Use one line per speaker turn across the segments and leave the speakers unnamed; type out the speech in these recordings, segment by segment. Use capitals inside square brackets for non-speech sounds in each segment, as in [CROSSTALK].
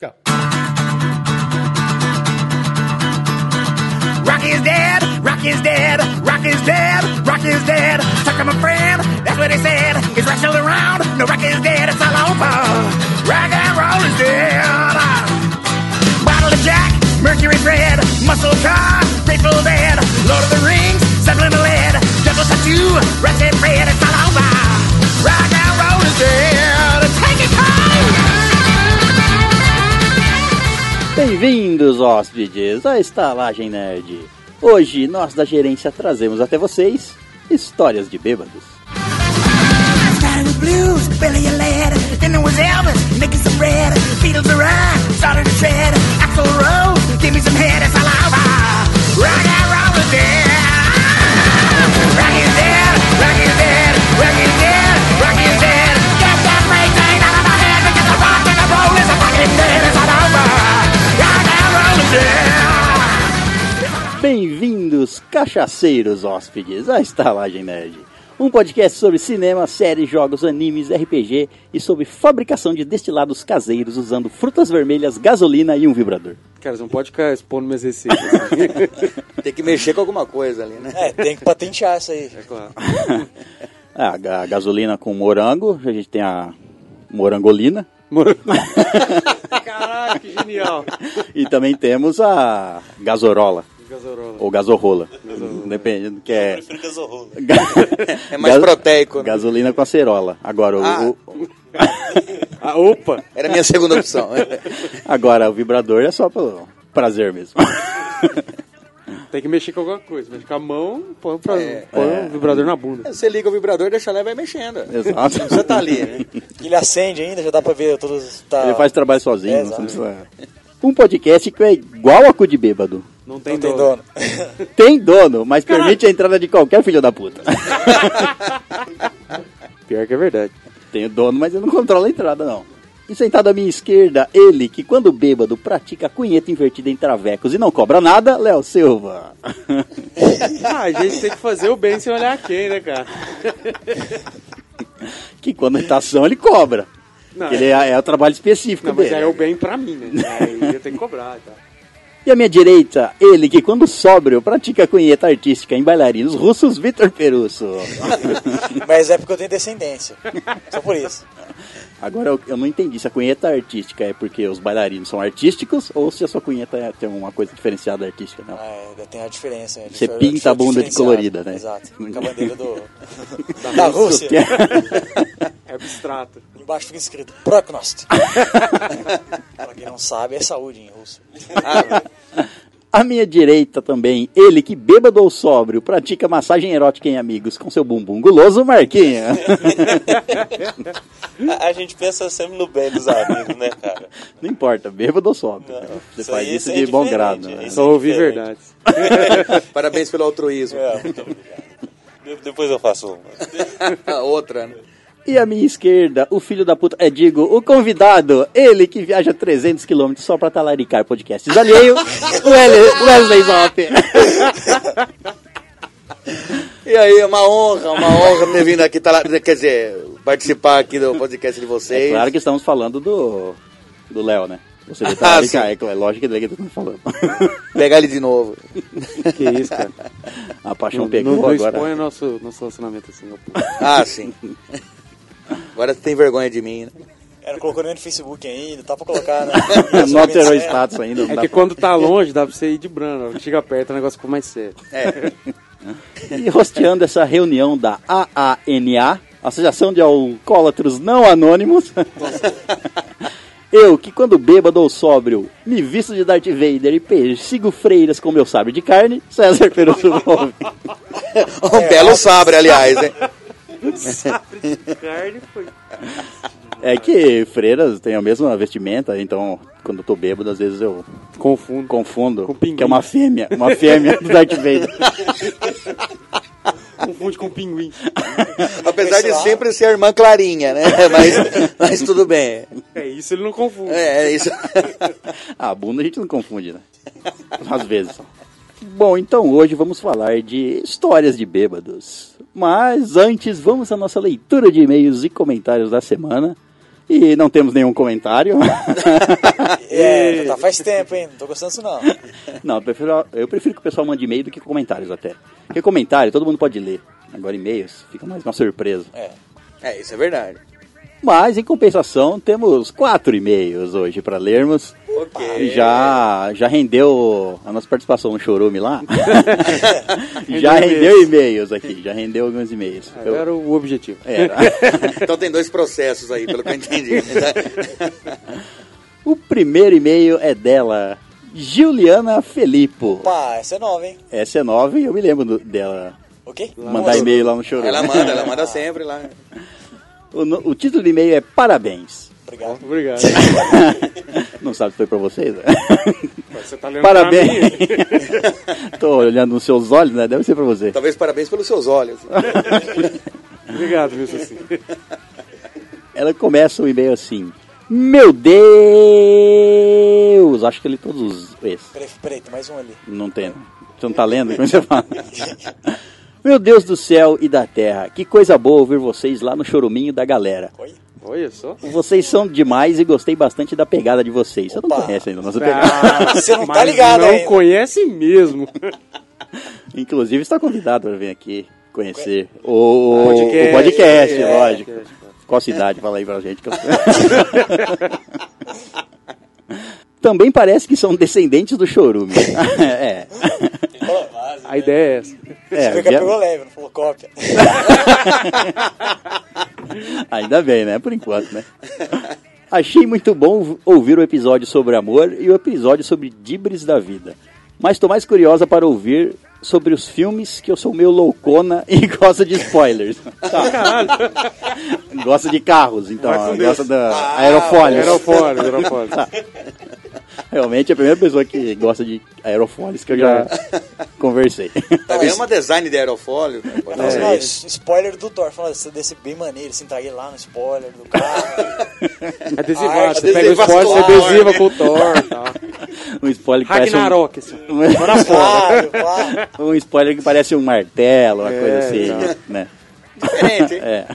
Go.
Rock is dead, rock is dead, rock is dead, rock is dead. Talk to my friend, that's what they said. It's wrestled around, no rock is dead, it's all over. Rock and roll is dead. Bottle of Jack, Mercury Red, Muscle Car, Grateful Dead, Lord of the Rings, Subliminal Lead, Devil Tattoo, Ratchet Red, it's all over. Rock and roll is dead. Take it home.
Bem-vindos, hóspedes, à Estalagem Nerd. Hoje, nós da gerência trazemos até vocês histórias de bêbados.
Started with blues, Billy and Led. Then there was Elvis, making some red. Beatles were on, started to tread. Axl Rose, give me some head, it's all over. Rock and roll is dead. Rock is dead, rock is dead, rock is dead, rock is dead. Get that brain drain out of my head because the rock and the roll is a fucking dead, it's all over. Rock and roll is dead.
Bem-vindos, cachaceiros hóspedes, à Estalagem Nerd. Um podcast sobre cinema, séries, jogos, animes, RPG e sobre fabricação de destilados caseiros usando frutas vermelhas, gasolina e um vibrador.
Cara, você não pode ficar expondo minhas receitas. assim.
[LAUGHS] Tem que mexer com alguma coisa ali, né?
É, tem que patentear isso aí.
é claro.
Ah, A, ga- gasolina com morango, a gente tem a morangolina
Mano. [LAUGHS] Caraca, que genial.
[LAUGHS] e também temos a gasorola
Gasorola.
ou gasorrola, depende do que é.
Prefiro que
[LAUGHS]
zorro.
É mais proteico, né?
Gasolina com acerola. Agora, o-
Ah.
o,
Ah, opa!
Era a minha segunda opção.
agora o vibrador é só pelo prazer
[LAUGHS]
mesmo.
Tem que mexer com alguma coisa. Mexe com a mão, põe, um pra,
É.
põe o vibrador na bunda.
[LAUGHS] Você liga o vibrador, deixa lá e vai mexendo.
Exato.
Você tá ali, né?
Ele acende ainda, já dá pra ver todos. Tá...
Ele faz trabalho sozinho.
É,
não
exato.
precisa- Um podcast que é igual a cu de bêbado.
Não tem
Não
um.
tem
dó.
dono. [LAUGHS]
Tem dono, mas permite a entrada de qualquer filho da puta.
Pior que é
[LAUGHS]
verdade.
Tem o dono, mas ele não controla a entrada, não. E sentado à minha esquerda, ele que quando bêbado pratica cunheta invertida em travecos e não cobra nada, Léo Silva. [LAUGHS]
Ah, a gente tem que fazer o bem sem olhar quem, né, cara?
que quando ele tá ação, ele cobra.
Não,
Que ele é, é o trabalho específico
Não, mas
dele.
aí é o bem pra mim, né?
[LAUGHS]
Aí eu tenho que cobrar, tá?
E à minha direita, ele que quando sóbrio pratica cunheta artística em bailarinos russos, Vitor
[LAUGHS]
Perusso.
Mas é porque eu tenho descendência. Só por isso.
Agora eu, eu não entendi se a cunheta artística é porque os bailarinos são artísticos ou se a sua cunheta é- tem uma coisa diferenciada artística, não.
Ah, ainda tem a diferença. né?
Você
Difer-
pinta a bunda de
diferenciado.
colorida, né?
Exato. Com a
[LAUGHS]
bandeira do. da Rússia.
É abstrato.
Embaixo fica escrito
[LAUGHS]
Prognost. pra quem não sabe, é saúde em russo.
À minha direita também, ele que bêbado ou sóbrio pratica massagem erótica em amigos com seu bumbum guloso, Marquinha.
A, a gente pensa sempre no bem dos amigos, né, cara?
não importa, bêbado ou sóbrio. Você faz
aí-
isso
aí é
de bom
diferente,
grado. né?
isso
Só
é
ouvi
diferente.
verdades.
Parabéns pelo altruísmo.
É, muito obrigado. De- Depois eu faço uma.
A outra, né?
E à minha esquerda, o filho da puta, é, digo, o convidado, ele que viaja 300 km só pra talaricar podcasts alheio, o Ele- Wesley Zop.
E aí, é uma honra, uma honra ter vindo aqui, tá lá- quer dizer, participar aqui do podcast de
É
vocês.
claro que estamos falando do do Léo, né? Você vê
Ah, sim.
talaricar, é claro, é lógico que ele que tá falando.
Pegar ele de novo.
Que isso, cara.
A paixão
Não,
pegou
não, não
agora.
exponha nosso, nosso relacionamento assim. ó, pô.
Ah, sim. Agora você tem vergonha de mim, né?
É, não colocou nem no Facebook ainda, tá pra colocar,
[LAUGHS]
né?
Não alterou o status ainda. não
É
dá
que
pra-
quando tá longe, dá pra você ir de brano. Chega perto, o negócio fica mais sério.
É.
E rosteando essa reunião da AANA, Associação de Alcoólatros Não Anônimos. [LAUGHS] Eu, que quando bêbado ou sóbrio, me visto de Darth Vader e persigo freiras com meu sabre de carne, César Peruso Wolf.
Um
É,
belo sabre, aliás, né?
Carne foi.
É que freiras têm a mesma vestimenta, então quando eu tô bêbado, às vezes eu
Confundo.
confundo
Com pinguim.
que é uma fêmea, uma fêmea do
[LAUGHS]
Darth Vader.
Confunde com pinguim.
Apesar de sempre ser a irmã Clarinha, né?
[LAUGHS]
Mas, mas tudo bem.
É isso, ele não confunde.
É, é isso.
[LAUGHS] Ah, bunda a gente não confunde, né? [LAUGHS] Às vezes. Bom, então hoje vamos falar de histórias de bêbados. Mas antes, vamos à nossa leitura de e-mails e comentários da semana. E não temos nenhum comentário. [LAUGHS]
É, já tá faz tempo, hein? Não tô gostando disso, não.
Não, eu prefiro, eu prefiro que o pessoal mande e-mail do que comentários até. Porque comentário todo mundo pode ler. Agora e-mails fica mais uma surpresa.
É.
É, isso é verdade.
Mas, em compensação, temos quatro e-mails hoje para lermos.
Ok.
Já, já rendeu a nossa participação no Chorume lá. já rendeu e-mails aqui, já rendeu alguns e-mails. Eu- É, tá.
Era o objetivo.
era.
Então tem dois processos aí, pelo que eu entendi.
O primeiro e-mail é dela, Juliana Felipo.
Pá, essa é nova, hein?
Essa é nova e eu me lembro do- dela
O quê?
mandar e-mail lá no Chorume.
ela manda, ela manda sempre lá.
[LAUGHS] O, no- o título do e-mail é Parabéns.
Obrigado.
Obrigado.
Não sabe se foi pra vocês? né?
Você tá lendo pra
Parabéns.
mim?
[LAUGHS] Tô olhando nos seus olhos, né? Deve ser pra
[LAUGHS]
você.
Talvez parabéns pelos seus olhos.
Obrigado, Wilson. Sim.
Ela começa o e-mail assim. Meu Deus! Acho que ele todos os. Esse.
Peraí, peraí, tem mais um ali.
Não tem. né? Você não tá lendo? Como você fala? Meu Deus do céu e da terra, que coisa boa ouvir vocês lá no choruminho da galera.
Oi?
Olha só.
Vocês são demais e gostei bastante da pegada de vocês. Você não
Opa.
conhece ainda a nossa pegada.
Ah,
Você não tá
mas
ligado
Não
ainda.
conhece mesmo.
Inclusive está convidado para vir aqui conhecer o, o podcast,
Podcast. É.
lógico. Qual cidade? Fala aí pra gente. que eu- [LAUGHS] Também parece que são descendentes do Chorume. [LAUGHS] é.
Falou base.
A ideia é essa.
É,
Você viu que
via- É,
ela pegou leve, não falou cópia.
Ainda bem, né? Por enquanto, né? Achei muito bom ouvir o episódio sobre amor e o episódio sobre dibres da vida. Mas tô mais curiosa para ouvir sobre os filmes que eu sou meio loucona [LAUGHS] e gosta de spoilers. Gosta de carros, então.
Tá. Vai com
ó,
Deus. Ah,
Gosta da aerofólios.
Aerofólio, aerofólio.
Realmente é a primeira pessoa que gosta de aerofólios que eu
É.
já conversei. [LAUGHS]
Talvez Tá É uma design de aerofólio. né? Pode
Não,
é
ser.
não, spoiler do Thor. Fala desse, desse bem maneiro, assim, tá aí lá no spoiler do carro.
Adesivado. É Você
Adesivo
pega o esporte, você
vascular,
adesiva
né?
com o Thor e tal.
Um spoiler que parece um,
Ragnarok, assim.
Claro, claro.
[LAUGHS] um spoiler que parece um martelo, uma coisa assim,
É, exato.
né?
Tá Diferente, hein?
É.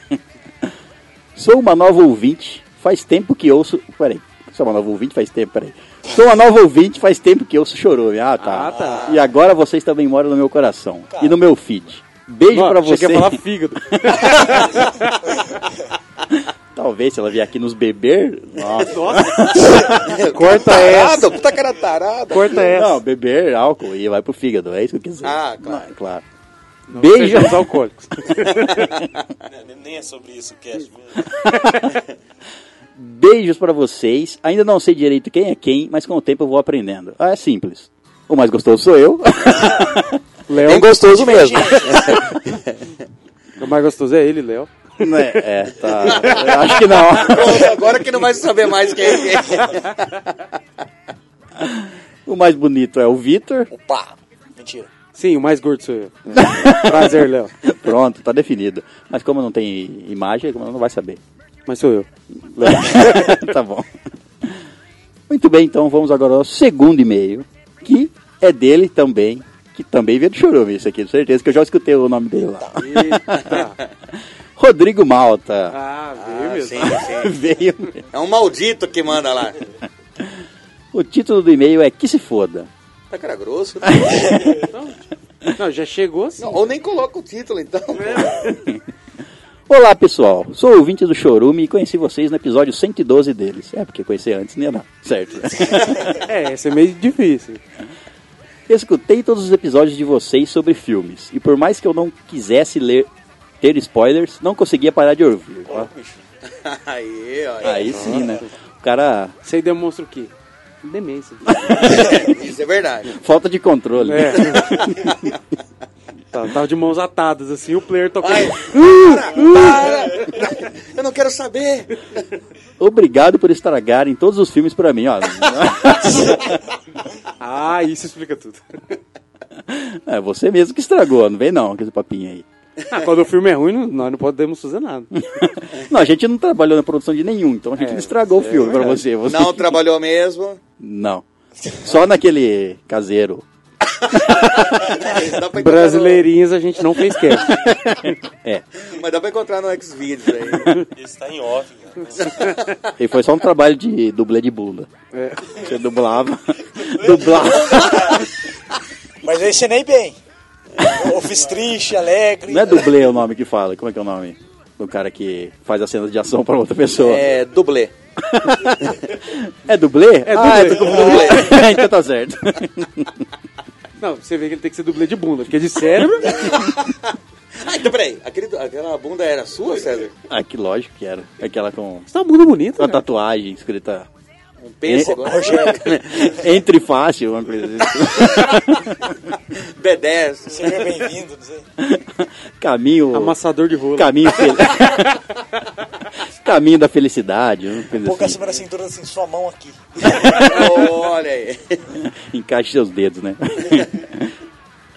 Sou uma nova ouvinte, faz tempo que ouço. Peraí. Sou uma nova ouvinte, faz tempo, peraí. Sou uma nova ouvinte, faz tempo que ouço chorou. Ah, tá.
Ah, tá.
E agora vocês também moram no meu coração
Cara.
e no meu feed. Beijo
Mano,
pra
achei que
você. [LAUGHS]
ia falar fígado.
Talvez se ela vier aqui nos beber. Nossa.
Corta essa.
Tarado, puta cara tarada.
Corta é essa.
Não, beber álcool e vai pro fígado, é isso que eu quis dizer.
Ah, claro.
Não, claro.
Não
Beijo.
sejamos alcoólicos.
Né, Nem é sobre isso o cast mesmo.
Beijos pra vocês. Ainda não sei direito quem é quem, mas com o tempo eu vou aprendendo. Ah, é simples. O mais gostoso sou
[LAUGHS]
eu. É um
Bem
Léo.
gostoso mesmo.
[LAUGHS]
O mais gostoso é ele, Léo.
Né? É, tá. Eu acho que não.
[LAUGHS]
Pronto, agora que não vai saber mais quem é. quem.
O mais bonito é o Vitor.
Opa. Mentira.
Sim, o mais gordo sou eu. Prazer, Léo.
Pronto, tá definido. Mas como não tem imagem, como não vai saber. [LAUGHS]
Mas sou eu.
tá bom. Muito bem, então vamos agora ao segundo e-mail, que é dele também, que também veio do Chorume, isso aqui, com certeza, que eu já escutei o nome dele lá.
Eita.
Rodrigo Malta.
Ah, veio
Ah,
mesmo.
[LAUGHS] sim, sim.
veio.
É um maldito que manda lá.
O título do e-mail é Que se foda.
Tá cara grosso. né?
[LAUGHS] Não, já chegou assim.
Ou nem coloca o título, então.
Olá pessoal, sou ouvinte do Chorume e conheci vocês no episódio 112 deles. É, porque conhecer antes nem dá, certo? né?
É, esse é meio difícil.
Escutei todos os episódios de vocês sobre filmes, e por mais que eu não quisesse ler ter spoilers, não conseguia parar de ouvir. tá?
Ô, bicho.
Aí, ó.
Aí sim, né? O cara.
Isso aí demonstra o quê? Demência.
Isso é verdade.
Falta de controle.
É. [LAUGHS] Tá- Tava de mãos atadas, assim, o player tocou.
Ai, para, para. Eu não quero saber.
[LAUGHS] Obrigado por estragarem todos os filmes pra
[LAUGHS]
mim, ó.
Ah, isso explica tudo.
É você mesmo que estragou, não vem não, com esse papinho aí. [LAUGHS]
Ah, quando o filme é ruim, não- nós não podemos fazer nada.
Não, a gente não trabalhou na produção de nenhum, então a gente
É,
não estragou o
é
filme pra
verdade.
você. você-
Não trabalhou mesmo.
Não. Só naquele caseiro.
Dá pra encontrar no-
Brasileirinhas a [LAUGHS] gente não fez cast.
É.
Mas dá pra encontrar no Xvideos aí.
Esse tá em off, cara.
E foi só um trabalho de dublê de bunda.
É.
Você
[LAUGHS]
dublava. dublava.
Mas eu ensinei bem. Eu fiz triste, alegre.
Não é dublê o nome que fala. Como é que é o nome? Do cara que faz a cena de ação pra outra pessoa.
É, dublê.
É dublê? É
dublê.
Ah, eu tô com dublê. [LAUGHS] então tá certo.
Não, você vê que ele tem que ser dublê de bunda, porque de cérebro. [LAUGHS]
Ah, então peraí. Aquele, aquela bunda era sua, César?
Ah, que lógico que era. Aquela com
Você tá uma bunda bonita,
uma
né?
tatuagem escrita [LAUGHS]
Um pêssego?
é. entre fácil, uma coisa assim.
B10.
Seja bem-vindo, não sei. Um
Caminho.
Amassador de rolo.
Caminho fel... [LAUGHS] Caminho da felicidade, uma coisa
Pouca
assim.
acima da cintura, assim, sua mão aqui.
Olha aí.
[LAUGHS] Encaixe seus dedos, né? [LAUGHS]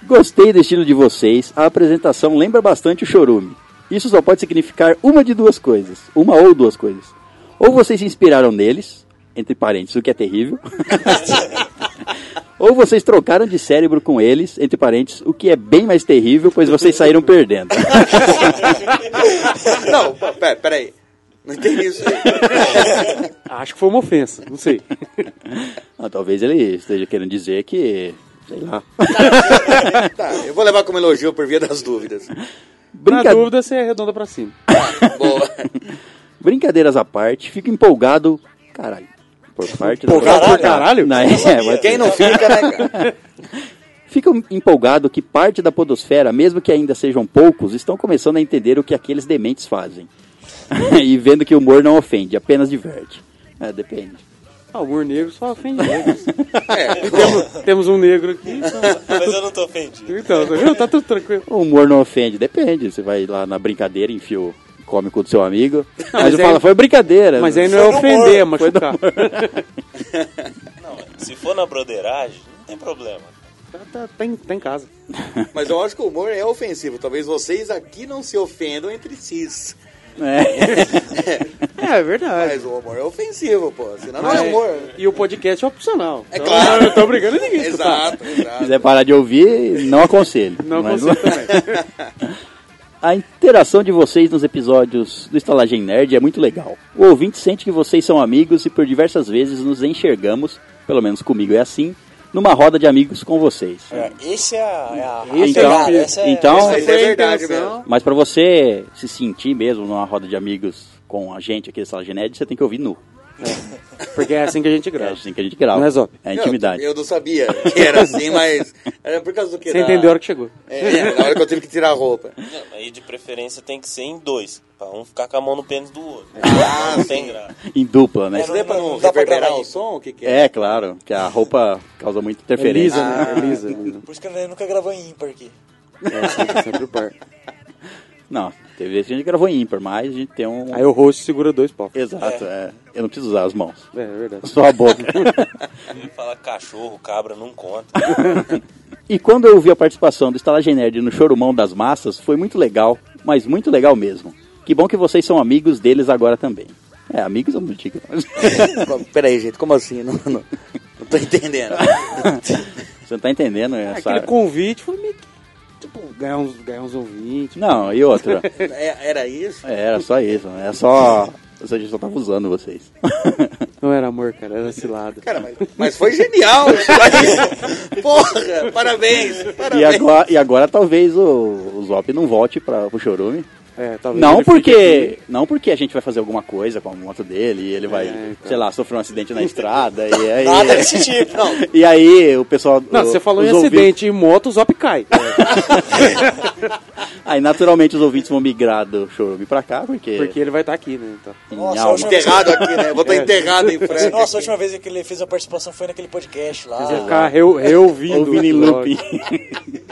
Gostei do estilo de vocês. A apresentação lembra bastante o chorume. Isso só pode significar uma de duas coisas. Uma ou duas coisas. Ou vocês se inspiraram neles, entre parênteses, o que é terrível. [LAUGHS] ou vocês trocaram de cérebro com eles, entre parênteses, o que é bem mais terrível, pois vocês saíram perdendo. [LAUGHS]
Não, pera, peraí. Não entendi isso aí.
Ah, Acho que foi uma ofensa, não sei.
Ah, talvez ele esteja querendo dizer que. Sei lá.
Tá, eu vou levar como elogio por via das dúvidas.
Brinca-
Na dúvida, você arredonda pra cima. [LAUGHS]
Boa.
Brincadeiras à parte, fico empolgado. Caralho. Por parte da-
Empolgado por
caralho?
Não, é, mas-
Quem não fica,
[LAUGHS]
né, cara?
Fico empolgado que parte da podosfera, mesmo que ainda sejam poucos, estão começando a entender o que aqueles dementes fazem. [LAUGHS] e vendo que o humor não ofende, apenas diverte. É, depende.
Ah, o humor negro só ofende [LAUGHS] negros.
É,
temos, temos um negro aqui, então,
Mas eu não tô ofendido.
então, tá viu? Tá tudo tranquilo.
O humor não ofende, depende. Você vai lá na brincadeira, enfia o cômico do seu amigo. mas
mas
ele
aí-
fala, foi brincadeira.
Mas aí não é
Foi no
ofender, é
humor,
machucar.
Se for na broderagem, não tem problema.
Tá, tá, tá, em, tá em casa.
mas eu acho que o humor é ofensivo. Talvez vocês aqui não se ofendam entre si.
É.
É, é verdade.
Mas o humor é ofensivo, pô. Senão não é
Mas-
humor.
E o podcast é opcional. Então,
É claro.
Eu não tô brigando tá? ninguém.
Exato,
Se
exato.
quiser parar de ouvir, não aconselho.
Não
Mas- [LAUGHS]
consigo também.
A interação de vocês nos episódios do Estalagem Nerd é muito legal. O ouvinte sente que vocês são amigos e por diversas vezes nos enxergamos, pelo menos comigo é assim, numa roda de amigos com vocês.
É, Esse é a, é a, a
Então-
pegada, essa é-
então-
essa é-
Mas é verdade
Então,
mesmo.
Mas pra você se sentir mesmo numa roda de amigos com a gente aqui do Estalagem Nerd, você tem que ouvir nu.
Porque é assim que a gente
É
grava.
assim que a gente grava.
Não é zop.
É intimidade.
Eu, eu não sabia que
[LAUGHS]
era assim, mas era por causa do que
Você
da-
entendeu a hora que chegou.
É, é, na hora que eu tive que tirar a roupa.
Não, aí de preferência tem que ser em dois. Pra um ficar com a mão no pênis do outro.
Ah,
não tem graça.
Em dupla, né?
Isso daí é pra
não-
não
não dá pra
reverberar
gravar
o
isso.
som? O que que é? [LAUGHS]
É, claro, que a roupa causa muita
É lisa,
interferência.
né? É lisa. lisa.
Por isso que ele nunca gravou em ímpar aqui.
É, sempre, sempre o par.
Não, teve vezes que a gente gravou ímpar, mas a gente tem um.
Aí o host segura dois pau.
Exato, é. Eu não preciso usar as mãos.
É, é verdade.
Só a
[LAUGHS]
boca.
Ele fala cachorro, cabra, não conta.
E quando eu vi a participação do Estalagem Nerd no Chorumão das Massas, foi muito legal, mas muito legal mesmo. Que bom que vocês são amigos deles agora também. É, amigos eu não [LAUGHS] digo.
Como- Peraí, gente, como assim? Não, não, não
[LAUGHS]
tô entendendo.
Você não tá entendendo essa...
Aquele convite foi meio que, tipo, ganhar uns, ganhar uns ouvintes.
Não, e outra.
É, era isso?
É, era só isso, né? era só... Ou seja, eu só tava usando vocês.
Não era amor, cara, era cilada.
Cara, mas, mas foi genial [LAUGHS] isso daí. Porra, parabéns,
E
parabéns.
agora, e agora talvez o, o Zop não volte para o Chorume.
É, talvez
Não
ele fique
porque, não porque a gente vai fazer alguma coisa com a moto dele e ele vai,
É, então.
sei lá, sofrer um acidente na estrada e aí...
Nada desse tipo. Não,
[LAUGHS] E aí o pessoal...
Não,
o-
você falou
os
em
ouvintes-
acidente em moto, o Zop cai.
Aí naturalmente os ouvintes vão migrar do showroom pra cá, porque.
Porque ele vai estar aqui, né? Então.
em
Nossa,
alma-
hoje-
Enterrado aqui, né? Vou
É.
estar enterrado em
Mas,
Franca.
nossa, a última vez que ele fez a participação foi naquele podcast lá.
Vai ficar
[LAUGHS]
reu- reouvindo.
Ouvindo em
o episódio.
looping.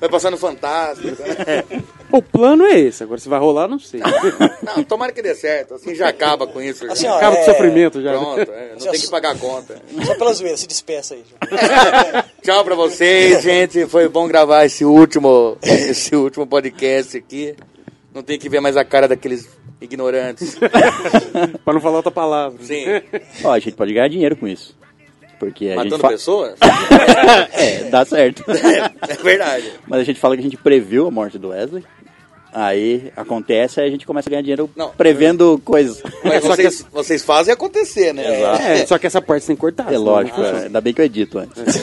Vai passar no Fantástico. né?
O plano é esse, agora se vai rolar, não sei. [LAUGHS]
Não, tomara que dê certo. Assim já acaba com isso.
Assim,
já.
ó,
Acaba
é, Assim,
com o sofrimento já. né?
Ah, Pronto, é, não tem que pagar a conta.
Só pela zoeira, se despeça aí.
Tchau pra vocês, gente. Foi bom gravar esse último, esse último podcast aqui. Não tem que ver mais a cara daqueles ignorantes.
[LAUGHS] Pra não falar outra palavra.
Sim.
[LAUGHS] Ó, É, a gente pode ganhar dinheiro com isso. Porque a
Matando
gente. fa-
pessoas?
[LAUGHS] É, dá certo.
É verdade. [LAUGHS]
Mas a gente fala que a gente previu a morte do Wesley. Aí acontece, aí a gente começa a ganhar dinheiro
Não,
prevendo coisas. [LAUGHS] É
Mas
Só que-
vocês, vocês fazem acontecer, né?
É, só que essa parte sem cortar.
É
senão
lógico,
não
é.
funciona.
ainda bem que eu edito antes. [LAUGHS]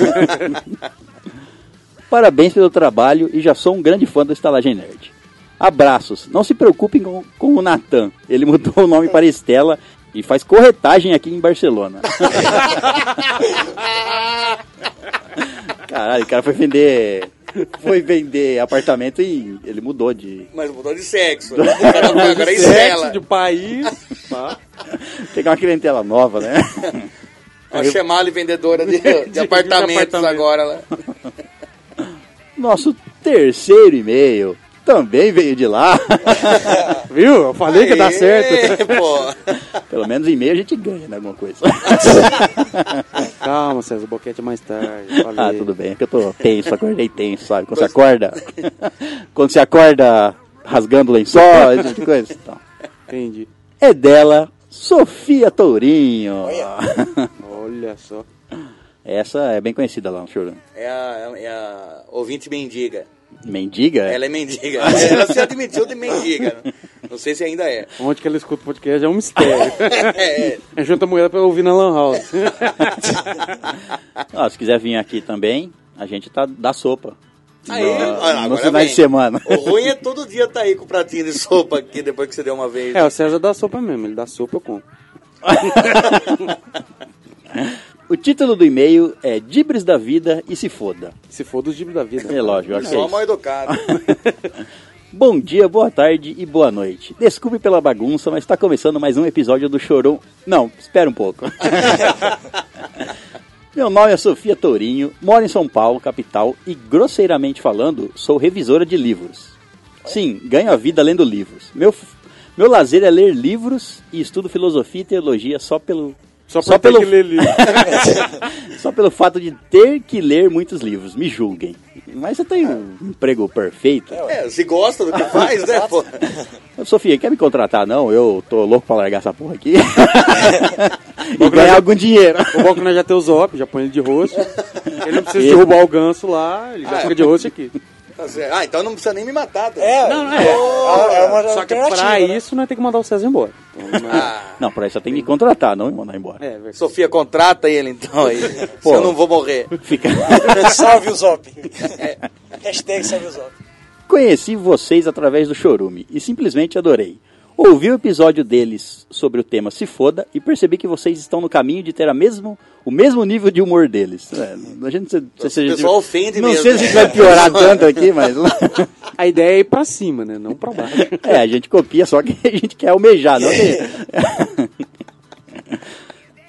Parabéns pelo trabalho e já sou um grande fã do Estalagem Nerd. Abraços. Não se preocupem com, com o Natan. Ele mudou o nome para Estela e faz corretagem aqui em Barcelona. [LAUGHS] Caralho, o cara foi vender. Foi vender apartamento e ele mudou de.
Mas mudou de sexo. né? Agora, agora é Estela.
Sexo tipo, de país. pá.
Pegar uma clientela nova, né? [LAUGHS]
Uma chamada vendedora de, de
de
apartamentos
apartamento.
agora. Lá.
Nosso terceiro e-mail também veio de lá. [LAUGHS]
Viu? Eu falei que ia dar certo.
Ê, [LAUGHS] pô.
Pelo menos e-mail a gente ganha né, alguma coisa.
Calma, César, o boquete é mais tarde. Falei.
[LAUGHS] Ah, tudo bem, é que eu tô tenso, acordei tenso, sabe? Quando você acorda, [LAUGHS] quando você acorda rasgando o lençol, esse tipo de coisa. Então,
Entendi.
é dela, Sofia Tourinho.
Olha só.
[LAUGHS] Essa é bem conhecida lá no Chorão.
É a, é a ouvinte mendiga.
Mendiga?
Ela é mendiga. Ela se admitiu de mendiga. Não sei se ainda é. [LAUGHS]
Onde que ela escuta o podcast é um mistério. [LAUGHS]
É, é.
É junto a mulher pra ouvir na Lan House. [LAUGHS]
Ó, se quiser vir aqui também, a gente tá da sopa.
Aí,
no,
olha,
no
agora
final
vem.
de semana.
O ruim é todo dia tá aí com o pratinho de sopa aqui depois que você deu uma vez.
É, o César dá sopa mesmo. Ele dá sopa, eu compro.
[LAUGHS] O título do e-mail é Dibres da Vida e se foda.
Se for dos dívidas da vida.
É lógico, eu acho que é
Só
isso.
mal educado.
[LAUGHS] Bom dia, boa tarde e boa noite. Desculpe pela bagunça, mas está começando mais um episódio do Chorão. Não, espera um pouco. Meu nome é Sofia Tourinho, moro em São Paulo, capital, e grosseiramente falando, sou revisora de livros. Sim, ganho a vida lendo livros. Meu, f- meu lazer é ler livros e estudo filosofia e teologia só pelo.
Só, por ter
pelo-
que ler livro.
[LAUGHS] só pelo fato de ter que ler muitos livros, me julguem. Mas você tem um emprego perfeito.
É, se gosta do que faz, né, pô?
Ô, Sofia, quer me contratar? Não, eu tô louco pra largar essa porra aqui. e ganhar algum dinheiro.
O bom que nós já tem o Zop, já põe ele de rosto. Ele não precisa derrubar o ganso lá, ele já
Ah, é.
fica de rosto aqui.
Tá certo. Ah, então não precisa nem me matar. Tá?
É, não, é. é uma
Só que
alternativa,
pra
né?
isso nós temos que mandar o César embora. Então, não é-
[LAUGHS] Ah,
Não, por aí só tem que me contratar, não me mandar embora.
é, verdade.
Sofia, contrata ele então [LAUGHS] aí.
Pô.
Se eu não vou morrer.
Fica. [LAUGHS]
né? Salve o Zop. Hashtag salve o Zop.
Conheci vocês através do Chorume e simplesmente adorei. Ouvi o episódio deles sobre o tema Se Foda e percebi que vocês estão no caminho de ter a mesmo, o mesmo nível de humor deles. É, a gente, não sei se a gente-
pessoal ofende
não
mesmo. né?
sei se a gente vai
[LAUGHS]
piorar tanto aqui, mas...
A ideia é ir pra cima, né? Não pra baixo.
[LAUGHS] É, a gente copia, só que [LAUGHS] a gente quer almejar, não que... [LAUGHS]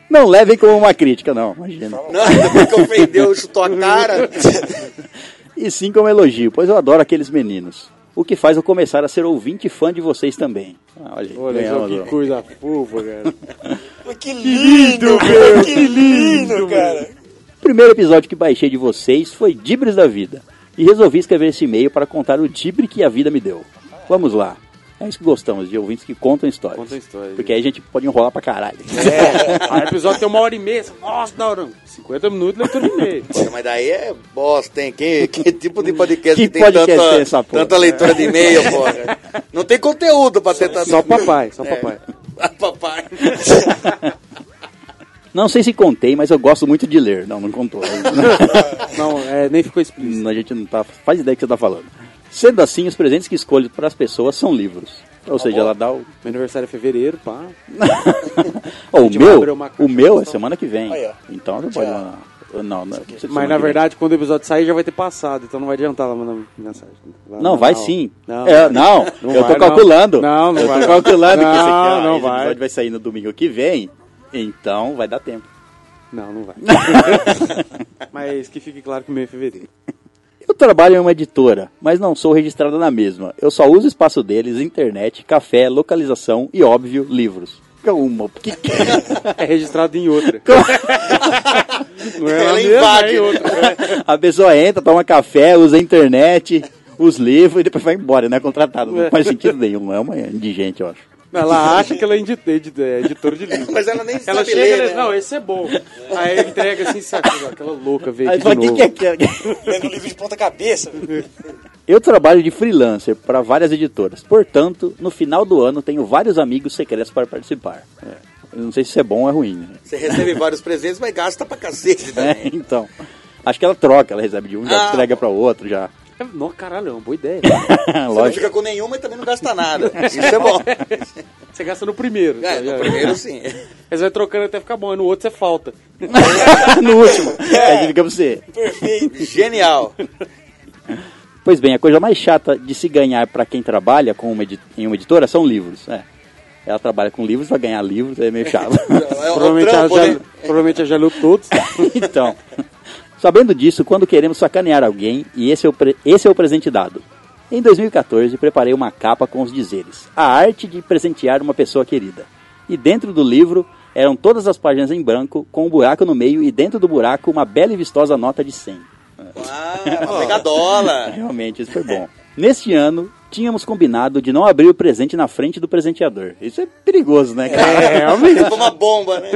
Não levem como uma crítica, não, imagina.
Não, [LAUGHS] depois que ofendeu, chutou a cara.
E sim como elogio, pois eu adoro aqueles meninos. O que faz eu começar a ser ouvinte e fã de vocês também. Ah, olha aí,
Olha só
ganhamos,
que
ó.
coisa fofa, cara.
Mas Que lindo, meu. Que lindo, cara.
O primeiro episódio que baixei de vocês foi Dibres da Vida. E resolvi escrever esse e-mail para contar o dibre que a vida me deu. Vamos lá. É isso que gostamos, de ouvintes que contam histórias.
Contam histórias. né?
Porque aí a gente pode enrolar pra caralho.
É.
Aí o episódio tem uma hora e meia. você, Nossa, da hora. 50 minutos, leitura e meia.
Poxa, mas daí é bosta, hein? Que, que tipo de podcast
Que
que, tem
podcast
tanta,
é essa, porra?
tanta leitura de e-mail, porra? Não tem conteúdo pra tentar... [LAUGHS]
Só papai, só papai.
É, papai.
Não sei se contei, mas eu gosto muito de ler. Não, não
[LAUGHS]
contou.
Não, é, nem ficou explícito.
Hum, a gente não tá. Faz ideia do que você tá falando. Sendo assim, os presentes que escolho para as pessoas são livros. Ou seja, ela dá o.
Meu aniversário é fevereiro, pá.
Ó, o
gente vai abrir
meu,
uma caixa
o meu é
postal.
semana que vem.
Aí, ó.
Então não
Já.
pode mandar. Não, não, não precisa de
Mas
é semana
na
que vem.
verdade, quando o episódio sair, já vai ter passado, então não vai adiantar lá mandar mensagem. Lá
Não,
na-
vai
na-
sim.
Não,
É, não,
Não
eu
vai,
tô
não.
calculando.
Não, não
eu
vai.
tô calculando que esse aqui, ó,
Não, não
esse
vai.
episódio vai sair no domingo que vem. Então vai dar tempo.
Não,
[LAUGHS]
não vai. Mas que fique claro que o meu é fevereiro.
[LAUGHS]
Eu trabalho em uma editora, mas não sou registrada na mesma. Eu só uso o espaço deles, internet, café, localização e, óbvio, livros. Calma, porque
É registrado em outra. [LAUGHS] Não é
Ela
na mesma,
invade.
é em outra.
a pessoa entra, toma café, usa a internet, os livros e depois vai embora, não é contratado. Não faz sentido nenhum, é uma indigente, eu acho.
Ela acha que ela é edi- edi- é editora de livro.
Mas ela nem
Ela
sabe
chega
ler,
e
né?
diz, não, esse é bom. Aí ela entrega assim, sabe? Aquela louca veio
Aí
aqui
fala,
de
"Que
novo.
um
que é que é?"
Lendo livro de ponta cabeça. velho.
Eu trabalho de freelancer para várias editoras. Portanto, no final do ano tenho vários amigos secretos para participar. Eu não sei se isso é bom ou é ruim. né?
Você recebe vários presentes, mas gasta pra cacete
É, [LAUGHS]
também.
então. Acho que ela troca, ela recebe de um, já
Ah.
entrega para outro, já. [LAUGHS]
É, nossa, caralho, é uma boa ideia.
Você não
Lógico.
fica com nenhuma e também não gasta nada. Isso é bom.
Você gasta no primeiro.
É,
tá
no
ligado?
primeiro
[LAUGHS]
sim.
Aí você vai trocando até ficar bom, aí no outro você falta.
no último. É, assim, Aí fica pra você.
Genial.
Pois bem, a coisa mais chata de se ganhar para quem trabalha com uma edi- em uma editora são livros. É. Ela trabalha com livros, vai ganhar livros, é meio chato. [LAUGHS]
É um
Provavelmente ela,
trampo,
já,
né?
provavelmente ela já leu todos.
[LAUGHS]
então, sabendo disso, quando queremos sacanear alguém, e esse é o, pre- esse é o presente dado. Em 2014, preparei uma capa com os dizeres: A arte de presentear uma pessoa querida. E dentro do livro eram todas as páginas em branco, com um buraco no meio e dentro do buraco uma bela e vistosa nota de 100.
Ah, uma pegadola.
Realmente, isso foi bom. Neste ano, tínhamos combinado de não abrir o presente na frente do presenteador. Isso é perigoso, né,
É,
cara?
Foi uma bomba, [LAUGHS] né?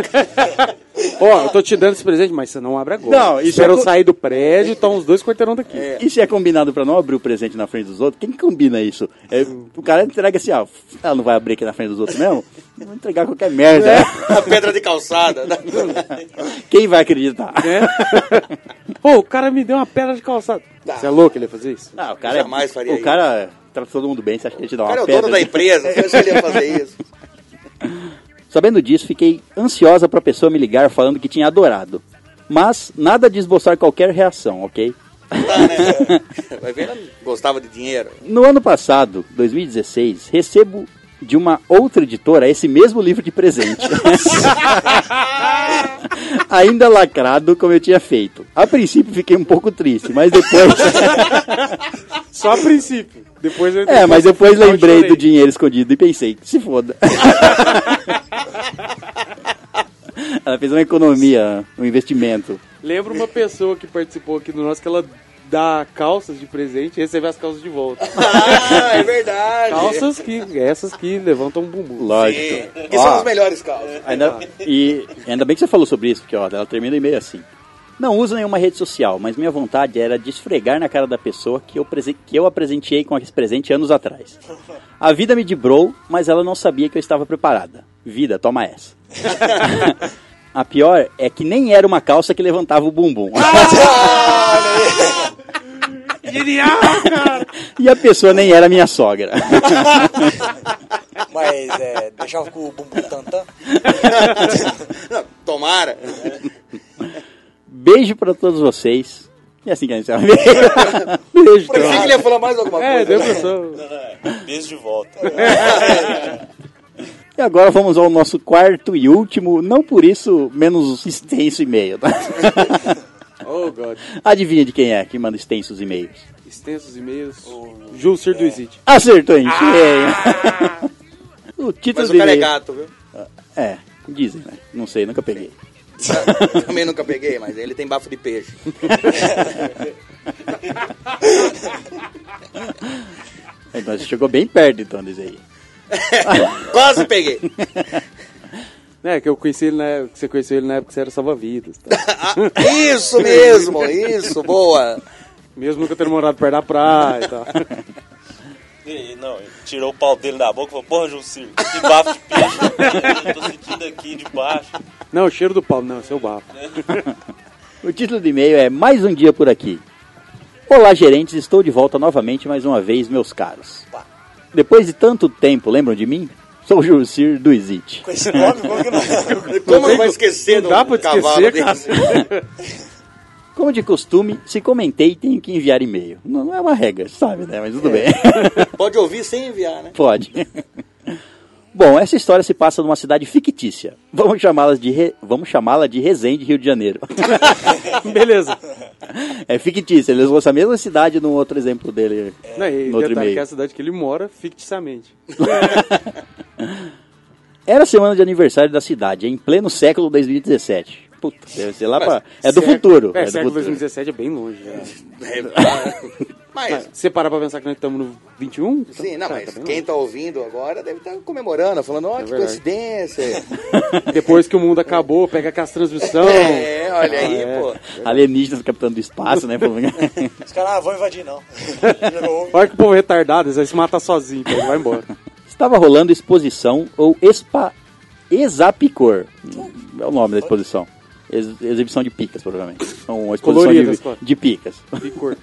Ó, eu tô te dando esse presente, mas você não abre agora.
Não, isso é
Espera eu
co-
sair do prédio, tá uns dois quarteirão daqui.
E se é combinado pra não abrir o presente na frente dos outros, quem combina isso? É, o cara entrega assim, ó, ela não vai abrir aqui na frente dos outros mesmo? Eu Vou entregar qualquer merda.
A pedra de calçada.
Quem vai acreditar?
É.
Pô, o cara me deu uma pedra de calçado. Você é louco ele ia fazer isso?
[LAUGHS] Não, o cara, é-
Jamais faria
o
isso.
cara trata todo mundo bem, você acha que ele te dá
O
uma
cara é o
pedra?
dono da [LAUGHS] empresa. Você acha que ele ia fazer isso?
Sabendo disso, fiquei ansiosa para a pessoa me ligar falando que tinha adorado. Mas nada de esboçar qualquer reação, ok?
Tá, né? Vai ver, ela gostava de dinheiro.
No ano passado, 2016, recebo de uma outra editora esse mesmo livro de presente. Ainda lacrado como eu tinha feito. A princípio fiquei um pouco triste, mas depois.
Só a princípio. Depois eu
é, mas depois
Eu
lembrei do
chorei.
dinheiro escondido e pensei, se foda. Ela fez uma economia, um investimento.
Lembro uma pessoa que participou aqui do nosso que ela dá calças de presente e recebe as calças de volta.
Ah, é verdade.
Calças que. Essas que levantam o bumbum.
Lógico.
é
Sim. Que são os melhores calças.
Ainda, e ainda bem que você falou sobre isso, porque ó, ela termina o e-mail assim. Não uso nenhuma rede social, mas minha vontade era de esfregar na cara da pessoa que eu, presen- que eu a presenteei com esse presente anos atrás. A vida me dibrou, mas ela não sabia que eu estava preparada. Vida, toma essa. [LAUGHS] a pior é que nem era uma calça que levantava o bumbum. [LAUGHS]
Genial!
e a pessoa nem era minha sogra.
Mas é, deixava com o bumbum tantã.
[LAUGHS] Não, tomara.
Beijo pra todos vocês. E assim que a gente se [LAUGHS] Beijo.
Eu pensei que ele ia falar mais alguma
É,
coisa. né?
deu pessoa.
Beijo de volta.
E agora vamos ao nosso quarto e último, não por isso menos extenso e-mail. Tá? [LAUGHS]
Oh, God.
Adivinha de quem é que manda extensos e-mails?
Extensos e-mails. Júlio Sirduizite.
Acertou em cheio. [LAUGHS] o título
Ah! Mas
do
o cara é
e-mail.
gato, viu?
É, dizem, né? Não sei, nunca peguei.
Eu Também nunca peguei, mas ele tem bafo de peixe.
Então você chegou bem perto, então, diz aí.
Quase peguei.
É, que eu conheci ele na época, que você conheceu ele na época que você era salva-vidas. tá?
Ah, Isso mesmo, isso, boa.
Mesmo nunca ter morado perto da praia e tal.
E, não, ele tirou o pau dele da boca e falou, porra, Jussir, que bafo de peixe. Eu tô sentindo aqui de baixo.
Não, o cheiro do pau. Não, seu bafo.
O título do e-mail é Mais um Dia por Aqui. Olá, gerentes, estou de volta novamente, mais uma vez, meus caros. Depois de tanto tempo, lembram de mim? Sou o Jurcir do Izit.
Com esse nome, como que não?
Como eu vou esquecer
não
do
dá pra te
cavalo
esquecer,
desse?
Como de costume, se comentei, tenho que enviar e-mail. Não, não é uma regra, sabe, né? Mas tudo bem. [LAUGHS]
Pode ouvir sem enviar, né?
Pode. Bom, essa história se passa numa cidade fictícia. Vamos chamá-la de, Re- Vamos chamá-la de Resende, Rio de Janeiro. [LAUGHS]
[LAUGHS] Beleza.
é fictícia, eles usam a mesma cidade num outro exemplo dele.
Não, e
No outro
detalhe
e-mail.
que é a cidade que ele mora, ficticiamente.
Era semana de aniversário da cidade, em pleno século 2017. Puta, deve ser lá pra...
Mas
É do
século-
futuro.
É,
do
século
futuro.
2017 é bem longe. né? Mas,
Mas,
se você parar pra pensar que nós estamos no 21? então-
sim, não,
tá,
mas
tá bem
quem tá ouvindo agora deve estar comemorando, falando, ó, que
verdade.
coincidência.
longe. Depois que o mundo acabou, pega aquelas transmissão.
tá- é, olha aí,
Ah, é.
pô.
Alienígenas capitão do espaço, né?
Os caras, ah, vão invadir não. Virou
Olha que povo retardado, eles aí se matar sozinho, então vai embora.
[LAUGHS] Estava rolando exposição ou expa... Exapicor. Hum, É o nome da exposição. Ex- exibição de picas, provavelmente. Uma exposição
Coloridas,
de-
claro.
de picas.
Que cor.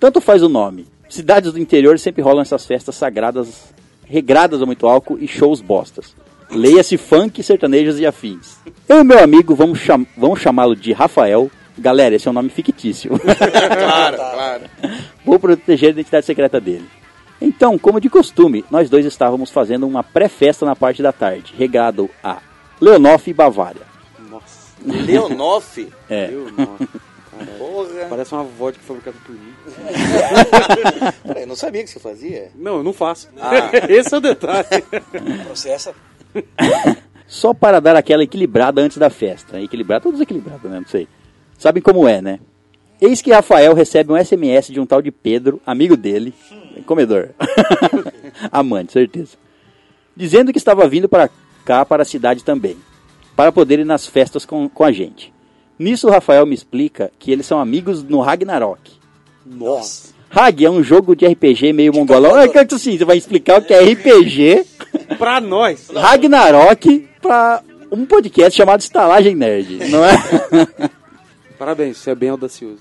Tanto faz o nome. Cidades do interior sempre rolam essas festas sagradas, regradas a muito álcool e shows bostas. Leia-se funk, sertanejos e afins. Eu e meu amigo vamos, cham- vamos chamá-lo de Rafael. Galera, esse é um nome fictício. [LAUGHS]
Claro, claro.
Vou proteger a identidade secreta dele. Então, como de costume, nós dois estávamos fazendo uma pré-festa na parte da tarde, regrado a Leonoff e Bavária.
Nossa,
Leonoff?
É.
meu nossa.
Porra.
Parece uma vodka fabricada por mim.
Eu É, não sabia que você fazia.
Não, eu não faço.
Ah.
[LAUGHS] Esse é o detalhe.
processa.
só para dar aquela equilibrada antes da festa. Equilibrada, todos equilibrada, né? Não sei. Sabem como é, né? Eis que Rafael recebe um SMS de um tal de Pedro, amigo dele, comedor, [LAUGHS] amante, certeza, dizendo que estava vindo para cá, para a cidade também, para poder ir nas festas com, com a gente. Nisso, Rafael me explica que eles são amigos no Ragnarok.
Nossa.
Rag é um jogo de RPG meio mongolão. É, que assim, você vai explicar o que é RPG
Pra nós.
Ragnarok pra um podcast chamado Estalagem Nerd, não é?
Parabéns, você é bem audacioso.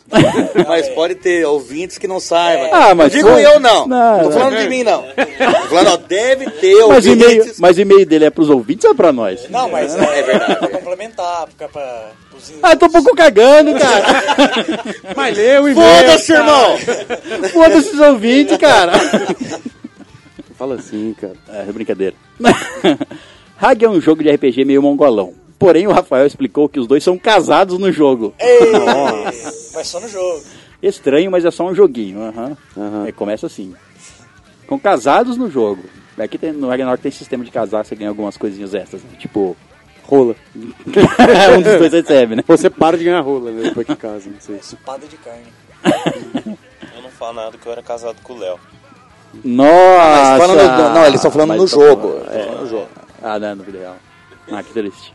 Mas pode ter ouvintes que não saibam.
Ah, mas
Não digo
foi-
eu, não.
Não,
Não, tô
não.
falando de mim, não. Tô falando, ó, deve ter
Mas o e-mail,
ouvintes.
mas o e-mail dele é pros ouvintes ou é pra nós?
Não, mas
É verdade.
Pra complementar, pra, pra, pros-
Ah, tô um pouco cagando, cara.
Mas leu e
Foda-se, irmão!
Foda-se os ouvintes, cara.
Fala assim, cara.
É, brincadeira. [LAUGHS] Rag é um jogo de RPG meio mongolão. Porém, o Rafael explicou que os dois são casados no jogo.
Ei, mas só no jogo.
Estranho, mas é só um joguinho. aham.
Aham.
É, começa assim. Com casados no jogo. Aqui tem, no Ragnarok tem sistema de casar, você ganha algumas coisinhas extras, né? Tipo, [LAUGHS]
Rola.
um dos dois recebe, né?
Você para de ganhar rola, né? Depois que casa, não sei.
Espada de carne.
Eu não falo nada que eu era casado com o Léo.
Nossa!
Mas falando no- não, eles estão falando
tá. Mas tá É.
no
estão
jogo.
falando-
Estão falando no jogo.
Ah, não, no legal. Ah, que triste.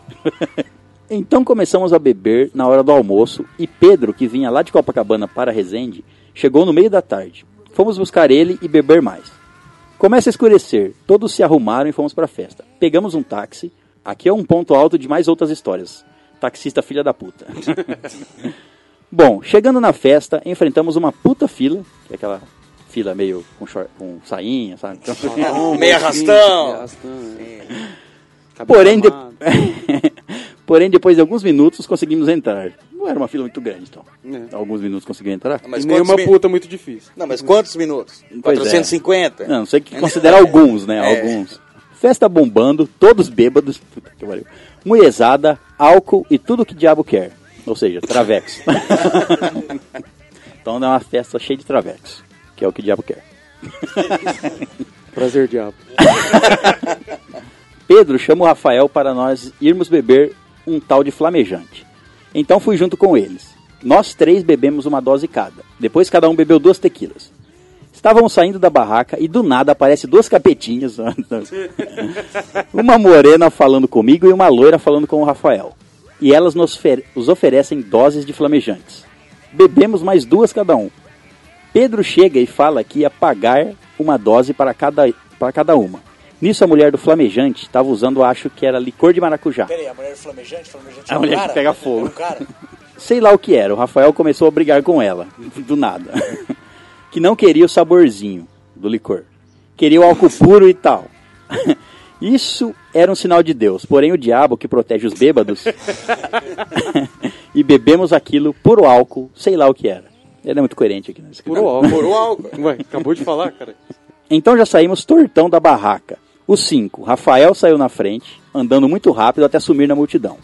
[LAUGHS] então começamos a beber na hora do almoço e Pedro, que vinha lá de Copacabana para Resende, chegou no meio da tarde. Fomos buscar ele e beber mais. Começa a escurecer, todos se arrumaram e fomos para a festa. Pegamos um táxi. Aqui é um ponto alto de mais outras histórias. Taxista filha da puta. [LAUGHS] Bom, chegando na festa, enfrentamos uma puta fila, que é aquela fila meio com, short, com sainha, sabe? Então-
Meio
Meio
arrastão.
um arrastão, é. Cabelo
Porém, de-
armado.
[LAUGHS] Porém, depois de alguns minutos, conseguimos entrar. Não era uma fila muito grande, então.
É.
Alguns minutos conseguimos entrar.
Mas
e nenhuma
quantos mi-
puta é muito difícil.
Não, mas quantos minutos?
Pois é.
450?
Não, não sei que considera alguns, né?
É.
Alguns. Festa bombando, todos bêbados, puta que pariu. Mulherzada, álcool e tudo que diabo quer. Ou seja, travecos. [LAUGHS] então é uma festa cheia de travecos, que é o que diabo quer.
Prazer, diabo.
Pedro chama o Rafael para nós irmos beber um tal de flamejante. Então fui junto com eles. Nós três bebemos uma dose cada. Depois cada um bebeu duas tequilas. Estávamos saindo da barraca e do nada aparece duas capetinhas. [LAUGHS] uma morena falando comigo e uma loira falando com o Rafael. E elas nos ofer- nos oferecem doses de flamejantes. Bebemos mais duas cada um. Pedro chega e fala que ia pagar uma dose para cada, para cada uma. Nisso, a mulher do flamejante estava usando, acho que era licor de maracujá.
Pera aí, a mulher do flamejante, flamejante
A
é um
mulher que
cara?
pega fogo.
É um cara?
Sei lá o que era, o Rafael começou a brigar com ela, do nada. [LAUGHS] que não queria o saborzinho do licor. Queria o álcool puro e tal. [LAUGHS] Isso era um sinal de Deus, porém o diabo que protege os bêbados. [LAUGHS] e bebemos aquilo puro álcool, sei lá o que era. Ele é muito coerente aqui nesse
Puro álcool.
Por um álcool.
Ué, acabou de falar, cara.
Então já saímos tortão da barraca. Os cinco. Rafael saiu na frente, andando muito rápido até sumir na multidão.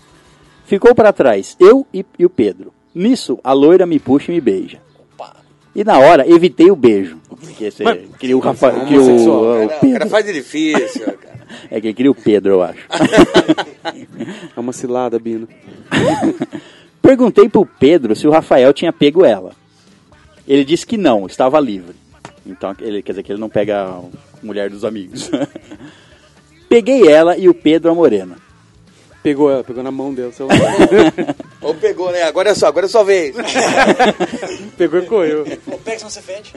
Ficou para trás eu e, e o Pedro. Nisso, a loira me puxa e me beija.
Opa.
E na hora, evitei o beijo. Porque você queria o Rafael. Que o,
homossexual,
o
Não, o cara
Pedro.
faz de difícil, cara.
É quem queria o Pedro, eu acho. [LAUGHS]
É uma cilada, Bino.
Perguntei pro Pedro se o Rafael tinha pego ela. Ele disse que não, estava livre. Então, ele, quer dizer que ele não pega a mulher dos amigos. [LAUGHS] Peguei ela e o Pedro a morena.
Pegou ela, pegou na mão dela. seu-
Ou pegou, né? Agora é só, agora é
[LAUGHS]
sua vez.
pegou e correu.
Pô, Pega senão você fede.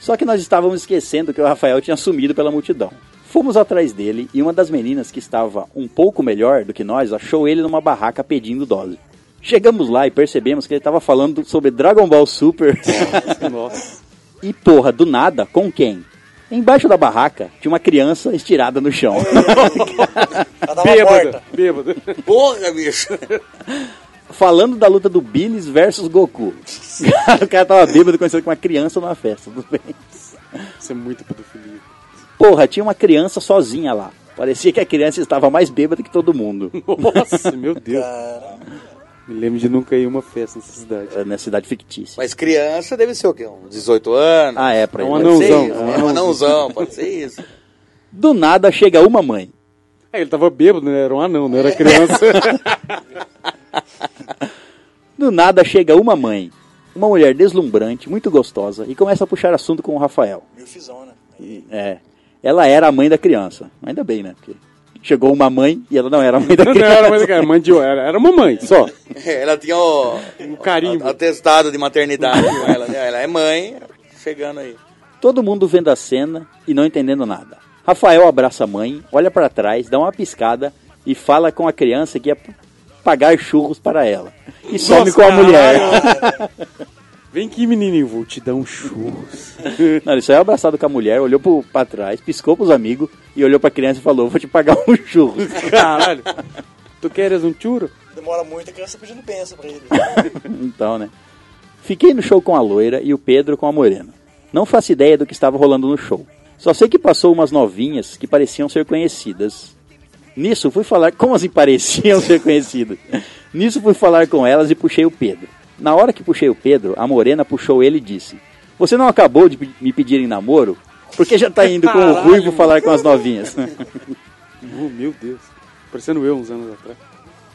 Só que nós estávamos esquecendo que o Rafael tinha sumido pela multidão. Fomos atrás dele e uma das meninas que estava um pouco melhor do que nós achou ele numa barraca pedindo dose. Chegamos lá e percebemos que ele estava falando sobre Dragon Ball Super. [LAUGHS]
Nossa.
e porra, do nada, com quem? Embaixo da barraca tinha uma criança estirada no chão. [LAUGHS]
Ela dava uma
Bêbado,
porta.
é, bêbado.
Porra, bicho.
Falando da luta do Billis versus Goku. [LAUGHS] o cara tava bêbado conhecido com uma criança numa festa, tudo bem.
Isso é muito pedofilia.
Porra, tinha uma criança sozinha lá. Parecia que a criança estava mais bêbada que todo mundo.
Nossa, meu Deus. Me lembro de nunca ir a uma festa nessa cidade.
eh, na cidade fictícia.
Mas criança deve ser o quê? Uns 18 anos?
Ah, é, pra
É
ele.
um
Pode ser
anãozão,
isso,
é um
né? Um anãozão, pode
[LAUGHS]
ser isso.
Do nada chega uma mãe.
É, ele tava bêbado, né? Era um anão, não era criança.
Do nada chega uma mãe. Uma mulher deslumbrante, muito gostosa, e começa a puxar assunto com o Rafael.
Mil fizona.
É. Ela era a mãe da criança. Ainda bem, né? Porque chegou uma mãe e ela [LAUGHS] não era a mãe da
não
criança.
era mais cara, mãe de era, era mamãe, só.
É, Ela tinha o,
Um carimbo.
a- atestado de maternidade com ela, né? Ela é
[LAUGHS]
mãe, chegando aí.
Todo mundo vendo a cena e não entendendo nada. Rafael abraça a mãe, olha pra trás, dá uma piscada e fala com a criança que ia p- pagar churros para ela. E some com a
caralho.
mulher.
Vem aqui, menininho, vou te dar um churros.
[LAUGHS] Não, ele saiu abraçado com a mulher, olhou pro, pra trás, piscou pros amigos e olhou pra criança e falou: Vou te pagar um [LAUGHS] churro.
Caralho. [LAUGHS] Tu queres um churro?
Demora muito, a criança tá pedindo benção pra ele.
então, né? Fiquei no show com a loira e o Pedro com a morena. Não faço ideia do que estava rolando no show. Só sei que passou umas novinhas que pareciam ser conhecidas. Nisso fui falar. Como assim pareciam [LAUGHS] ser conhecidas? Nisso fui falar com elas e puxei o Pedro. Na hora que puxei o Pedro, a morena puxou ele e disse: Você não acabou de pe- me pedir em namoro? Por que já tá indo com o
Caralho,
ruivo
mano.
falar com as novinhas?
Oh, meu Deus. Parecendo eu uns anos atrás.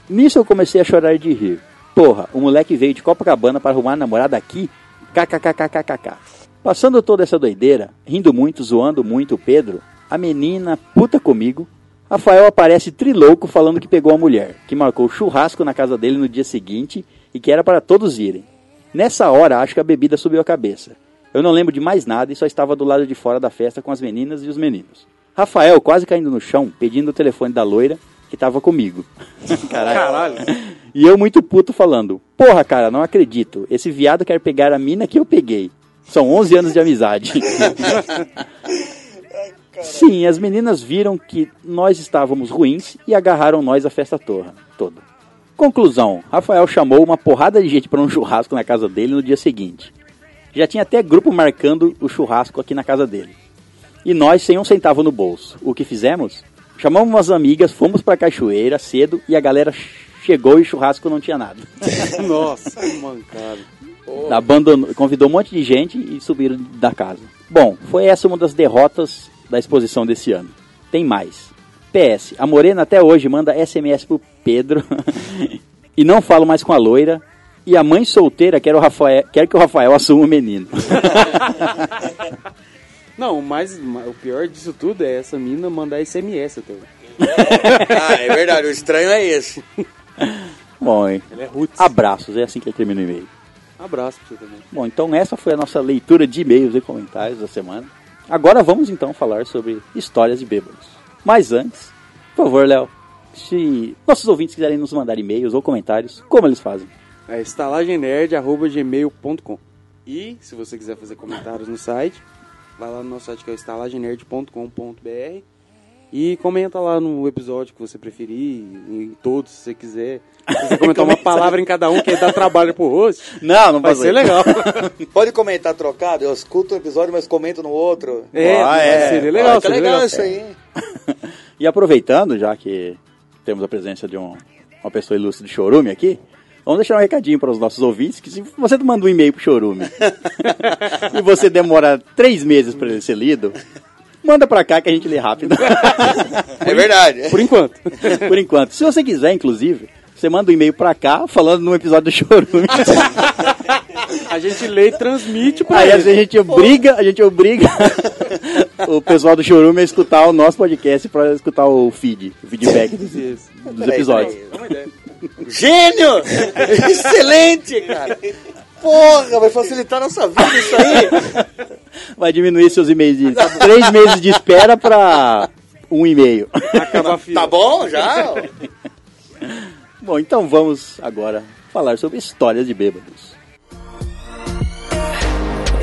Nisso eu comecei a chorar de rir. Porra, o moleque veio de Copacabana para arrumar a namorada aqui? KKKKKKK. Passando toda essa doideira, rindo muito, zoando muito o Pedro, a menina puta comigo, Rafael aparece trilouco falando que pegou a mulher, que marcou churrasco na casa dele no dia seguinte e que era para todos irem. Nessa hora, acho que a bebida subiu a cabeça. Eu não lembro de mais nada e só estava do lado de fora da festa com as meninas e os meninos. Rafael quase caindo no chão, pedindo o telefone da loira, que estava comigo. [LAUGHS]
Caralho.
E eu muito puto falando: Porra, cara, não acredito. Esse viado quer pegar a mina que eu peguei. São 11 anos de amizade. [LAUGHS] Sim, as meninas viram que nós estávamos ruins e agarraram nós a festa torra, toda. Conclusão: Rafael chamou uma porrada de gente para um [LAUGHS] churrasco na casa dele no dia seguinte. Já tinha até grupo marcando o churrasco aqui na casa dele. E nós sem um centavo no bolso. O que fizemos? Chamamos umas amigas, fomos pra cachoeira cedo e a galera chegou e churrasco não tinha nada.
[LAUGHS] Nossa, que mancada.
Abandonou, convidou um monte de gente e subiram da casa. Bom, foi essa uma das derrotas da exposição desse ano. Tem mais. PS, a Morena até hoje manda SMS pro Pedro [LAUGHS] e não falo mais com a loira. E a mãe solteira quer, o Rafael, quer que o Rafael [LAUGHS] assuma o menino.
Não, mas o pior disso tudo é essa mina mandar SMS até hoje.
Ah, é verdade, o estranho é esse.
Bom, hein?
Ela é roots.
abraços, é assim que ele termina o e-mail.
Abraço pra você também.
Bom, então essa foi a nossa leitura de e-mails e comentários da semana. Agora vamos então falar sobre histórias de bêbados. Mas antes, por favor, Léo, se nossos ouvintes quiserem nos mandar e-mails ou comentários, como eles fazem?
É estalagenerd.gmail.com E se você quiser fazer comentários no site, vai lá no nosso site que é o estalagenerd.com.br e comenta lá no episódio que você preferir, em todos se você quiser. Se você comentar [LAUGHS] uma palavra em cada um, que aí dá trabalho pro host,
Não, não
vai ser
[LAUGHS]
legal.
Pode comentar trocado? Eu escuto um episódio, mas comento no outro.
É,
Ah, é.
seria
Ah,
legal,
tá
seria
legal,
legal.
isso aí.
E aproveitando, já que temos a presença de um- uma pessoa ilustre de Chorume aqui, vamos deixar um recadinho para os nossos ouvintes, que se você manda um [LAUGHS] e-mail para Chorume e você demora três meses para ele ser lido, manda pra cá que a gente lê [LAUGHS] rápido.
É verdade.
Por enquanto.
[LAUGHS] Por enquanto. Se você quiser, inclusive, você manda um e-mail pra cá falando num episódio do Chorume.
A gente lê e transmite pra
Aí a
eles.
gente obriga, a gente obriga o pessoal do Chorume a escutar o nosso podcast pra escutar o feed, o feedback dos,
Isso.
dos
É
episódios.
[LAUGHS] Gênio! Excelente, cara! Porra, vai facilitar nossa vida isso aí.
Vai diminuir seus e-mails de três meses de espera pra um e-mail. [LAUGHS]
Acaba a fila.
Tá bom já?
Bom, então vamos agora falar sobre histórias de bêbados.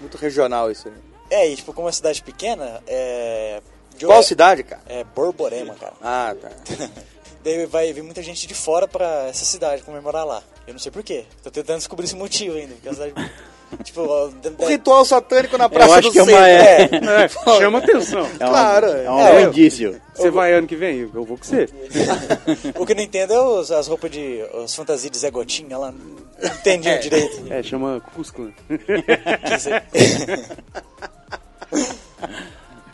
muito regional isso aí.
É, e, tipo, como é uma cidade pequena, é... de-
Qual cidade, cara?
É Borborema, cara.
Ah, tá.
Daí vai vir muita gente de fora pra essa cidade comemorar lá. Eu não sei porquê. Tô tentando descobrir esse motivo ainda, porque é uma cidade... [LAUGHS] tipo, ó,
O ritual satânico na
Eu
Praça
acho
do
que é
Centro.
uma. É, [LAUGHS]
é,
É, chama atenção.
é uma-
Claro,
é um
é,
bom
eu-
indício.
Você vai ano que vem? Eu vou com você.
O que eu não entendo é os- as roupas de. as fantasias de Zé Gotinha lá. Não entendi direito. né?
É, chama
[LAUGHS]
Cusclan.
Quer dizer. [LAUGHS]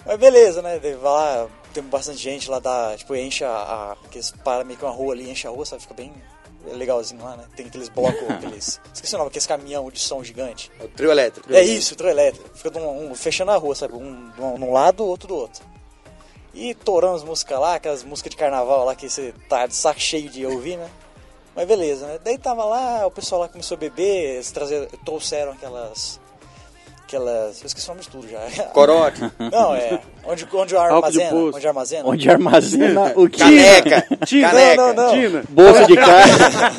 Mas beleza, né? Daí Vai lá, tem bastante gente lá, dá, tipo, enche a. a que eles param meio que uma rua ali, enche a rua, sabe? Fica bem legalzinho lá, né? Tem aqueles blocos, aqueles. Esqueci o nome, aqueles caminhão de som gigante.
O trio elétrico.
É isso, trio elétrico. Fica de um- um- fechando a rua, sabe? Um, de um, de um lado, outro do outro. E torando as músicas lá, aquelas músicas de carnaval lá que você tá de saco cheio de ouvir, né? Mas beleza, né? Daí tava lá, o pessoal lá começou a beber, eles trazeram, trouxeram aquelas. Aquelas. Eu esqueci o nome de tudo já.
Corote,
[LAUGHS] Não, é. Onde, onde eu
Uhum. Álcool de
armazena?
poço.
Onde armazena?
Onde armazena o que?
caneca,
Tina,
caneca.
não, não, não.
Tina.
Bolsa de carne.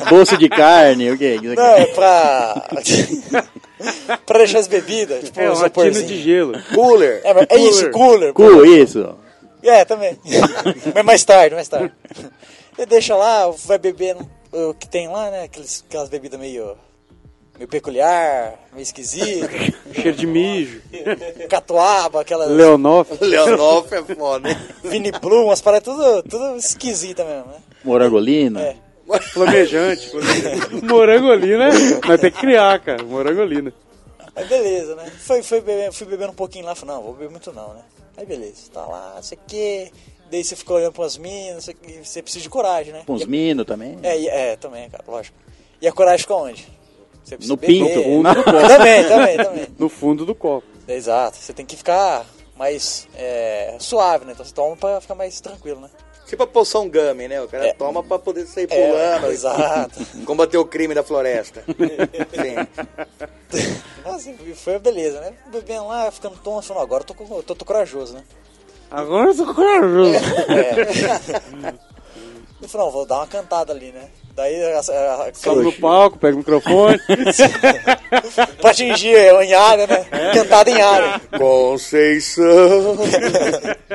Bolsa de carne, o quê?
Não, é pra. [LAUGHS] pra deixar as bebidas. Tipo,
É
um
uma tina
assim.
vaporzinho.
de gelo.
Cooler.
É, mas é isso, cooler.
Cu, isso.
É, também. [LAUGHS] Mas mais tarde, mais tarde. Você deixa lá, vai bebendo o que tem lá, né? Aqueles, aquelas bebidas meio. meio peculiar, meio esquisita.
Cheiro de mijo.
catuaba, aquelas.
Leonoff.
Leonoff é foda, hein?
Vini Blue, umas paradas tudo, tudo esquisita mesmo, né?
Morangolina.
É.
Flamejante. Morangolina. Mas tem que criar, cara. Morangolina.
Aí beleza, né? Foi, foi bebendo, fui bebendo um pouquinho lá, falei, não, vou beber muito não, né? Aí beleza, tá lá, não sei o quê. Daí você fica olhando pras minas, não sei o quê, você precisa de coragem, né?
Com os minos também.
É, e- é, também, cara, lógico. E a coragem fica onde? Você precisa
No pinto.
beber.
Não.
Também, também, também. [LAUGHS]
No fundo do copo.
Exato, você tem que ficar mais é, suave, né? Então você toma pra ficar mais tranquilo, né?
Tipo a poção Gummy, né? O cara
É.
toma pra poder sair
É,
pulando.
exato.
Combater o crime da floresta. Sim.
Nossa, e Então, assim, foi uma beleza, né? Bebendo lá, ficando tonto, falando, agora eu tô, com- eu tô, tô corajoso, né?
Agora eu sou corajoso.
Eu falei, não, vou dar uma cantada ali, né? Daí a, a, a,
Sobe no palco, pega o microfone.
pra atingir eu em área, né?
É.
Cantada
[LAUGHS]
em área.
Conceição.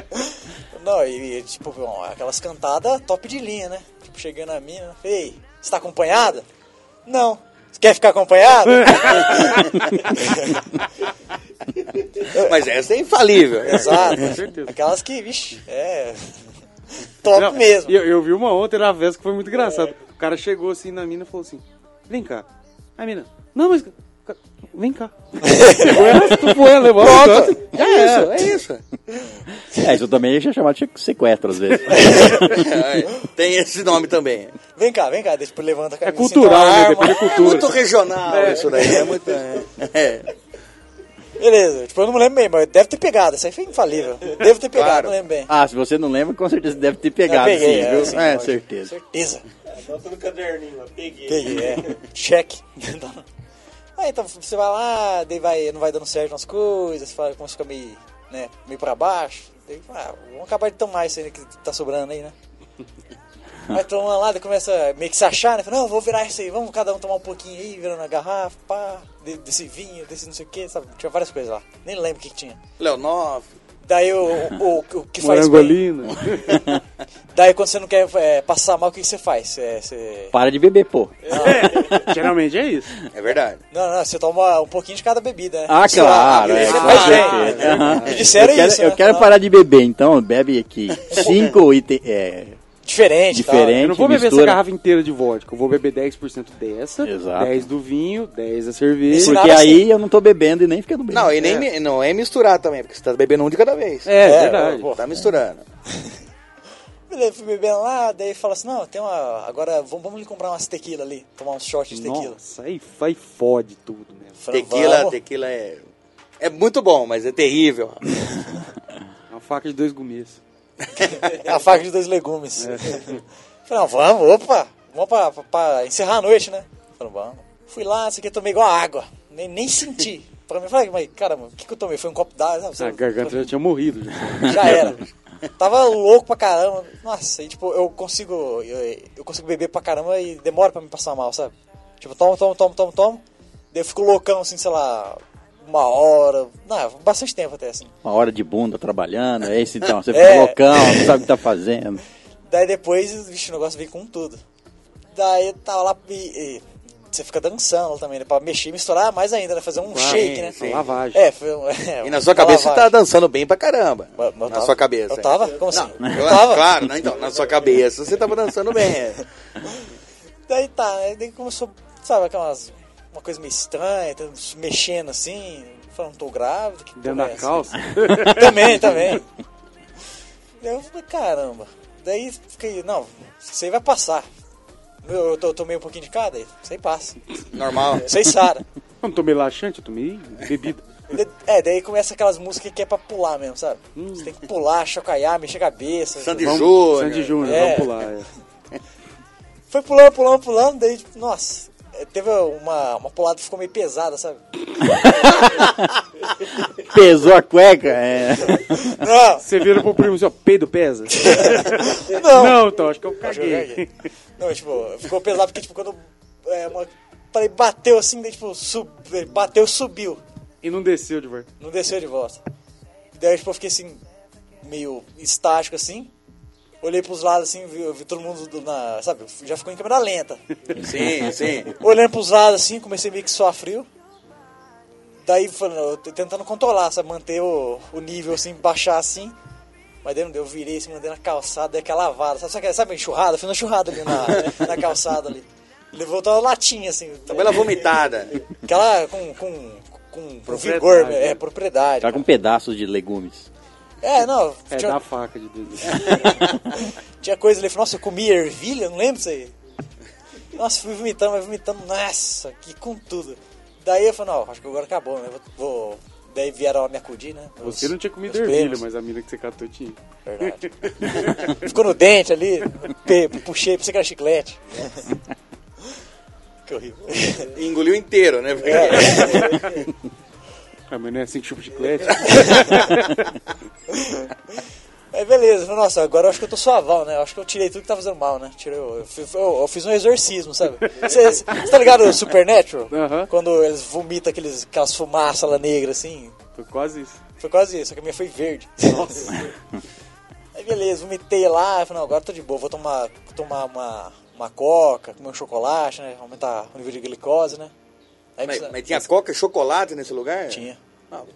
[LAUGHS] Não, e, e, tipo, bom, aquelas cantadas top de linha, né? Tipo, chegando a mina, ei, você tá acompanhada? Não. Você quer ficar acompanhada?
[LAUGHS]
Mas essa é infalível.
Exato.
certeza.
Aquelas que, vixi,
[LAUGHS]
é. Top mesmo.
E Eu, eu vi uma ontem na festa que foi muito engraçado. O cara chegou assim na mina e falou assim: Vem cá. A mina, não, mas ca- Vem cá. Pegou ela, tupou ela, levou ela no canto.
Pronto. É isso, é isso.
É, isso também é chamado de sequestro às vezes.
É, Tem esse nome também. é
Vem cá, vem cá, deixa eu levantar a camisa.
cultural, né?
sem arma.
Depende da cultura.
Muito regional isso daí. É muito. É.
Beleza, tipo, eu não lembro bem, mas deve ter pegado, isso aí foi
[LAUGHS]
infalível. Devo ter pegado,
Claro.
não lembro bem.
Ah, se você não lembra, com certeza deve ter pegado,
Eu peguei,
sim,
é,
viu?
sim,
é,
lógico.
certeza.
Certeza.
Anota no Então, caderninho lá, peguei.
Peguei,
[LAUGHS]
é. Cheque. Aí então você vai lá, daí vai, não vai dando certo nas coisas, fala, começa a ficar meio, né, meio pra baixo. Daí, ah, vamos acabar de tomar isso aí que tá sobrando
[LAUGHS]
aí, né? Aí toma lá, daí começa meio que se achar, né? Fala, não, vou virar isso aí, vamos cada um tomar um pouquinho aí, virando a garrafa, pá, de- desse vinho, desse não sei o que, sabe? Tinha várias coisas lá, nem lembro o que, que tinha.
Leonov.
Daí o, o, o
[LAUGHS]
que
Um
faz bem.
Morangolina.
Daí quando você não quer é, passar mal, o que, que você faz? É, você...
Para de beber, pô.
Geralmente é isso.
É verdade.
Não, não, você toma um pouquinho de cada bebida, né?
Ah,
Isso
claro,
lá,
é,
isso
com
faz bem.
certeza. Aham.
Eles disseram
eu quero,
isso,
eu
né?
quero
Ah.
parar de beber, então bebe
[LAUGHS]
aqui cinco itens é,
Diferente, e tal, né?
diferentes,
Eu não vou beber essa
mistura,
garrafa inteira de vodka. Eu vou beber 10% dessa,
Exato.
10 do vinho, 10 da cerveja.
Esse-
porque
Nada assim.
aí eu não tô bebendo e nem ficando bem.
Não, e nem mi- não é misturar também, porque você tá bebendo um de cada vez.
É,
É,
verdade.
pô.
Tá misturando.
Beleza, fui bebendo lá, daí fala assim, não, tem uma... Agora vamos, vamos lhe comprar umas tequila ali, tomar uns shots de tequila.
Nossa, aí, aí fode tudo né? mesmo.
Falei,
Tequila,
vamos.
tequila é. É muito bom, mas é terrível.
É Uma faca de dois gumes.
[LAUGHS] A faca de dois
É.
[LAUGHS] legumes. Falei, não, vamos, opa, vamos pra, pra- pra encerrar a noite, né? Falei, vamos. Fui lá, isso aqui eu tomei igual água, nem,
[LAUGHS]
nem senti. Pra mim, falei, mas caramba, o que, que eu tomei? Foi um copo d'água, sabe?
A garganta já tinha morrido. já.
[LAUGHS]
Já era. Tava louco pra caramba. Nossa, e tipo, eu consigo. Eu, eu consigo beber pra caramba e demora pra me passar mal, sabe? Tipo, tomo, tomo, tomo, tomo, tomo. Daí eu fico loucão assim, sei lá, uma hora. Não, bastante tempo até assim.
Uma hora de bunda trabalhando, é isso então. Você fica
[LAUGHS] É.
loucão, não sabe o que tá fazendo.
Daí depois, vixe, o negócio veio com tudo. Daí eu tava lá e, e você fica dançando também, né? Pra mexer e misturar mais ainda, né? Fazer
Ah,
um shake, né?
Uma lavagem.
É, foi um. [LAUGHS] é,
E na sua
uma
cabeça você tá
lavagem.
dançando bem pra caramba.
Mas- mas eu
na
tava-
sua cabeça.
Eu tava? Como assim?
Não,
eu tava?
Claro, né? então, na sua cabeça você tava dançando bem. é.
Daí tá, né? daí começou, sabe, aquelas. Uma coisa meio estranha, tá se mexendo assim, falando, tô grávida, que
Dentro
porra é
da
essa?
calça.
[LAUGHS] Também, também. daí eu falei, caramba. Daí fiquei, não, isso aí vai passar. Eu, eu to- tomei um pouquinho de cada, isso aí passa.
Normal.
Isso aí sara. [LAUGHS]
Eu não tomei laxante, eu tomei bebida.
Da- É, daí começa aquelas músicas que é pra pular mesmo, sabe?
Hum.
Você tem que pular, chocalhar, mexer a cabeça.
Sandy
Vamos-
Júnior.
Sandy Júnior,
É.
vamos pular. é.
Foi pulando, pulando, pulando, daí, tipo, nossa, é, teve uma, uma pulada que ficou meio pesada, sabe?
Pesou a cueca? É.
Não,
Você vira pro primo assim, ó, peido pesa?
[LAUGHS] não,
não, então, acho que eu
Acho que eu
caguei.
caguei. Não, mas, tipo, ficou pesado porque, tipo, quando. É, uma... Falei, bateu assim, daí, tipo, sub... bateu, subiu.
[LAUGHS] E não desceu de verdade.
Não desceu de volta. Daí, tipo, eu fiquei assim, meio estático assim. Olhei pros lados assim, vi, vi todo mundo do- na. Sabe, já ficou em câmera lenta.
Sim, sim.
Olhando pros lados assim, comecei meio que suar frio. Daí, falando, eu tô tentando controlar, sabe, manter o, o nível assim, baixar assim. Mas daí não deu, eu virei, se mandei na calçada, dei aquela lavada, sabe, sabe, sabe enxurrada? Fiz uma enxurrada ali na, [LAUGHS] na calçada ali. Levou toda uma latinha assim,
Uma bela vomitada.
aquela com, com, com, com
Propriedade.
vigor, é, propriedade.
Tá com pedaços de legumes.
É, não,
É,
tinha, É,
dá faca de dois.
tinha coisa ali, falei, nossa, eu comi ervilha, não lembro disso aí. Nossa, fui vomitando, mas vomitando, nossa, que com tudo. Daí eu falei, não, acho que agora acabou, né? Vou, vou- Daí vieram me acudir, né? Os-
Você não tinha comido
os
ervilha,
primos.
mas a mina que você catou tinha.
Verdade. [LAUGHS] Ficou no dente ali, pe- puxei, pensei que
[LAUGHS]
era chiclete. que horrível.
Engoliu inteiro, né? Porque-
Ah, mas não é assim que chupa
[LAUGHS]
chiclete?
Aí É, beleza, falei, nossa, agora eu acho que eu tô suavão, né? Eu acho que eu tirei tudo que tá fazendo mal, né? Tirei, o- eu, fi- eu- eu fiz um
[LAUGHS]
exorcismo, sabe? Você tá ligado no Supernatural?
Aham.
Quando eles vomitam aqueles, aquelas fumaças lá negras, assim.
Foi quase isso.
Foi quase isso, só que a minha foi verde.
Nossa.
[LAUGHS] Aí beleza, vomitei lá, eu falei, não, agora tô de boa, vou tomar, tomar uma, uma coca, comer um chocolate, né? Aumentar o nível de glicose, né? Aí
Mas,
precisa-
mas tinha coca e chocolate nesse lugar?
Tinha. carnaval.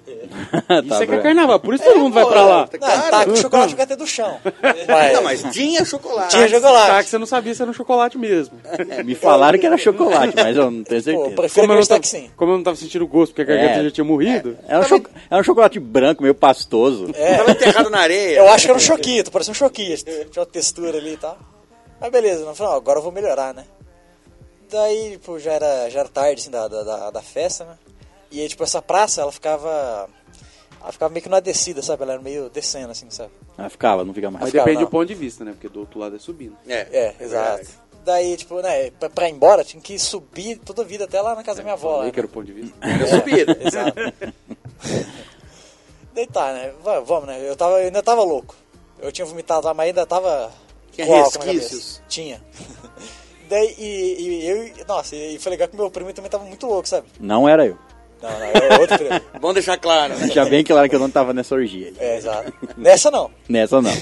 Ah, tá,
Isso é que é carnaval, por isso todo mundo vai pra lá.
Não, taco de chocolate vai até do
[LAUGHS]
chão. Mas,
Não, mas tinha chocolate.
tinha
Tá, que
chocolate.
você não sabia se era um chocolate mesmo.
É, Me falaram que era chocolate, mas eu não tenho
Pô,
certeza.
eu prefiro
eu não
acreditar
tava,
que sim.
como eu não tava sentindo gosto, porque a garganta
É.
já tinha morrido.
Era um, cho- era um chocolate branco, meio pastoso.
Tava enterrado na areia.
Eu acho que era um choquito, parecia um choquito. Tinha uma textura ali e tal. Mas beleza, não falei, ó, agora eu vou melhorar, né? Daí, tipo, já era, já era tarde, assim, da, da- da, da festa, né? E aí, tipo, essa praça, ela ficava... Ela ficava meio que numa descida, sabe? Ela era meio descendo, assim, sabe?
Ah, ficava, não fica mais.
Mas
cara,
depende
não.
do ponto de vista, né? Porque do outro lado é subindo.
É, exato. Daí, tipo, né, pra, pra ir embora, tinha que subir toda a vida até lá na casa da minha avó. lá,
Aí
né?
que era o ponto
[LAUGHS]
de vista.
Eu subido.
Daí tá, né? Va- Vamos, né? Eu, tava, eu ainda tava louco. Eu tinha vomitado lá, mas ainda tava.
Tinha
com álcool na
resquícios?
cabeça. Tinha. [LAUGHS] Daí, e, e eu. Nossa, e foi legal que meu primo também tava muito louco, sabe?
Não era eu.
Não, não, é outro primo.
Vamos deixar claro. né?
Deixa bem claro que eu não tava nessa orgia. aí.
É, exato. Nessa não.
Nessa não.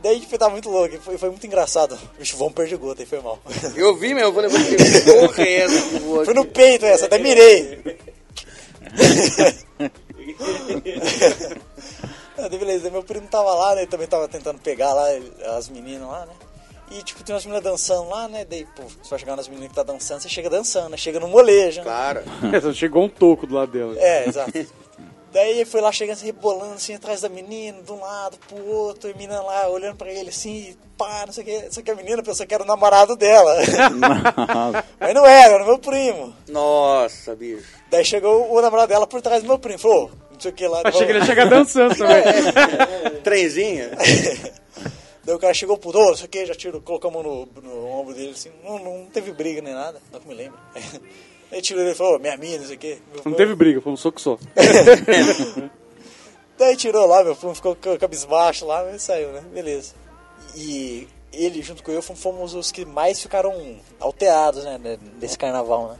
Daí, tipo, eu tava muito louco. e Foi, foi muito engraçado. Vixe, vamos perder gota aí, foi mal.
Eu vi, meu, eu falei, mas que porra é essa? que voa
Foi no
aqui?
peito essa, até mirei. Não, daí beleza, meu primo tava lá, né? Ele também tava tentando pegar lá ele- as meninas lá, né? E tipo, tem umas meninas dançando lá, né? Daí, pô, você vai chegar nas meninas que tá dançando, você chega dançando, né? Chega no molejo, né?
Claro.
Só Chegou um toco do lado dela.
É, exato. Daí ele foi lá chegando, assim, rebolando assim atrás da menina, de um lado pro outro, e a menina lá olhando pra ele assim, e pá, não sei o que. Só que a menina pensou que era o namorado dela. [LAUGHS] Mas não era, era o meu primo.
Nossa, bicho.
Daí chegou o namorado dela por trás do meu primo. Falou, "Ô, não sei o que lá.
Achei que ele ia chegar dançando também.
Trenzinho?
Daí o cara chegou por, ô, não sei o que, já tirou, colocou a mão no, no ombro dele, assim. Não, não teve briga nem nada, não que me lembro. [LAUGHS] Aí tirou ele e falou, "Ô, minha mina, não sei o que.
Não teve briga, foi um soco só.
Daí tirou lá, meu primo ficou com o cabisbaixo lá, mas saiu, né? Beleza. E ele, junto com eu, fom- fomos os que mais ficaram alteados, né? de- Desse carnaval, né?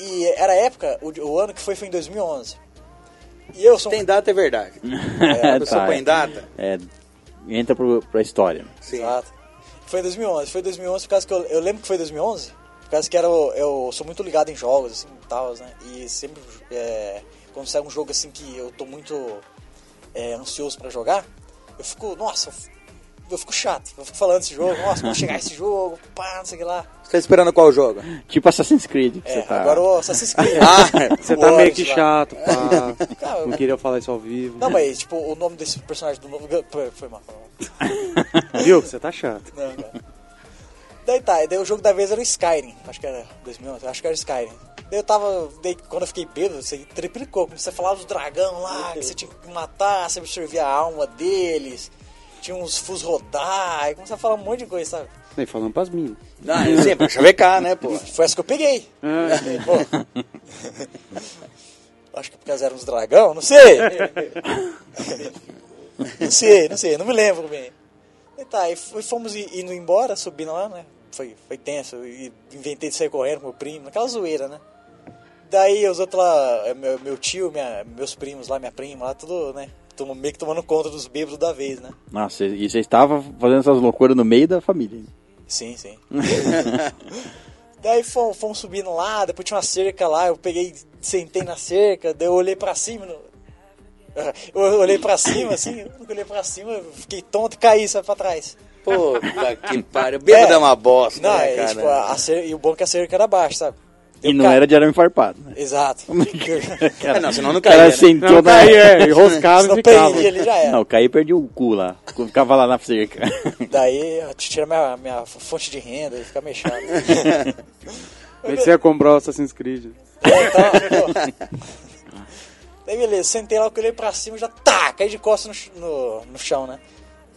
E era a época, o, o ano que foi, foi em 2011. E eu sou um
Tem data, é verdade.
É,
A pessoa
tá.
põe data?
É, entra pro, pra história.
Sim.
Exato. Foi em 2011. Foi em 2011 por causa que eu, eu lembro que foi em 2011. Por causa que era o- eu sou muito ligado em jogos, assim, e tal, né? E sempre, é, quando sai um jogo, assim, que eu tô muito é, ansioso pra jogar, eu fico, nossa, eu, f- eu fico chato. Eu fico falando desse jogo, nossa, quando chegar esse jogo, pá, não sei o que lá.
Você tá esperando qual jogo?
Tipo Assassin's Creed que
É,
você tá.
agora o Assassin's Creed.
Ah,
[LAUGHS] Você
o
tá meio
Odyssey
que
lá. [LAUGHS]
chato, pá.
Cara, eu-
Não queria falar isso ao vivo.
Não, mas, tipo, o nome desse personagem do novo... [LAUGHS] Foi- Foi mal, foi mal.
Viu? Você tá chato.
Não, cara. Daí tá, e daí o jogo da vez era o Skyrim, acho que era 2011, acho que era o Skyrim. Daí eu tava, daí quando eu fiquei bêbado, você triplicou, comecei a falar dos dragão lá, que você tinha que matar, você absorvia a alma deles, tinha uns fus rodar, aí comecei a falar um monte de coisa, sabe?
Nem falando pras minas.
não, eu sempre, chavecar, né, pô?
Foi essa que eu peguei.
Ah,
Daí, pô, acho que é porque elas eram uns dragão, não sei. não sei, não sei, não me lembro bem. E tá, e f- fomos i- indo embora, subindo lá, né? Foi, foi tenso, e inventei de sair correndo com meu primo, aquela zoeira, né? Daí os outros lá, eh, meu, meu tio, minha- meus primos lá, minha prima lá, tudo, né? Tomo, meio que tomando conta dos bêbados da vez, né?
Nossa, e você estava fazendo essas loucuras no meio da família. [LAUGHS]
Sim, sim. Daí fomos, fomos subindo lá, depois tinha uma cerca lá, eu peguei, sentei na cerca, daí eu olhei pra cima. no- [LAUGHS] Eu olhei pra cima, assim, eu olhei pra cima, eu fiquei tonto e caí, sabe, pra trás.
Puta que pariu. Bêbado é, uma bosta,
Não,
né,
é,
cara?
tipo, a, a cerca, e o bom é que a cerca era baixa, sabe?
E
Eu
não
ca-
era de arame farpado. né?
Exato. [LAUGHS]
É, não, senão não
O cara
caía, né?
sentou
Não,
na-
caí, é, enroscado
Se
e
não
ficava.
Então, perdi, ele já era.
Não, caí e perdi o cu lá. Ficava lá na cerca. [LAUGHS]
Daí eu tirei minha, minha fonte de renda e fica mexendo.
Aí você ia comprar o Assassin's Creed.
Então, pô. [LAUGHS] Daí beleza, sentei lá, eu olhei pra cima e já tá, caí de costas no, ch- no, no chão, né?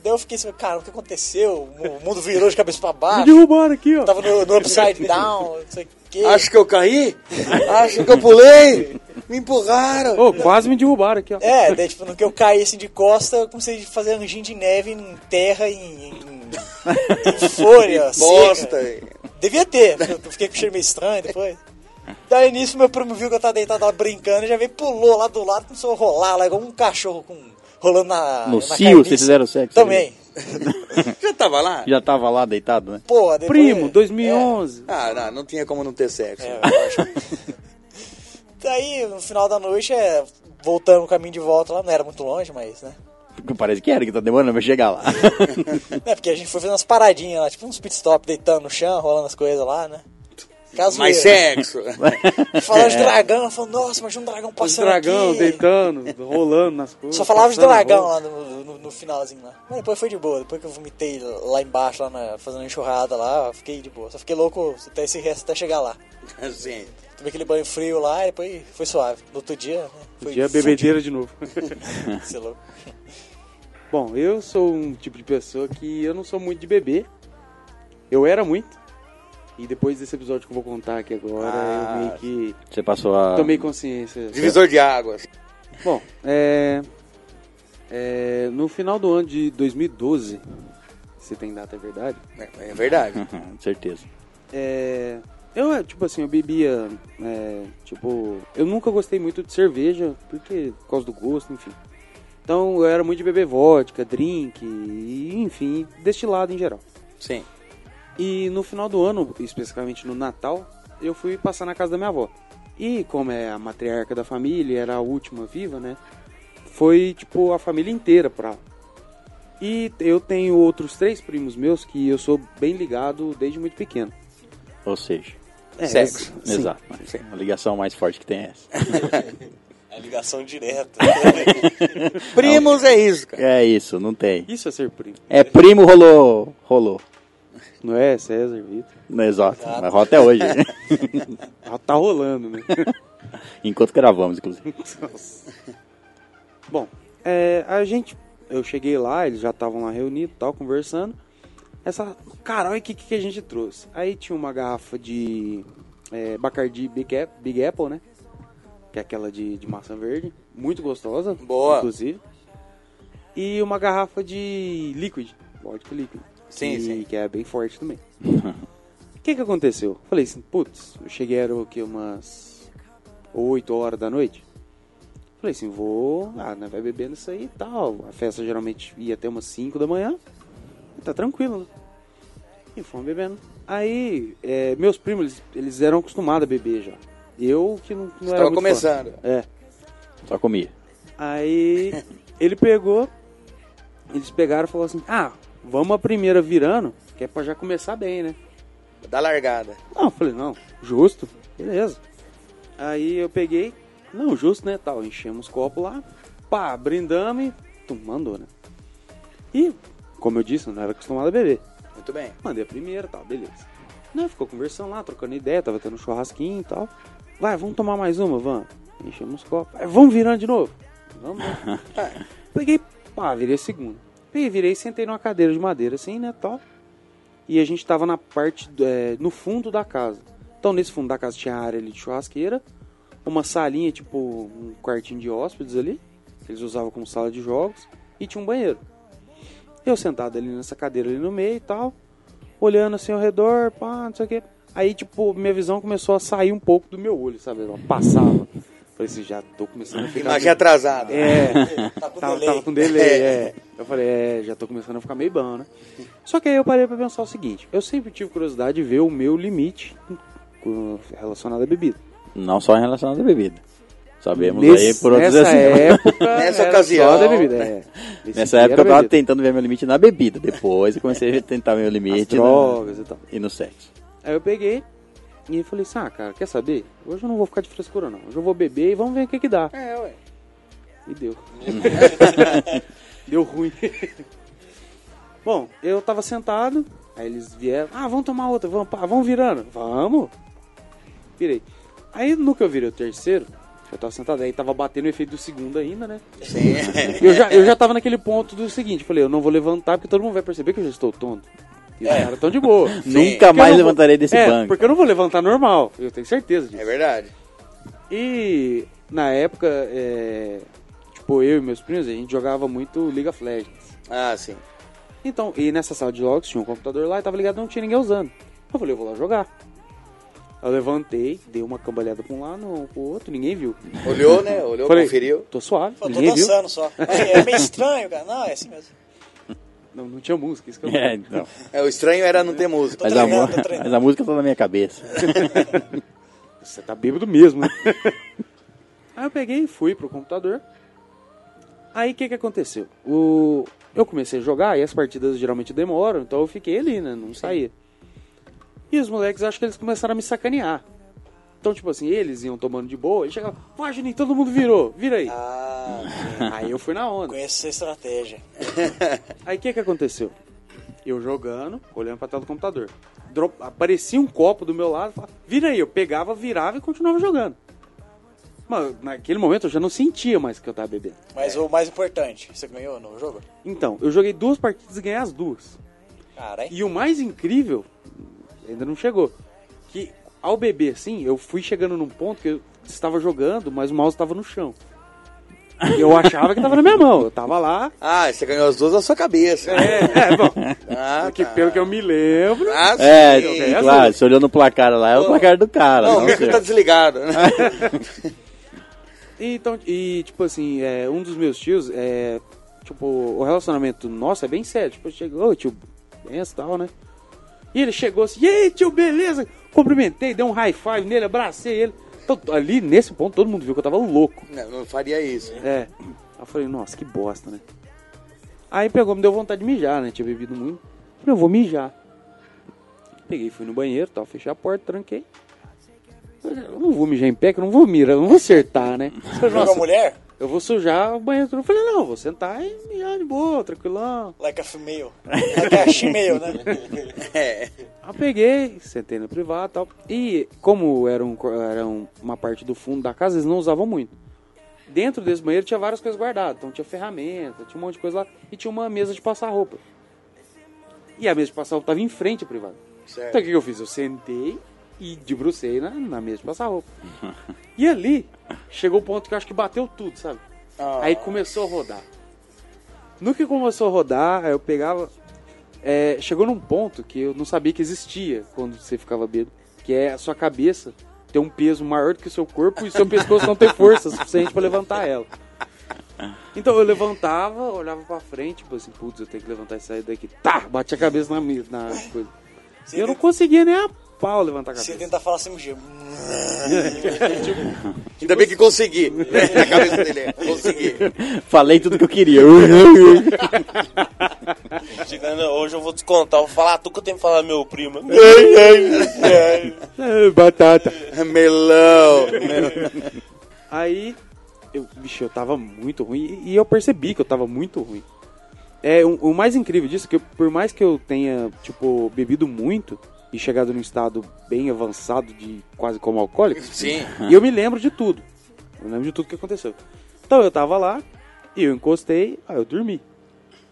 Daí eu fiquei assim, cara, o que aconteceu? O mundo virou de cabeça pra
Me
baixo,
derrubaram aqui, ó.
tava no, no upside down, não sei o que.
Acho que
[LAUGHS]
eu caí? Acho que eu pulei? Me empurraram.
Ô, quase me derrubaram aqui, ó.
É, daí tipo, no que eu caí assim de costa, eu comecei a fazer anjinho de neve em terra, em, em,
[LAUGHS]
em folha, seca.
Bosta.
Devia ter, porque eu fiquei com cheiro meio estranho depois. Daí nisso meu primo viu que eu tava deitado lá brincando e já veio, pulou lá do lado, começou a rolar lá, igual um cachorro com, rolando na.
No
na
cio,
carniça.
vocês fizeram sexo? né?
Também.
Já tava lá?
Já tava lá deitado, né?
Pô, depois,
Primo, 2011.
Ah, não, não tinha como não ter sexo.
É, é, eu acho. Daí, no final da noite, é, voltando o caminho de volta lá, não era muito longe,
[LAUGHS]
mas, né?
Porque Parece que era, que tá demorando pra chegar lá. [LAUGHS]
É, porque a gente foi fazendo umas paradinhas lá, tipo uns pit stop, deitando no chão, rolando as coisas lá, né? Caso
Mais
é- [LAUGHS]
sexo. [LAUGHS]
[LAUGHS]
Falando
É.
de dragão, falando, nossa, imagina um dragão
Os
passando
dragão
aqui.
deitando, rolando nas coisas.
Só falava de
passando
dragão
roupa.
lá no, no- no finalzinho lá. Mas depois foi de boa, depois que eu vomitei lá embaixo, lá na- fazendo enxurrada lá, eu fiquei de boa. Só fiquei louco até esse resto até chegar lá.
Assim.
Tomei aquele banho frio lá e depois foi suave. No outro dia, né? Foi
Dia é
[LAUGHS]
bebedeira de novo. [LAUGHS]
fudido, sei lá.
Bom, eu sou um tipo de pessoa que eu não sou muito de beber. Eu era muito. E depois desse episódio que eu vou contar aqui agora,
Ah.
eu meio que
Você passou a.
tomei consciência.
Divisor de águas.
Bom, é, é, no final do ano de 2012, se tem data é verdade,
É é verdade.
Uhum, [LAUGHS] certeza.
é, eu, é, tipo assim, eu bebia, é, tipo, eu nunca gostei muito de cerveja, porque, por causa do gosto, enfim. Então, eu era muito de beber vodka, drink, e, enfim, destilado em geral.
Sim.
E no final do ano, especificamente no Natal, eu fui passar na casa da minha avó. E como é a matriarca da família, era a última viva, né? Foi tipo a família inteira pra lá. E eu tenho outros três primos meus que eu sou bem ligado desde muito pequeno.
Ou seja,
É,
Sexo.
sim.
exato. A ligação mais forte que tem é essa.
A É ligação direta.
Primos é isso, cara.
É isso, não tem.
Isso é ser primo.
É primo rolou. Rolou.
Não é César, Vitor?
Não, é Exato. Mas rola até
[LAUGHS]
hoje.
Ah, tá rolando, né?
Enquanto gravamos, inclusive.
Bom, é, a gente. Eu cheguei lá, eles já estavam lá reunidos e tal, conversando. Essa. Cara, olha o que, que a gente trouxe. Aí tinha uma garrafa de. É, Bacardi Big, Ap- Big Apple, né? Que é aquela de, de maçã verde. Muito gostosa.
Boa.
Inclusive. E uma garrafa de liquid. Vodka liquid.
Sim,
que,
sim.
Que é bem forte
[LAUGHS]
também. O que que aconteceu? Falei assim, putz, eu cheguei era o quê? Umas 8 horas da noite. Falei assim, vou. Ah, né, vai bebendo isso aí e tal. A festa geralmente ia até umas 5 da manhã. Tá tranquilo, né? E fomos bebendo. Aí, é, meus primos, eles, eles eram acostumados a beber já. Eu que não, não era.
Tava
muito
começando.
fã. É.
Só comia.
[LAUGHS]
Aí ele pegou, eles pegaram e falaram assim: ah, vamos a primeira virando, que é pra já começar bem, né?
Da largada.
Não, eu falei, não, justo, beleza. Aí eu peguei, não, justo, né, tal, enchemos os copos lá, pá, brindamos e tum, mandou, né? E, como eu disse, eu não era acostumado a beber.
Muito bem.
Mandei a primeira, tal, beleza. Não, ficou conversando lá, trocando ideia, tava tendo um churrasquinho e tal. Vai, vamos tomar mais uma, vamos. Enchemos os copos. Aí, vamos virando de novo. Vamos. vamos. Peguei, pá, virei a segunda. Peguei, virei, sentei numa cadeira de madeira assim, né, tal. E a gente tava na parte, do- é, no fundo da casa. Então, nesse fundo da casa tinha a área ali de churrasqueira, uma salinha, tipo um quartinho de hóspedes ali, que eles usavam como sala de jogos, e tinha um banheiro. Eu sentado ali nessa cadeira ali no meio e tal, olhando assim ao redor, pá, não sei o quê. Aí, tipo, minha visão começou a sair um pouco do meu olho, sabe? Ela passava. Falei assim, já tô começando a ficar...
Imagem atrasada.
É,
Tá com
tava,
delay.
tava com delay, é. Eu falei, é, já tô começando a ficar meio bom, né? Só que aí eu parei pra pensar o seguinte, eu sempre tive curiosidade de ver o meu limite com- relacionado à beda.
Não só em relação à bebida. Sabemos aí
Nesse-
por outros
nessa
exemplos.
época,
Nessa
era
ocasião,
só da bebida, é.
[LAUGHS]
Esse
Nessa época
dia
eu
era
tava
bebida.
tentando ver meu limite na bebida. Depois eu comecei a tentar meu
As
limite na-
drogas e tal.
e no sexo.
Aí eu peguei e falei assim, ah, cara, quer saber? Hoje eu não vou ficar de frescura, não. Hoje eu vou beber e vamos ver o que que dá.
É, ué.
[LAUGHS]
E deu. deu ruim. [LAUGHS] Bom, eu tava sentado, aí eles vieram. Ah, vamos tomar outra, vamos, pá, vamos virando. Vamos. Virei. Aí no que eu virei o terceiro, eu tava sentado, aí tava batendo o efeito do segundo ainda, né?
Sim.
Eu já, eu já tava naquele ponto do seguinte, falei, eu não vou levantar porque todo mundo vai perceber que eu já estou tonto. E os caras tão de boa.
É. Nunca
Porque eu
mais
não vou-
levantarei desse
é,
banco.
Porque eu não vou levantar normal, eu tenho certeza disso.
É verdade.
E na época, é, tipo, eu e meus primos, a gente jogava muito League of Legends.
Ah, sim.
Então, e nessa sala de jogos tinha um computador lá e tava ligado, não tinha ninguém usando. Eu falei, eu vou lá jogar. Eu levantei, dei uma cambalhada pra um lado, um pro outro, ninguém viu.
Olhou, né? Olhou,
Falei,
conferiu.
Tô suave,
Pô, tô
ninguém viu.
dançando só. É, é meio estranho, cara. Não, é assim mesmo.
Não, não tinha
[LAUGHS]
música, isso que eu
É,
[LAUGHS]
então.
É, o estranho era não ter música.
Mas, a,
treinando,
mu-
tô treinando.
mas a música tá na minha cabeça.
Você tá bêbado mesmo, né? [LAUGHS] Aí eu peguei e fui pro computador. Aí o que, que aconteceu? O... Eu comecei a jogar e as partidas geralmente demoram, então eu fiquei ali, né? Não saía. E os moleques, acho que eles começaram a me sacanear. Então, tipo assim, eles iam tomando de boa e chegavam, ó, Juninho, todo mundo virou, vira aí.
Ah,
Aí eu fui na onda.
conheço essa estratégia.
Aí o que que aconteceu? Eu jogando, olhando pra tela do computador. Dro- Aparecia um copo do meu lado, falava, vira aí. Eu pegava, virava e continuava jogando. Mas naquele momento eu já não sentia mais que eu tava bebendo.
Mas o mais importante, você ganhou no jogo?
Então, eu joguei duas partidas e ganhei as duas.
Caralho.
E o mais incrível, ainda não chegou, que ao beber assim, eu fui chegando num ponto que eu estava jogando, mas o mouse estava no chão. E eu achava que tava na minha mão. Eu tava lá.
Ah, você ganhou as duas na sua cabeça.
É, [LAUGHS] é bom.
Ah,
Porque
tá.
pelo que eu me lembro.
Ah,
É,
sim.
ganhei as
claro,
duas.
você olhou no placar lá, é o
Ô,
placar do cara.
Não,
Não,
o micro
seu.
tá
[LAUGHS]
desligado. né?
E, Então, e tipo assim, é, um dos meus tios, é, tipo, o relacionamento nosso é bem sério. Tipo, chegou, ô tio, benção e tal, né? E ele chegou assim, e aí, tio, beleza? Cumprimentei, dei um high five nele, abracei ele. Então, ali, nesse ponto, todo mundo viu que eu tava louco.
Não, não faria isso.
É. Aí eu falei, nossa, que bosta, né? Aí pegou, me deu vontade de mijar, né? Tinha bebido muito. Falei, eu vou mijar. Peguei, fui no banheiro, tal, fechei a porta, tranquei. Falei, Eu não vou mijar em pé, que eu não vou mirar, eu não vou acertar, né? Falei,
Jogou a
nossa,
mulher?
eu vou sujar o banheiro. todo. Eu falei, não, vou sentar e mijar de boa, tranquilão.
Like a female. Like a shemale, né?
Aí eu peguei, sentei no privado e tal. E como era, um, co- era um- uma parte do fundo da casa, eles não usavam muito. Dentro desse banheiro tinha várias coisas guardadas. Então tinha ferramenta, tinha um monte de coisa lá. E tinha uma mesa de passar roupa. E a mesa de passar roupa tava em frente ao privado.
Certo.
Então o que, que eu fiz? Eu sentei e debrucei na, na mesa de passar roupa. e ali chegou o ponto que eu acho que bateu tudo, sabe? Aí começou a rodar. No que começou a rodar, aí eu pegava. é, chegou num ponto que eu não sabia que existia quando você ficava bêbado. Que é a sua cabeça ter um peso maior do que o seu corpo e seu pescoço não ter força suficiente pra levantar ela. Então eu levantava, olhava pra frente, tipo assim, putz, eu tenho que levantar e sair daqui. Tá! Bati a cabeça na, mi- na coisa. E eu não conseguia nem a pau levantar a
Se
cabeça.
tentar falar assim, um dia,
Ainda bem que consegui. né? Na cabeça dele, é, consegui.
Falei tudo que eu queria.
[LAUGHS] Chegando, hoje eu vou descontar, vou falar, tu que eu tenho que falar meu
[LAUGHS]
primo.
É, batata.
Melão.
Aí, eu, bicho, eu tava muito ruim e, e eu percebi que eu tava muito ruim. É, o, o mais incrível disso é que eu- por mais que eu tenha, tipo, bebido muito e chegado num estado bem avançado de quase como alcoólico,
Sim.
e eu me lembro de tudo. Eu lembro de tudo que aconteceu. Então eu tava lá e eu encostei, aí eu dormi.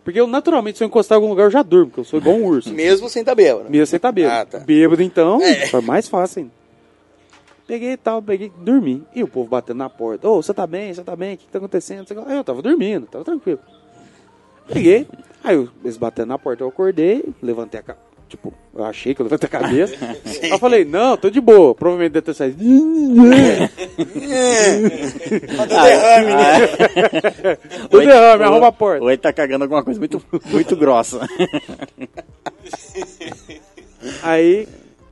Porque eu naturalmente, se eu encostar em algum lugar, eu já durmo, porque eu sou igual um urso.
Mesmo sem estar bêbado.
Mesmo sem tá bêbado.
Ah, tá. É.
Bêbado, então, foi mais fácil ainda. Peguei e tal, peguei, dormi. E o povo batendo na porta. Ô, você tá bem? Você tá bem? O que que tá acontecendo? Não sei o que lá. Eu tava dormindo, tava tranquilo. Peguei, aí eu- eles batendo na porta, eu acordei, levantei a cabeça. Tipo, eu achei que eu levantei a
[LAUGHS]
cabeça. aí eu falei, não, tô de boa. Provavelmente deve ter saído.
É.
[LAUGHS]
manda o derrame, né?
O derrame, arruma a porta.
Ou ele tá cagando alguma coisa muito, muito grossa.
Aí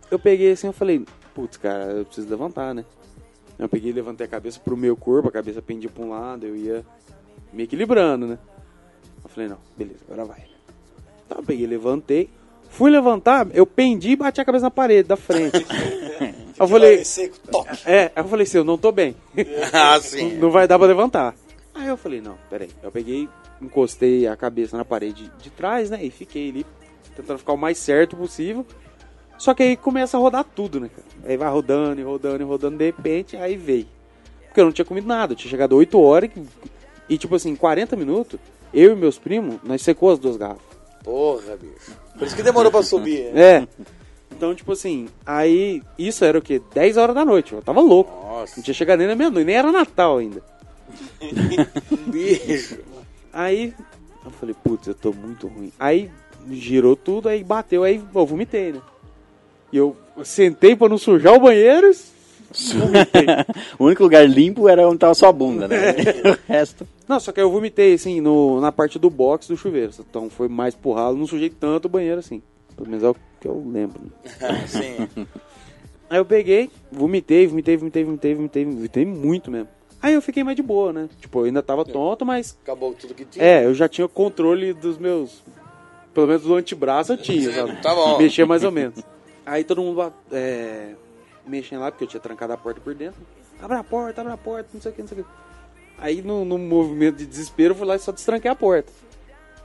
eu peguei assim, eu falei, putz, cara, eu preciso levantar, né? Eu peguei, levantei a cabeça pro meu corpo, a cabeça pendia pra um lado, eu ia me equilibrando, né? Eu falei, não, beleza, agora vai. Tá, eu peguei, levantei. Fui levantar, eu pendi e bati a cabeça na parede da frente. Aí eu falei,
Seco, toque.
é, aí eu falei assim, eu não tô bem.
Ah, sim.
Não vai dar pra levantar. Aí eu falei, não, peraí. Eu peguei, encostei a cabeça na parede de trás, né? E fiquei ali tentando ficar o mais certo possível. Só que aí começa a rodar tudo, né, cara? Aí vai rodando e rodando e rodando, de repente, aí veio. Porque eu não tinha comido nada, eu tinha chegado 8 horas e, e tipo assim, em 40 minutos, eu e meus primos, nós secou as duas garrafas.
Porra, bicho. Por isso que demorou pra subir. né?
É. Então, tipo assim, aí isso era o quê? 10 horas da noite, eu tava louco.
Nossa,
Não tinha chegado nem na meia-noite, nem era Natal ainda.
um bicho.
Aí eu falei, putz, eu tô muito ruim. Aí girou tudo, aí bateu, aí eu vomitei, né? E eu sentei pra não sujar o banheiro e vomitei.
o único lugar limpo era onde tava sua bunda,
[LAUGHS]
né? o resto.
não, só que eu vomitei, assim, no, na parte do box do chuveiro. Então foi mais pro ralo, não sujei tanto o banheiro assim. Pelo menos é o que eu lembro. né?
Ah, sim.
Aí eu peguei, vomitei, vomitei, vomitei, vomitei, vomitei, vomitei muito mesmo. Aí eu fiquei mais de boa, né? Tipo, eu ainda tava tonto, mas.
Acabou tudo que tinha.
É, eu já tinha o controle dos meus. Pelo menos do antebraço eu tinha, sabe?
Tá bom.
Mexia mais ou menos. Aí todo mundo lá, é, mexendo lá, porque eu tinha trancado a porta por dentro. Abre a porta, abre a porta, não sei o que, não sei o que. Aí no, no movimento de desespero eu fui lá e só destranquei a porta.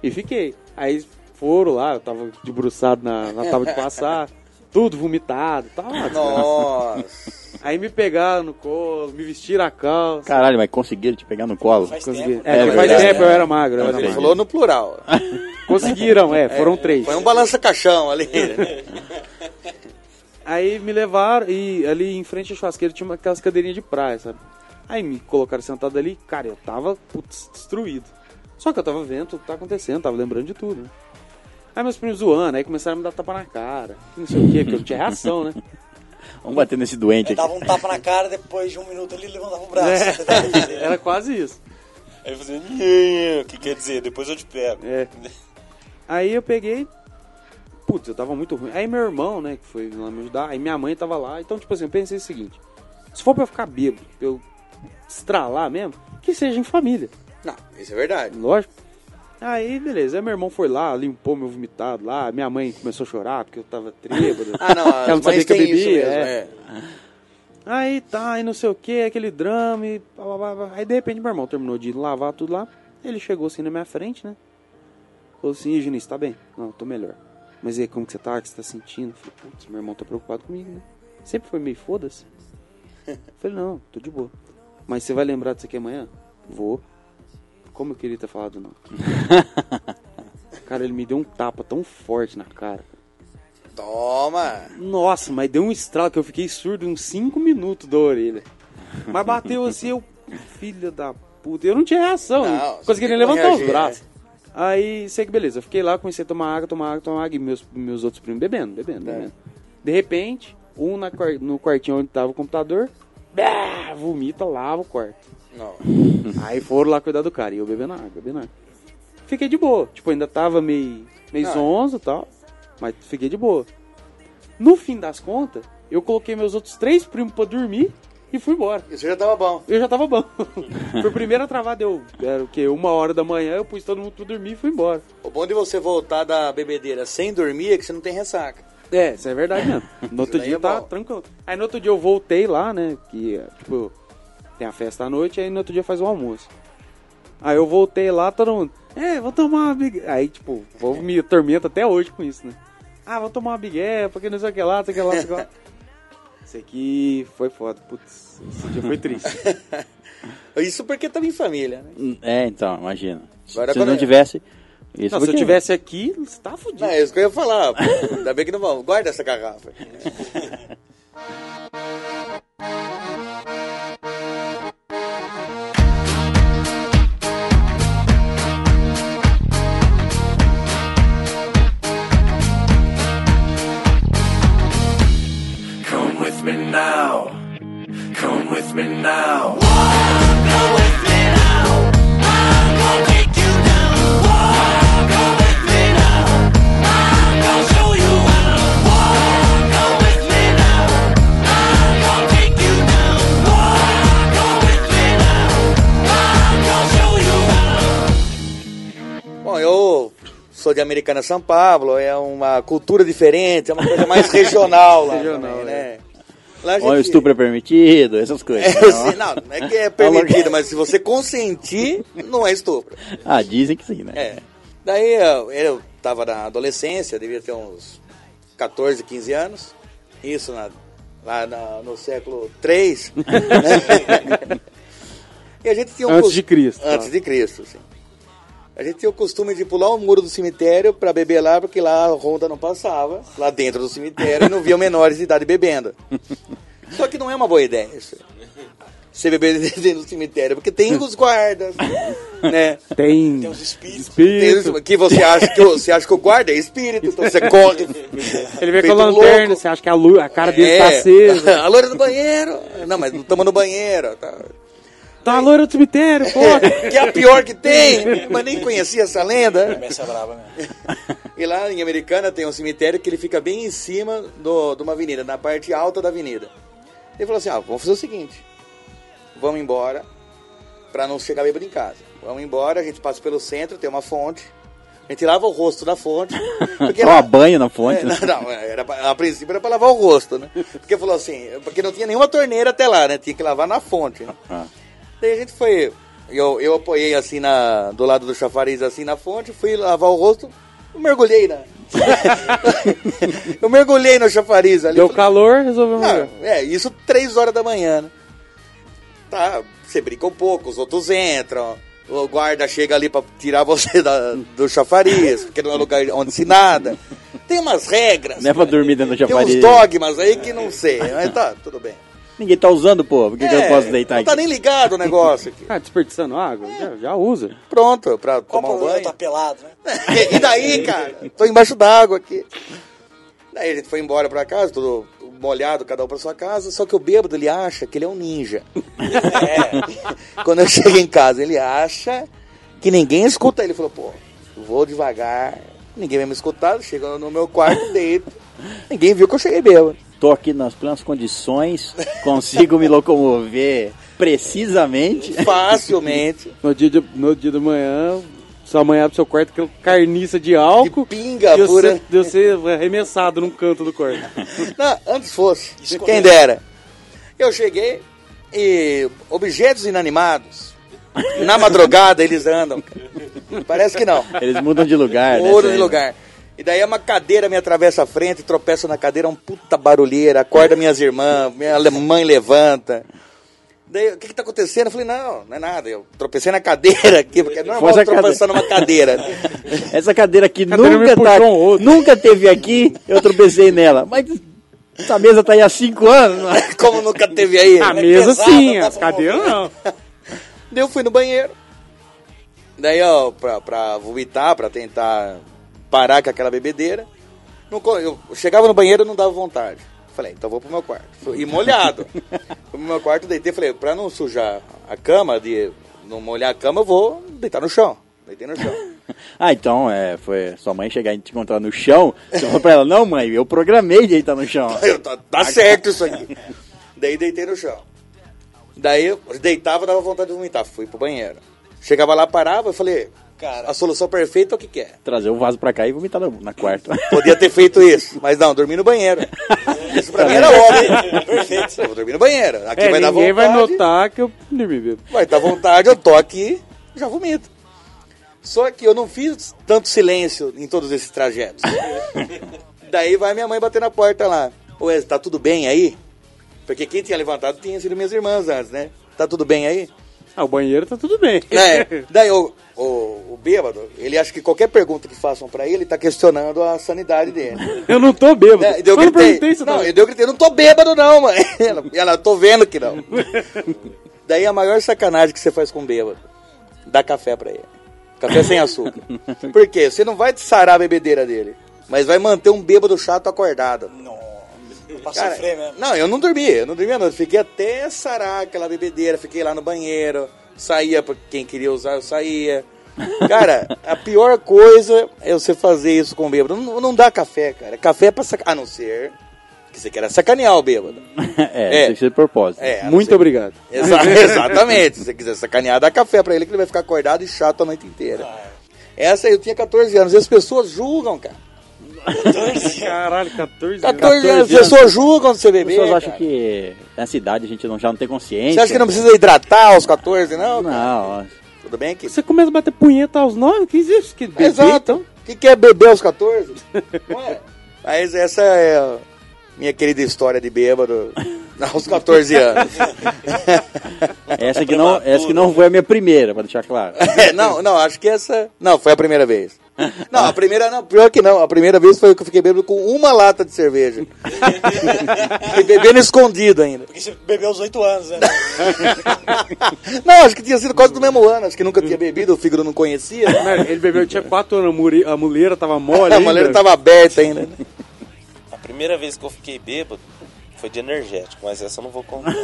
E fiquei. Aí foram lá, eu tava debruçado na, na tábua de passar, tudo vomitado, tá tava uma desgraça.
Nossa.
Aí me pegaram no colo, me vestiram a calça.
Caralho, mas conseguiram te pegar no colo?
Faz
Consegui...
tempo. né?
É,
É
faz
verdade.
tempo eu era magro. Eu era
Ele
Entendi.
magro.
falou no plural.
Conseguiram, é, foram três.
Foi um
[LAUGHS]
balança-caixão ali.
É. Aí me levaram e ali em frente à churrasqueira tinha uma- aquelas cadeirinhas de praia, sabe? Aí me colocaram sentado ali, cara, eu tava putz, destruído. Só que eu tava vendo tudo que tá acontecendo, tava lembrando de tudo, né? Aí meus primos zoando, aí começaram a me dar tapa na cara, não sei o quê, porque eu não tinha reação, né?
Vamos bater nesse doente
Ele
aqui.
dava um tapa na cara, depois de um minuto ele levantava o braço.
É.
tá
[LAUGHS] Era quase isso.
Aí eu falei, "Nhe, o que quer dizer? Depois eu te pego.
É. Aí eu peguei. Putz, eu tava muito ruim. Aí meu irmão, né, que foi lá me ajudar, aí minha mãe tava lá. Então, tipo assim, eu pensei o seguinte: se for pra eu ficar bêbado, pra eu estralar mesmo, que seja em família.
Não, isso
[LAUGHS]
é verdade.
Lógico. Aí, beleza. Aí meu irmão foi lá, limpou meu vomitado lá. Minha mãe começou a chorar porque eu tava trêbado.
[LAUGHS] Ah, não,
Ela
as mães têm isso mesmo.
é.
É.
Aí tá, aí não sei o que, aquele drama e blá, blá, blá, blá. Aí de repente meu irmão terminou de lavar tudo lá. Ele chegou assim na minha frente, né? Falou assim, "Ih, Juninho, você tá bem? Não, tô melhor. Mas e aí, como que você tá? O que você tá sentindo? Eu Falei, putz, meu irmão tá preocupado comigo, né? Sempre foi meio foda-se. Eu Falei, não, tô de boa. Mas você vai lembrar disso aqui amanhã? Vou. Como eu queria ter falado não. [LAUGHS] cara, ele me deu um tapa tão forte na cara.
Toma.
Nossa, mas deu um estralo que eu fiquei surdo uns 5 minutos da orelha. Mas bateu assim, eu. Filha da puta. Eu não tinha reação.
Não,
Não,
você
consegui nem
tem como
levantar os
reagir, né?
braços. Aí, sei que beleza. Eu fiquei lá, comecei a tomar água, tomar água, tomar água. E meus, meus outros primos bebendo, bebendo,
É.
bebendo. De repente, um na, quar- no quartinho onde tava o computador. bah, vomita, lava o quarto.
Não.
Aí foram lá cuidar do cara. E eu bebendo água, bebendo água. Fiquei de boa. Tipo, ainda tava meio, meio
Não.
zonzo e tal. Mas fiquei de boa. No fim das contas, eu coloquei meus outros três primos pra dormir e fui embora.
Isso já tava bom.
Eu já tava bom. [LAUGHS] Foi a primeira travada, eu. Era o quê? Uma hora da manhã, eu pus todo mundo pra dormir e fui embora.
O bom de você voltar da bebedeira sem dormir é que você não tem ressaca.
É, isso é verdade mesmo. No outro
Isso daí
dia
é
tá
bom.
tranquilo. Aí no outro dia eu voltei lá, né? Que, tipo, tem a festa à noite, aí no outro dia faz o almoço. Aí eu voltei lá, todo mundo. É, vou tomar uma big. Aí, tipo, o povo me atormenta até hoje com isso, né? Ah, vou tomar uma big apple, porque não sei o que lá, não sei o que lá, não sei o que
[LAUGHS]
lá. Isso aqui foi foda, putz, esse dia foi
[LAUGHS]
triste.
Isso porque tava em família, né?
É, então, imagina. Se
Agora,
se não
agora-
tivesse. Isso
Não, se eu
porque-
tivesse aqui, você tá fudido.
Não, é isso que eu ia falar. Pô, ainda bem que não vamos. Guarda essa garrafa. né?
Come with me now. Come with me now.
Bom, eu sou de Americana São Paulo, é uma cultura diferente, é uma coisa [LAUGHS] mais regional lá.
Regional,
também,
é.
né? Lá a
Olha, o
gente- [LAUGHS]
estupro é permitido, essas
É,
coisas. né?
assim, não, não é que é permitido, mas se você consentir, não é estupro.
Ah, dizem que sim, né?
É. Daí eu, eu tava na adolescência, eu devia ter uns 14, 15 anos. Isso na- lá na- no século
[LAUGHS]
3. e a gente tinha um
Antes
cos-
de Cristo, tá.
Antes de Cristo, sim. A gente tinha o costume de pular o muro do cemitério pra beber lá, porque lá a ronda não passava, lá dentro do cemitério, e não via menores de idade bebendo. Só que não é uma boa ideia isso. Você beber [LAUGHS] dentro do cemitério, porque tem os guardas, né?
Tem.
Tem uns espíritos.
espírito.
Tem isso Que você acha que, você acha que o guarda é espírito, então você corre.
[LAUGHS] Ele vem com
feito
a lanterna,
louco.
você acha que a, lua, a cara dele
É.
tá acesa.
[LAUGHS] A loira do banheiro. Não, mas não estamos no banheiro. tá?
Tá a loira do cemitério, pô.
[LAUGHS] Que é a pior que tem, mas nem conhecia essa lenda.
Começa brava mesmo.
E lá em Americana tem um cemitério que ele fica bem em cima do, de uma avenida, na parte alta da avenida. Ele falou assim: ah, vamos fazer o seguinte: vamos embora, Pra não chegar bêbado em casa. Vamos embora, a gente passa pelo centro, tem uma fonte. A gente lava o rosto na fonte.
[LAUGHS]
porque
Toma
lá-
banho na fonte.
É,
né?
não, não, era pra- a princípio era pra lavar o rosto, né? Porque falou assim, porque não tinha nenhuma torneira até lá, né? Tinha que lavar na fonte. Né?
Ah.
Daí a gente foi. Eu, eu apoiei assim na, do lado do chafariz, assim na fonte, fui lavar o rosto, eu mergulhei na. [LAUGHS] eu mergulhei no chafariz ali.
Deu
Falei,
calor, resolveu melhor.
"Ah, é, isso três horas da manhã, né? Tá, você brinca um pouco, os outros entram. O guarda chega ali pra tirar você da- do chafariz, porque não é lugar onde se nada. Tem umas regras.
Não é pra
cara.
dormir dentro do
Tem uns
chafariz.
dogmas aí que não sei, mas tá, tudo bem.
Ninguém tá usando, pô. Por que, que eu
É,
posso deitar
Não tá
aqui?
nem ligado o negócio aqui.
Ah, desperdiçando água? Já, já usa.
Pronto, pra
Qual o
tomar um
problema?
banho.
Tá pelado, né?
e daí, cara? Tô embaixo d'água aqui. Daí a gente foi embora pra casa, tudo molhado, cada um pra sua casa. Só que o bêbado, ele acha que ele é um ninja. É. Quando eu chego em casa, ele acha que ninguém escuta ele. Ele falou, pô, vou devagar, ninguém vai me escutar. Chego no meu quarto, deito. Ninguém viu que eu cheguei bêbado.
Tô aqui nas plenas condições, consigo me locomover precisamente.
Facilmente.
No dia, de, no dia da manhã, sua mãe abre seu quarto com carniça de
E
álcool.
pinga
E
pura.
você, você arremessado num canto do
[LAUGHS]
quarto.
Não, antes fosse.
Escolher.
Quem dera. Eu cheguei e objetos inanimados. Na madrugada eles andam. cara. Parece que não.
Eles mudam de lugar, É, né?
Ouro
Isso
de
aí.
lugar. E daí uma cadeira me atravessa a frente, tropeço na cadeira, um puta barulheira, acorda minhas irmãs, minha le- mãe levanta. Daí, o que que tá acontecendo? Eu falei, não, não é nada, eu tropecei na cadeira aqui, porque é normal
Força a
tropeçar numa cadeira. [LAUGHS]
Essa cadeira aqui
Cadeira me
nunca, tá,
puxou um outro.
nunca teve aqui, eu tropecei nela. Mas essa mesa tá aí há cinco anos. não é?
Como nunca teve aí.
A
é
mesa
pesada,
sim, Ah, assim,
não dá
tá
as
pra
cadeiras
[LAUGHS]
não.
Daí eu fui no banheiro. Daí, ó, pra, pra vomitar, pra tentar parar com aquela bebedeira. Não, co- eu chegava no banheiro não dava vontade. Falei, então vou pro meu quarto. Fui- E molhado. fui pro meu quarto, deitei, falei, pra não sujar a cama, de não molhar a cama, eu vou deitar no chão. Deitei no chão.
[LAUGHS] Ah, então, é, foi sua mãe chegar e te encontrar no chão. Você falou pra ela, não mãe, eu programei deitar no chão.
Eu, tá, tá certo isso aqui. Daí deitei no chão. Daí eu deitava, dava vontade de vomitar. Fui pro banheiro. Chegava lá, parava, eu falei,
Cara.
a solução perfeita é o que que é?
Trazer o vaso pra cá e vomitar na, na quarta. [LAUGHS]
Podia ter feito isso, mas não, dormi no banheiro. Isso pra mim era óbvio. Perfeito. Eu vou dormir no banheiro. Aqui
Tá É,
vai dar
ninguém
vontade.
vai notar que eu dormi bêbado.
Vai dar vontade, eu tô aqui, já vomito. Só que eu não fiz tanto silêncio em todos esses trajetos. Daí vai minha mãe bater na porta lá. Ué, tá tudo bem aí? Porque quem tinha levantado tinha sido minhas irmãs antes, né? Tá tudo
[LAUGHS]
bem aí?
Ah, o banheiro tá tudo bem.
Né? Daí o, o, o bêbado, ele acha que qualquer pergunta que façam pra ele, tá questionando a sanidade dele.
[LAUGHS] Eu não tô bêbado.
É, e
eu
daí eu
não
gritei.
perguntei
Não,
se não.
eu dei- eu gritei, não tô bêbado, não, mãe. [LAUGHS] Ela, ela, tô vendo
[LAUGHS]
que não. Daí a maior sacanagem que você faz com um bêbado: dá café pra ele. Café
[LAUGHS]
sem açúcar. Por quê? Você não vai sarar a bebedeira dele, mas vai manter um bêbado chato acordado.
Nossa, pra
Cara,
sofrer né? mesmo.
Não, eu não dormi, eu não dormi à noite. Fiquei até sarar aquela bebedeira, fiquei lá no banheiro, saía pra quem queria usar, eu saía. Cara, a pior coisa é você fazer isso com o bêbado. Não, não dá café, cara. Café é pra sacanear. A não ser que você queira sacanear o bêbado.
é,
É.
tem que ser de propósito.
É, a não
Muito
ser- [LAUGHS]
obrigado.
Exa- exatamente. Se você quiser sacanear, dá café pra ele que ele vai ficar acordado e chato a noite inteira. Essa eu tinha 14 anos e as pessoas julgam, cara.
Caralho, 14 anos.
14 anos, as pessoas julgam de você
As
beber.
pessoas acham
cara.
que nessa idade a gente não, já não tem consciência.
Você acha que não precisa hidratar aos 14, não? cara?
Não,
[LAUGHS] Tudo bem que
Você começa a bater punheta aos 9, 15 anos. Que bebê,
Exato.
então.
O que, que é beber aos 14? Não é? Mas essa é a minha querida história de bêbado [LAUGHS] aos 14 anos.
essa que não, essa que não foi a minha primeira, pra deixar claro.
É, não, não, acho que essa. Não, foi a primeira vez. Não, a primeira não, pior que não. A primeira vez foi que eu fiquei bêbado com uma lata de cerveja. e bebendo escondido ainda. [LAUGHS]
Porque você bebeu aos 8 anos, né?
Não, acho que tinha sido quase do mesmo ano. Acho que nunca tinha bebido, o fígado não conhecia. né?
Não, Ele bebeu, tinha 4 anos, a mure- a muleira tava mole.
[LAUGHS] a mulher
ainda.
tava aberta ainda. né?
A primeira vez que eu fiquei bêbado foi de energético, mas essa eu não vou contar.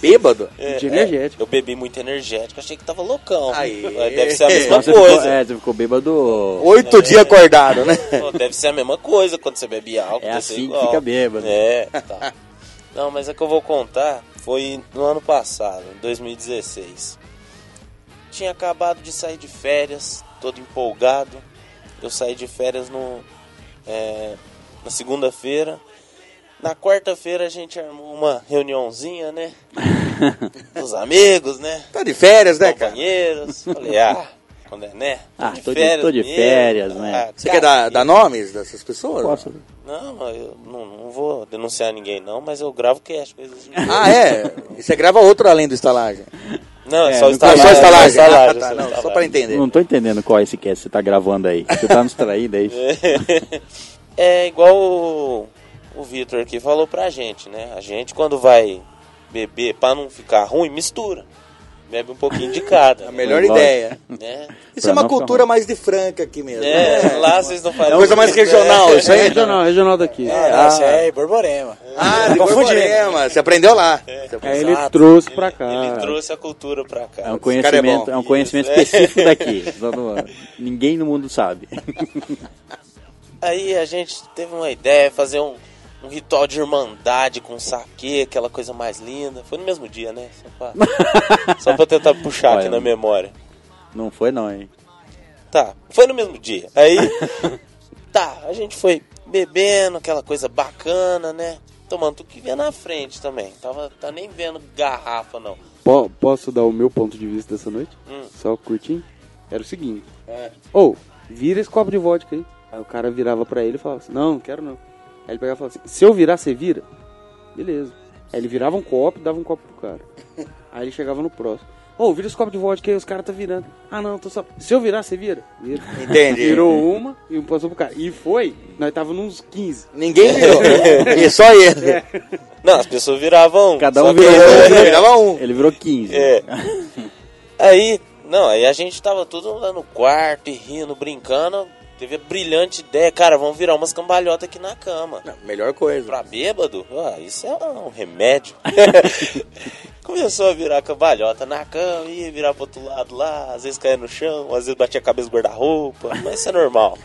Bêbado?
É,
De energético.
é, eu bebi muito energético, achei que tava loucão.
Aí.
Mas Deve ser a
Então
mesma
você ficou,
coisa.
é, você ficou bêbado.
Oito dias acordado, né?
Pô, Deve ser a mesma coisa quando você bebe álcool.
É
deve ser
assim que
igual.
fica bêbado.
É, tá. Não, mas é que eu vou contar foi no ano passado, em 2016. Tinha acabado de sair de férias, todo empolgado. Eu saí de férias no, é, na segunda-feira. Na quarta-feira a gente armou uma reuniãozinha, né?
[LAUGHS]
Dos amigos, né?
Tá de férias, né, cara?
Companheiros. Falei, ah, quando é, né?
Ah, tô de- tô de férias,
tá
né?
Você quer dar, dar nomes dessas pessoas?
Posso?
Não, eu não, não vou denunciar ninguém, não, mas eu gravo cast, coisas assim. de...
Ah, é? E Você grava outro além do estalagem?
Não, é,
É,
só
não
Ah,
estalagem.
só estalagem.
Só
Ah,
estalagem,
tá,
só
não, só
estalagem.
pra entender.
Não tô entendendo qual é esse cast que você tá gravando aí. Você tá nos traindo aí.
[LAUGHS] É igual o, o Vitor aqui falou pra gente, né? A gente quando vai beber pra não ficar ruim, mistura. Bebe um pouquinho de cada.
[LAUGHS] A melhor
Lógico.
ideia. [LAUGHS]
Né?
Isso é uma
não ficar
cultura
ruim.
mais de franca aqui mesmo.
É, lá vocês não fazem.
É
né?
uma coisa mais regional, isso
É [LAUGHS]
aí?
regional, regional daqui. Ah,
É, não, isso é Borborema.
Ah, de Borborema. Você aprendeu lá. Você aprendeu.
Aí É, ele
Exato.
trouxe
Ele-
pra cá.
Ele trouxe a cultura pra cá.
É um
Esse cara é bom.
conhecimento, é um conhecimento
Isso, é.
específico daqui. Só no- ninguém no mundo sabe.
Aí a gente teve uma ideia, fazer um, um ritual de irmandade com saque, aquela coisa mais linda. Foi no mesmo dia, né? Só
[LAUGHS]
pra, só pra tentar puxar aqui
Olha,
na memória.
Não foi não, hein?
Tá, foi no mesmo dia.
[LAUGHS]
Aí, tá, a gente foi bebendo, aquela coisa bacana, né? Tomando tudo que via na frente também. Tava, tá nem vendo garrafa, não.
Po- posso dar o meu ponto de vista dessa noite?
Hum.
Só curtinho? Era o seguinte. Ou, vira esse copo de vodka aí. Aí o cara virava pra ele e falava assim, não, não quero não. Aí ele pegava e falava assim, se eu virar, você vira? Beleza. Aí ele virava um copo e dava um copo pro cara. Aí ele chegava no próximo. Ô, vira esse copo de vodka aí, os caras tá virando. Ah não, tô só. Se eu virar, você vira? Vira.
Entendi.
Virou uma e um passou pro cara. E foi, nós tava nos 15.
Ninguém virou. E [LAUGHS] só ele.
Não, as pessoas viravam.
Cada
só
um
que-
virou.
Ele virava um.
Ele virou 15.
É. Aí, não, aí a gente tava tudo lá no quarto, e rindo, brincando. Teve a brilhante ideia, cara, vamos virar umas cambalhotas aqui na cama.
Não, melhor coisa.
Pra bêbado? Ah, isso é um remédio. Começou a virar cambalhota na cama, ia virar pro outro lado lá, às vezes caía no chão, às vezes batia a cabeça no guarda-roupa, mas isso é normal.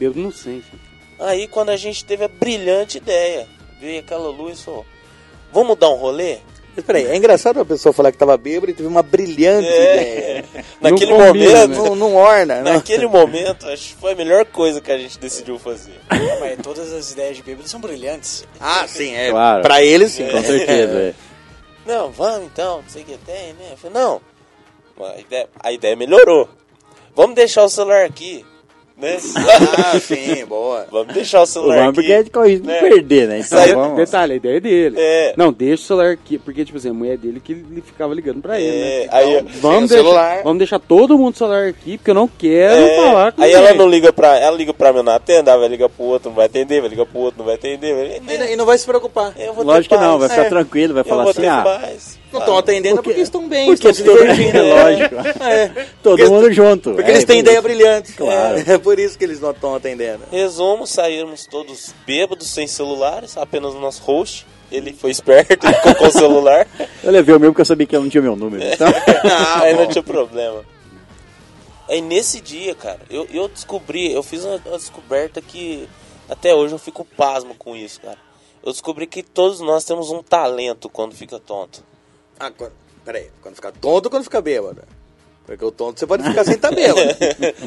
Eu não sei.
Aí quando a gente teve a brilhante ideia, veio aquela luz e falou, vamos dar um rolê?
Mas peraí, é engraçado a pessoa falar que tava bêbada e teve uma brilhante ideia.
Naquele
combina,
momento,
Não, não orna. Não.
naquele momento, acho que foi a melhor coisa que a gente decidiu fazer.
É, mas todas as ideias de bêbado são brilhantes.
Ah, sim, é.
Claro.
Pra ele, sim.
Com certeza. é.
Não, vamos então, não sei o que tem, né? Eu falei, não, a ideia, a ideia melhorou. Vamos deixar o celular aqui, né?
é.
Ah, [LAUGHS] sim, boa.
[LAUGHS] vamos deixar o celular
Vamos
aqui.
porque é de correr, não
né?
perder, né? Então
Saiu-
vamos.
Detalhe, a ideia é dele.
É.
Não, deixa o celular aqui. Porque, tipo assim, a mulher dele que ele ficava ligando pra ele, né?
É, aí,
Vamos
Sem o
deixar,
celular.
vamos deixar todo mundo celular aqui, porque eu não quero
é,
falar com
aí
ninguém.
ela não liga pra. Ela liga pra mim, não atende, ela vai ligar pro outro, não vai atender, vai ligar pro outro, não vai atender. Vai,
E não- E não vai se preocupar.
eu vou ter
Lógico que não, vai
paz,
ficar
é,
tranquilo, vai
Eu
falar
vou
assim,
ter
ah,
paz.
Não estão atendendo porque, estão bem,
porque
estão se
todo-
divertindo.
é lógico.
[LAUGHS] É,
todo
porque-
mundo junto.
Porque
É,
eles têm
por
ideia
isso.
brilhante.
Claro.
É por isso que eles não estão atendendo.
Resumo, saímos todos bêbados, sem celulares, apenas o nosso host. Ele foi esperto, [LAUGHS] ele ficou com o celular.
Eu levei o meu porque eu sabia que eu não tinha meu número.
É.
Então,
[LAUGHS] Ah,
aí não
bom.
tinha problema. Aí nesse dia, cara, eu, eu descobri, eu fiz uma, uma descoberta que até hoje eu fico pasmo com isso, cara. Eu descobri que todos nós temos um talento quando fica tonto. [LAUGHS]
Ah, quando- peraí, quando fica tonto ou quando fica bêbado? Porque o tonto você pode ficar sem estar
[LAUGHS]
bêbado.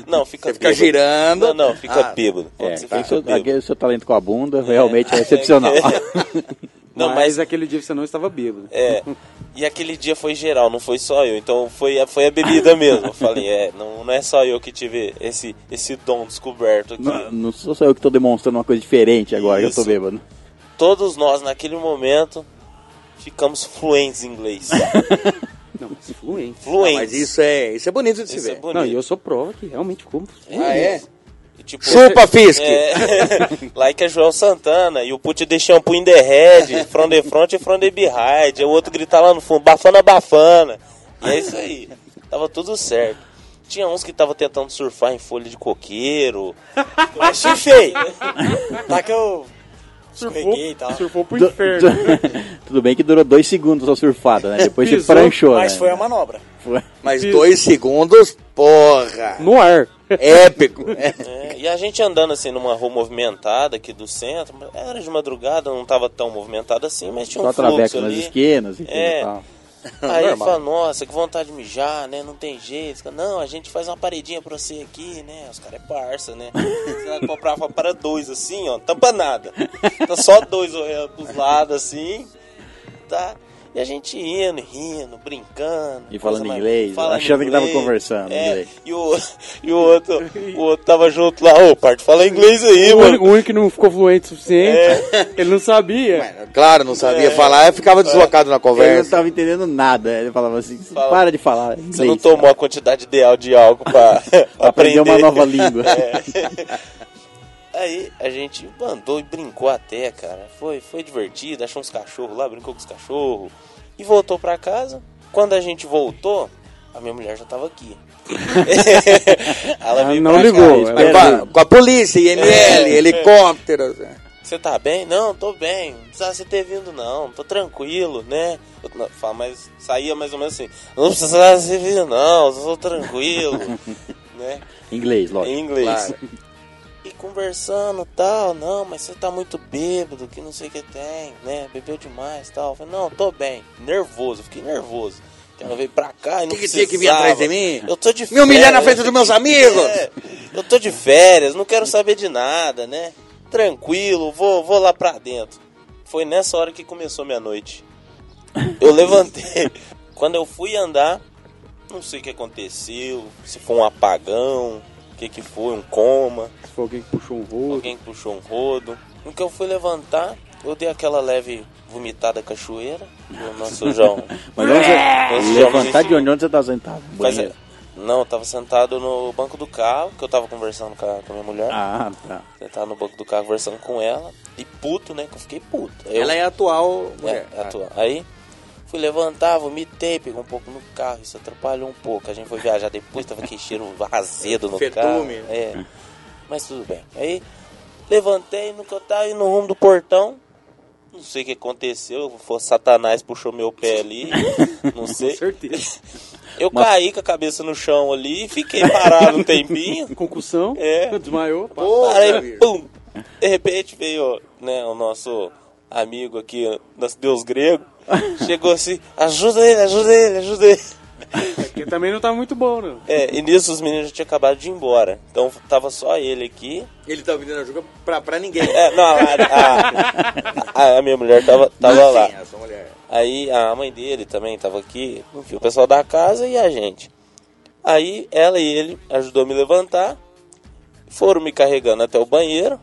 não, fica
Você fica
bêbado.
girando.
Não, não, fica
Ah,
bêbado. Quando
é,
você
aquele,
fica
seu,
bêbado.
aquele seu talento com a bunda realmente é
[LAUGHS]
excepcional.
Não,
mas
mas
aquele dia você não estava bêbado.
é. E aquele dia foi geral, não foi só eu. Então foi, a- foi a bebida mesmo. Eu falei, é, não, não é só eu que tive esse, esse dom descoberto
[LAUGHS]
aqui.
não, não sou só eu que tô demonstrando uma coisa diferente agora, que eu
Isso.
tô bêbado.
Todos nós, naquele momento, ficamos fluentes em inglês.
Não, mas fluente.
Ah,
Fluentes.
mas isso é, isso é bonito de se
Isso é
ver.
bonito.
Não, e eu sou prova que realmente ficou fluente.
ah, é?
E, tipo,
Chupa, Fisk!
É, [LAUGHS] like a Joel Santana e o Put de shampoo in the head, from the front e from the behind. Aí O outro gritar lá no fundo, bafana, bafana. E é isso aí. Tava tudo certo. Tinha uns que tava tentando surfar em folha de coqueiro.
Eu achei feio. Tá que eu escorreguei e tal.
surfou pro
Du- du- [LAUGHS] Tudo bem que durou dois segundos a surfada,
É,
né? Depois você
Pisou,
pranchou,
Mas
né?
foi a manobra.
Foi-
Mas
Isso.
dois segundos, porra!
No
[LAUGHS]
ar.
[LAUGHS]
Épico! É.
É, e a gente andando assim numa rua movimentada aqui do centro, era de madrugada, não tava tão movimentada assim, mas tinha um
Só
fluxo
traveca nas
ali.
esquinas, enfim,
É.
e tal.
Aí ele
Normal.
fala, nossa, que vontade de mijar, né? Não tem jeito. Fica, Não, a gente faz uma paredinha pra você aqui, né? Os caras é parça, né? Você vai comprar uma para dois, assim, ó, tampa nada. Tá só dois olhando pros lados, assim, tá? E a gente indo, rindo, brincando.
E
coisa
falando
mais-
inglês,
falando
achando que tava
inglês.
conversando
É,
inglês.
E o, e o, outro, o outro tava junto lá, ô, parte, fala inglês aí,
O
mano.
único, o único que não ficou fluente o suficiente,
É.
ele não sabia.
Ué, Claro, não sabia
É.
falar, eu ficava deslocado na
Ele não
conversa.
tava entendendo nada. Ele falava assim,
Fala.
para de falar. Inglês,
Você não tomou a quantidade ideal de álcool
[LAUGHS]
pra, pra
Aprender
aprender É.
uma nova
[LAUGHS]
língua.
Aí a gente mandou e brincou até, cara. Foi, foi divertido, achou uns cachorros lá, brincou com os cachorros. E voltou pra casa. Quando a gente voltou, a minha mulher já
[LAUGHS]
tava aqui. Ela
Ela
veio
não
pra cá,
ligou. é.
disse,
Ela-
Aí, pá, com a polícia, IML, helicóptero.
Você tá bem? Não, tô bem. Não precisa você ter vindo, não. Tô tranquilo, né? Eu não- Fala, mas saía mais ou menos assim. Não precisa você vir, não. Eu
[LAUGHS]
sou tranquilo, né?
Inglês,
Em
lógico.
inglês.
Claro.
E conversando tal, não, mas você tá muito bêbado, que não sei o que tem, né? Bebeu demais tal. Eu falei, não, tô bem. Nervoso, fiquei nervoso. Que Ela veio pra cá e não
Que que tinha que vir
precisava.
atrás de mim?
Eu tô de
Me humilhar na frente
férias.
dos meus amigos?
[LAUGHS] É, eu tô de férias, não quero saber de nada, né? Tranquilo, vou, vou lá pra dentro. Foi nessa hora que começou minha noite. Eu levantei. [LAUGHS] Quando eu fui andar, não sei o que aconteceu, se foi um apagão, o que, que foi, um coma,
Se foi alguém que puxou um voo.
alguém puxou um rodo. No que eu fui levantar, eu dei aquela leve vomitada cachoeira. O
[LAUGHS]
nosso João.
Mas onde
É. Esse
você...
João
Levantar
existe.
de onde, onde você tá sentado?
Mas,
Banheiro?
não, eu tava sentado no banco do carro, que eu tava conversando com a, com a minha mulher.
Ah, tá.
Eu tava no banco do carro conversando com ela. E puto, né? Que eu fiquei puto. Aí eu-
Ela é atual mulher.
é, atua. Aí fui levantar, vomitei, peguei um pouco no carro, isso atrapalhou um pouco. A gente foi viajar depois, tava aquele cheiro [LAUGHS] azedo no
Fetume.
carro. É. Mas tudo bem. Aí levantei no que eu tava indo no rumo do portão. Não sei o que aconteceu, foi Satanás puxou meu pé ali. Não sei.
Certeza.
Eu caí com a cabeça no chão ali e fiquei parado um tempinho.
Concussão.
É.
Desmaiou. pá.
Pô,
Parei,
Samir.
pum! De repente veio né, o nosso amigo aqui, nosso deus grego, chegou assim, ajuda ele, ajuda ele, ajuda ele.
Porque também não tá muito bom, não.
É, e nisso os meninos já tinham acabado de ir embora. Então tava só ele aqui.
Ele tá vendendo a juga pra, pra [LAUGHS] ninguém.
É, não, a, a- a minha mulher tava, tava lá.
Sim, essa mulher.
Aí a mãe dele também tava aqui, enfim, o pessoal da casa e a gente. Aí ela e ele ajudou a me levantar, foram me carregando até o banheiro,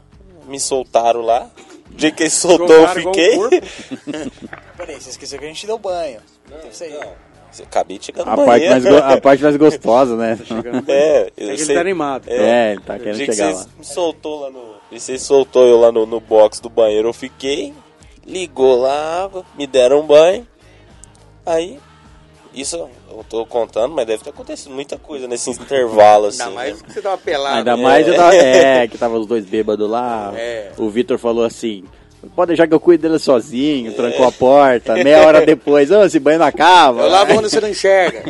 me soltaram lá. O dia que ele soltou, eu
Jogaram igual
fiquei.
um corpo.
Peraí, você esqueceu que a gente deu banho. Não, isso aí.
Eu [LAUGHS] Acabei de chegar no
A parte,
banheiro.
mais go- a parte mais gostosa, né?
[LAUGHS] É, eu
É que ele
sei-
tá animado.
[LAUGHS] É, ele tá
O dia
querendo
que
chegar
vocês
lá.
me soltou lá no. e Vocês soltou eu lá no, no box do banheiro, eu fiquei. Ligou lá a água, me deram um banho. Aí. Isso eu tô contando, mas deve ter acontecido muita coisa nesse intervalo, assim.
Ainda mais
né?
que você tá tava pelado.
Ainda mais eu
[LAUGHS]
tava, é, que tava os dois bêbados lá.
É.
O Vitor falou assim: pode deixar que eu cuido dele sozinho,
É.
trancou a porta. Meia
[LAUGHS]
hora depois, "Ah, esse banho não acaba.
Eu lavo onde você não
[LAUGHS]
enxerga.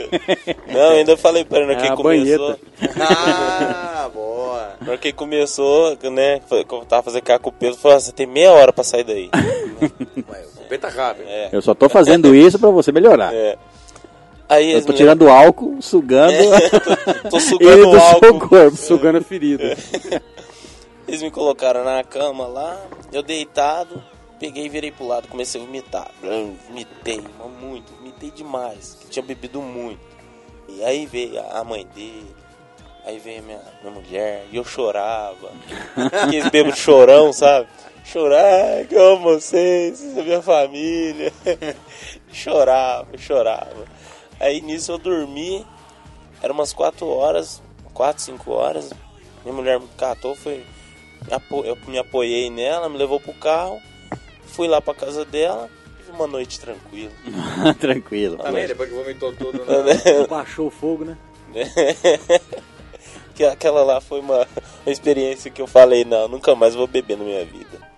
Não, eu ainda falei pra ele na hora
É
que
a
começou.
banheta.
Ah, boa.
Na hora que começou, né? foi- Quando eu tava fazendo caco peso, falou, "Ah, você tem meia hora pra sair daí.
Mas o peta rápido.
É.
Eu só tô fazendo isso pra você melhorar.
É. Aí
Eu
eles
tô
me
tirando álcool, sugando. [LAUGHS]
levam- [LAUGHS] É. tô
Ele [LAUGHS]
sugando
do
o
seu
álcool.
corpo.
Sugando a ferida.
Eles me colocaram na cama lá, eu deitado, peguei e virei pro lado, comecei a vomitar. Blum, Vomitei, mas muito, vomitei demais, que tinha bebido muito. E aí veio a a mãe dele, aí veio a minha, minha mulher, e eu chorava. Aqueles bêbados chorão, sabe? Chorar, que eu amo vocês, vocês são minha família. [LAUGHS] Chorava, chorava. Aí nisso eu dormi, era umas 4 horas, 4, 5 horas. Minha mulher me catou, foi. me apo- Eu me apoiei nela, me levou pro carro, fui lá pra casa dela, tive uma
[LAUGHS]
noite tranquila.
Tranquilo.
Também, depois que vomitou tudo.
É.
Baixou o fogo, né?
Que aquela lá foi uma, uma experiência que eu falei, não, nunca mais vou beber na minha vida.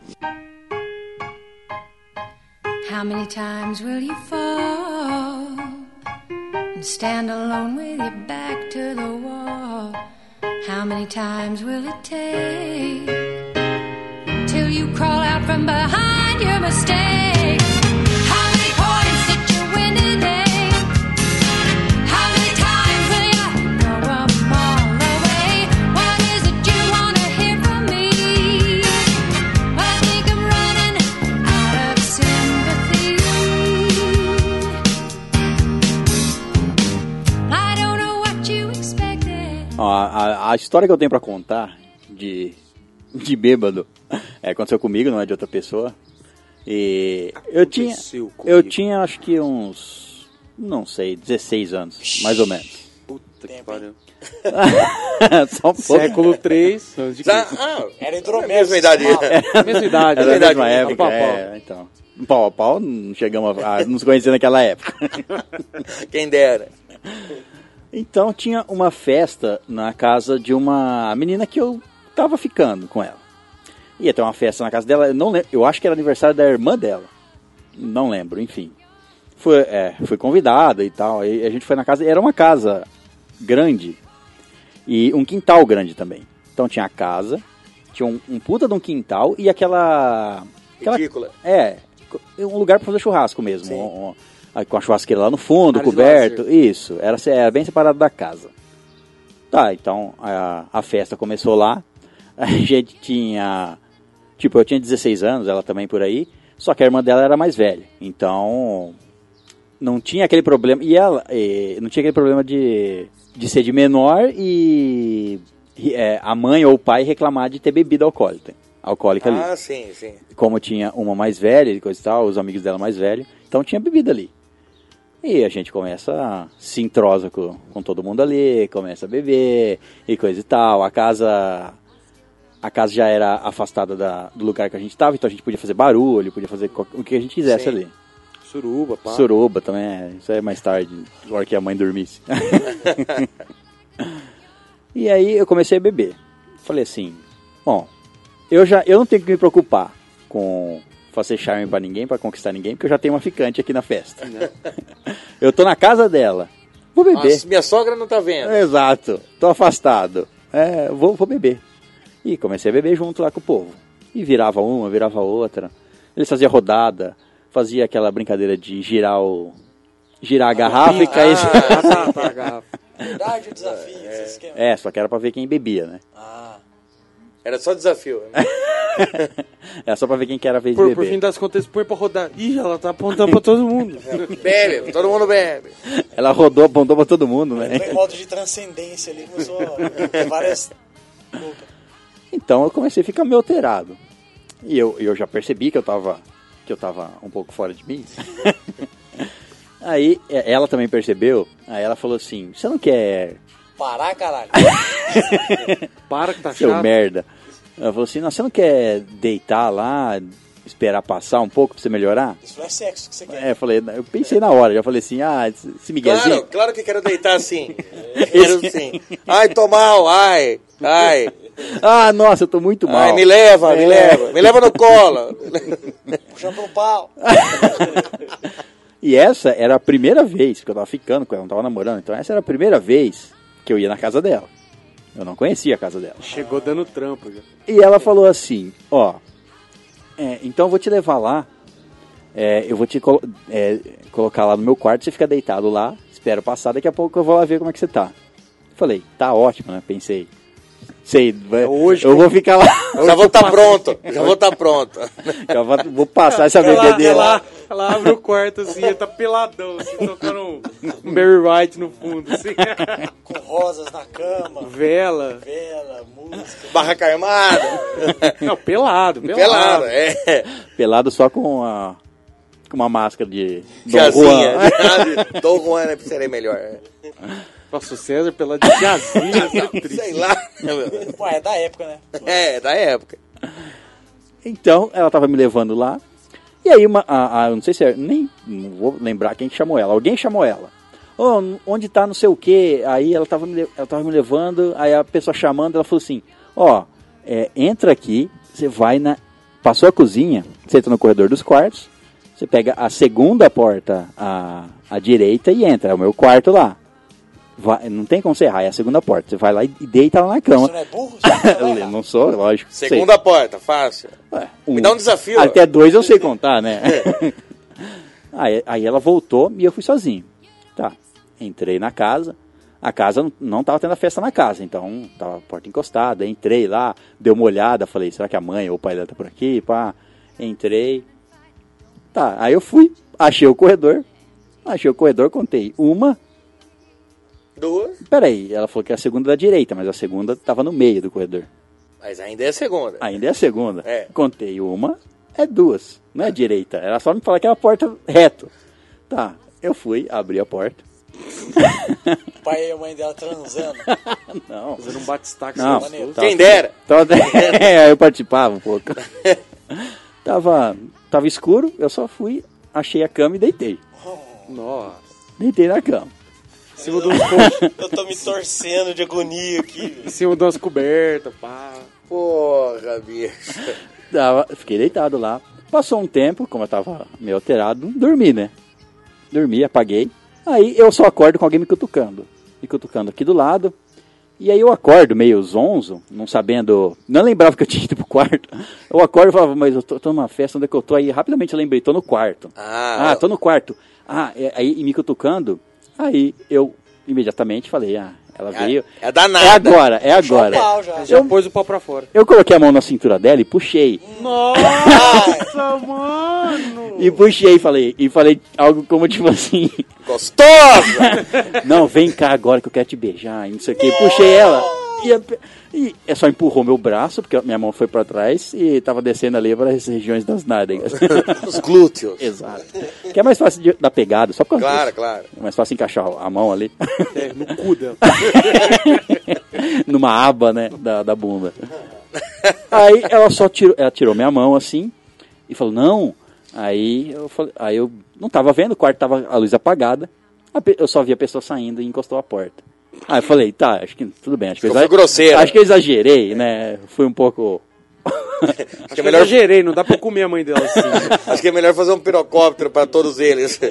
How many times will you fall and stand alone with your back to the wall? How many times will it take till you crawl out from behind your mistakes? How many points did you win today?
Ó, a, a história que eu tenho pra contar de, de bêbado [LAUGHS] é, aconteceu comigo, não é de outra pessoa. E eu tinha,
Aconteceu
eu
comigo.
tinha acho que uns, não sei, 16 anos, mais ou menos.
Puta que pariu.
[LAUGHS] Só um pouco.
Século 3, antes de
Ah,
Cristo.
ah,
Era
é a
hidromel.
mesma idade.
Mesma idade,
Era
né?
É da mesma
Pau,
época,
pau, pau.
é, então. Pau a pau, não chegamos a, a nos conhecer naquela época. [LAUGHS]
Ah, Quem dera.
Então tinha uma festa na casa de uma menina que eu tava ficando com ela. Ia ter uma festa na casa dela, eu não lembro, eu acho que era aniversário da irmã dela. Não lembro, enfim. Foi, é, fui convidado e tal, e a gente foi na casa, era uma casa grande e um quintal grande também. Então tinha a casa, tinha um, um puta de um quintal e aquela... aquela
Ridícula.
é, co- um lugar pra fazer churrasco mesmo. um- um- aí com a churrasqueira lá no fundo,
Área de
coberto. Isso, era, se- era bem separado da casa. Tá, então a, a festa começou lá. [LAUGHS] A gente tinha. Tipo, eu tinha 16 anos, ela também por aí. Só que a irmã dela era mais velha. Então. Não tinha aquele problema. E ela. eh, não tinha aquele problema de, de ser de menor e. e, eh, a mãe ou o pai reclamar de ter bebida alcoólica. Alcoólica ali
Ah, sim, sim.
como tinha uma mais velha e coisa e tal, os amigos dela mais velhos, então tinha bebida ali. E a gente começa a se entrosa com, com todo mundo ali, começa a beber e coisa e tal. A casa a casa já era afastada da- do lugar que a gente tava, então a gente podia fazer barulho, podia fazer qual- o que a gente quisesse
Sim.
ali.
Suruba, pá.
Suruba também, é, isso é mais tarde, na hora que a mãe dormisse. e aí eu comecei a beber. Falei assim, bom, eu já eu não tenho que me preocupar com fazer charme pra ninguém, pra conquistar ninguém, porque eu já tenho uma ficante aqui na festa. [LAUGHS] eu tô na casa dela. Vou beber.
Nossa, minha sogra não tá vendo.
É, Exato. Tô afastado. É, vou, vou beber. E comecei a beber junto lá com o povo. E virava uma, virava outra. Eles faziam rodada, fazia aquela brincadeira de girar o. girar a garrafa e cair.
Ah, tá, tá, garrafa.
Idade, o desafio, esse esquema.
[LAUGHS] É, só que era pra ver quem bebia, né?
Ah,
Era só desafio.
[LAUGHS] Era É só pra ver quem que era a vez de
Por, por
beber.
fim das contas, põe pra rodar. Ih, ela tá apontando pra todo mundo.
Bebe, todo mundo bebe.
Ela rodou, apontou pra todo mundo, né?
foi em modo de transcendência ali, começou a ter várias... Louca.
Então eu comecei a ficar meio alterado. E eu, eu já percebi que eu tava que eu tava um pouco fora de mim. [LAUGHS] aí é, ela também percebeu, aí ela falou assim: "Você não quer
Parar, caralho.
Para que tá
seu
chato.
merda?" Ela falou assim: "Não, você não quer deitar lá, esperar passar um pouco pra você melhorar?"
Isso não é sexo que você quer.
É, eu falei, eu pensei na hora, já falei assim: "Ah, esse esse miguezinho,
Claro, claro que quero deitar assim. Quero sim. Ai, tô mal, ai, ai.
[LAUGHS] ah, nossa, eu tô muito mal."
Ai, me leva, me
É.
leva. Me leva
[LAUGHS]
no colo.
Puxando um pau.
E essa era a primeira vez, porque eu tava ficando com ela, não tava namorando, então essa era a primeira vez que eu ia na casa dela. Eu não conhecia a casa dela.
Chegou dando trampo já.
E ela falou assim, ó, é, então eu vou te levar lá, é, eu vou te colo- é, colocar lá no meu quarto, você fica deitado lá, espero passar, daqui a pouco eu vou lá ver como é que você tá. Falei, tá ótimo, né? Pensei. Sei, vai-
hoje
eu
que-
vou ficar lá, [LAUGHS]
Já vou tá pronto. Já vou tá pronto.
eu vou, vou passar essa
Ela,
bebedeira.
ela, ela abre o quarto assim, ele tá peladão, assim, tocando um-
[LAUGHS]
um Barry White no fundo, assim.
Com rosas na cama,
Vela.
vela, música.
Barra carmada.
Não, pelado, pelado.
Tá
Ah.
Pelado, é.
Pelado só com a... Com uma máscara de Dom
Tiazinha.
Juan.
sabe? Dom Juan, né? Serei melhor.
Nossa, o César pelado de jazinha,
[LAUGHS]
assim, é triste.
Sei lá. meu.
Pô, é da época, né?
É, da época.
Então, ela tava me levando lá. E aí, uma, a, a- eu não sei se é, nem não vou lembrar quem que chamou ela. Alguém chamou ela. Ô, onde tá não sei o que? Aí ela tava, me, le- ela tava me levando, aí a pessoa chamando, ela falou assim: Ó, é, entra aqui, você vai na. Passou a cozinha, você entra no corredor dos quartos, você pega a segunda porta à, à direita e entra. É o meu quarto lá. Vai- não tem como você errar, é a segunda porta. Você vai lá e, e deita lá na
Você
cama.
não é
[LAUGHS]
burro? Você não
[LAUGHS]
vai
Eu
errar.
não sou, lógico. sei.
Segunda porta, fácil.
Ué,
Me dá um desafio.
Até dois eu sei contar, né? [LAUGHS] aí, aí ela voltou e eu fui sozinho. Tá. Entrei na casa. A casa não- não tava tendo a festa na casa, então tava a porta encostada. Entrei lá, dei uma olhada, falei, será que a mãe ou o pai dela tá por aqui? Pá. Entrei. Tá, aí eu fui, achei o corredor. Achei o corredor, contei uma,
Duas.
Peraí, ela falou que é a segunda da direita, mas a segunda tava no meio do corredor.
Mas ainda é a segunda.
Ainda é a segunda.
É.
Contei uma, é duas. Não é a direita. Ela só me fala que é a porta reto. Tá, eu fui, abri a porta.
O pai e a mãe dela transando.
Não.
Fazendo um batistaque
Não.
gostoso.
Quem dera.
[LAUGHS] Tava... [LAUGHS] é, eu participava um pouco. tava, tava escuro, eu só fui, achei a cama e deitei.
Nossa.
Deitei na cama.
Em cima de uns colchões,
Eu tô me torcendo de agonia aqui. velho.
em cima de umas cobertas, pá.
Porra, bicho.
Tava, fiquei deitado lá. Passou um tempo, como eu tava meio alterado, dormi, né? Dormi, apaguei. Aí eu só acordo com alguém me cutucando. Me cutucando aqui do lado. E aí eu acordo meio zonzo, não sabendo. Não lembrava que eu tinha ido pro quarto. Eu acordo e falava, mas eu tô, tô numa festa, onde é que eu tô? Aí rapidamente eu lembrei, tô no quarto.
Ah.
tô no quarto. Ah, é- aí e me cutucando. Aí eu imediatamente falei, ah, ela veio.
é danada.
É agora, é agora.
O pau já.
Já pôs o pau pra fora.
Eu coloquei a mão na cintura dela e puxei.
[LAUGHS] Nossa, mano!
E puxei e falei, e falei algo como tipo assim, [LAUGHS]
Gostosa!
não, vem cá agora que eu quero te beijar, e não sei o que. Puxei ela e, a- e ela só empurrou meu braço, porque minha mão foi pra trás e tava descendo ali para as regiões das nádegas.
[LAUGHS]
[LAUGHS]
Os glúteos.
Exato. Que é mais fácil de, da pegada, só por causa
Claro,
disso.
claro.
É mais fácil encaixar a mão ali
É, no cu dela.
[LAUGHS] numa aba, né, da, da bunda. Aí ela só tirou, ela tirou minha mão assim e falou: "Não". Aí eu falei, aí eu não tava vendo, o quarto tava a luz apagada. a pe- eu só vi a pessoa saindo e encostou a porta. Aí eu falei: "Tá, acho que tudo bem, acho que eu
Ficou
exa-
grosseira.
Acho que eu exagerei, né? Fui um pouco
Acho que
Acho
é melhor,
gerei, não dá pra eu comer a mãe dela assim.
acho que é melhor fazer um pirocóptero pra todos [LAUGHS] eles. Pra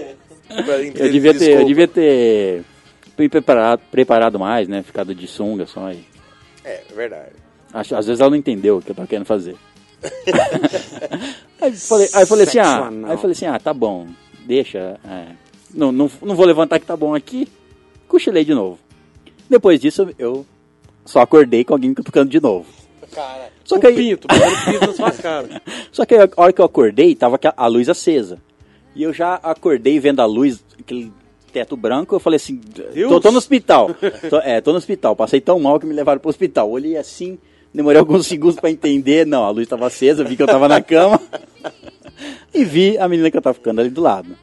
eu
impedir
devia ter, eu
desculpa.
devia ter me preparado, preparado mais, né? Ficado de sunga só aí.
É, é verdade.
Acho, às vezes ela não entendeu o que eu tava querendo fazer. aí eu falei, aí eu falei assim,
Sexo
ah,
anal.
aí eu falei assim, ah, tá bom, deixa. é, não, não, não vou levantar que tá bom aqui. Cochilei de novo. Depois disso, eu só acordei com alguém me cutucando de novo.
Cara,
Só
O
que, aí,
pinto, botando pinto na sua cara.
[LAUGHS] só que aí, a hora que eu acordei, tava aqua- a luz acesa. E eu já acordei vendo a luz, aquele teto branco, eu falei assim, tô, tô no hospital. [LAUGHS] Tô- é, tô no hospital. Passei tão mal que me levaram pro hospital. Olhei assim, demorei alguns [LAUGHS] segundos pra entender. Não, a luz tava acesa, vi que eu tava na cama. [LAUGHS] e vi a menina que eu tava ficando ali do lado.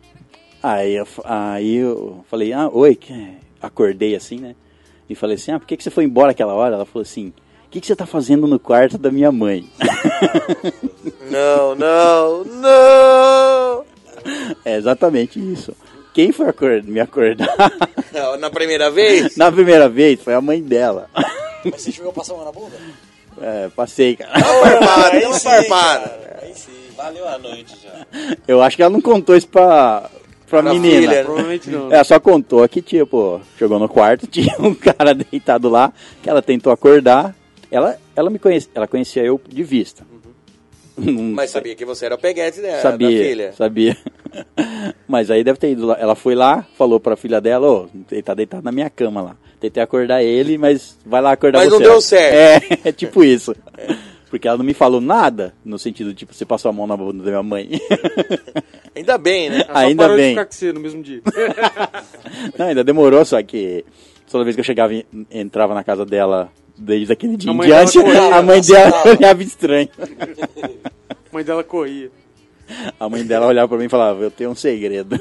Aí eu, f- aí eu falei, ah, oi, que- acordei assim, né? E falei assim, ah, por que, que você foi embora aquela hora? Ela falou assim, o que, que você tá fazendo no quarto da minha mãe?
Não, não, não!
É exatamente isso. Quem foi acor- me acordar [LAUGHS]
Não, Na primeira vez?
na primeira vez foi a mão dela. [LAUGHS]
mas você jogou passar uma na bunda?
É, passei, cara.
Dá uma farpada, dá
Aí
uma
sim,
farpada.
cara, Aí sim. Valeu a noite já.
Eu acho que ela não contou isso pra, pra,
Pra
menina.
filha, né?
Provavelmente não. né?
Ela só contou que, tipo, chegou no quarto, [LAUGHS] tinha um cara deitado lá, que ela tentou acordar. Ela, ela me conhece, ela conhecia eu de vista.
Mas sabia que você era o peguete
É,
dela,
sabia,
da filha.
sabia. [LAUGHS] Mas aí deve ter ido lá. Ela foi lá, falou pra filha dela, ô, ele tá deitado na minha cama lá. Tentei acordar ele, mas vai lá acordar
Mas
você.
não deu certo.
É, [LAUGHS] é tipo isso. Porque ela não me falou nada, no sentido, tipo, você passou a mão na bunda da minha mãe.
Ainda bem, né?
[LAUGHS]
[LAUGHS] Ela só
ainda
parou
bem.
de ficar com você no mesmo dia.
Não, ainda demorou, só que toda vez que eu chegava e entrava na casa dela desde aquele dia
A
em
mãe dela
diante,
acordava,
[LAUGHS] a mãe dela
assustava.
olhava estranho.
A mãe dela corria.
A mãe dela olhava pra mim e falava, eu tenho um segredo.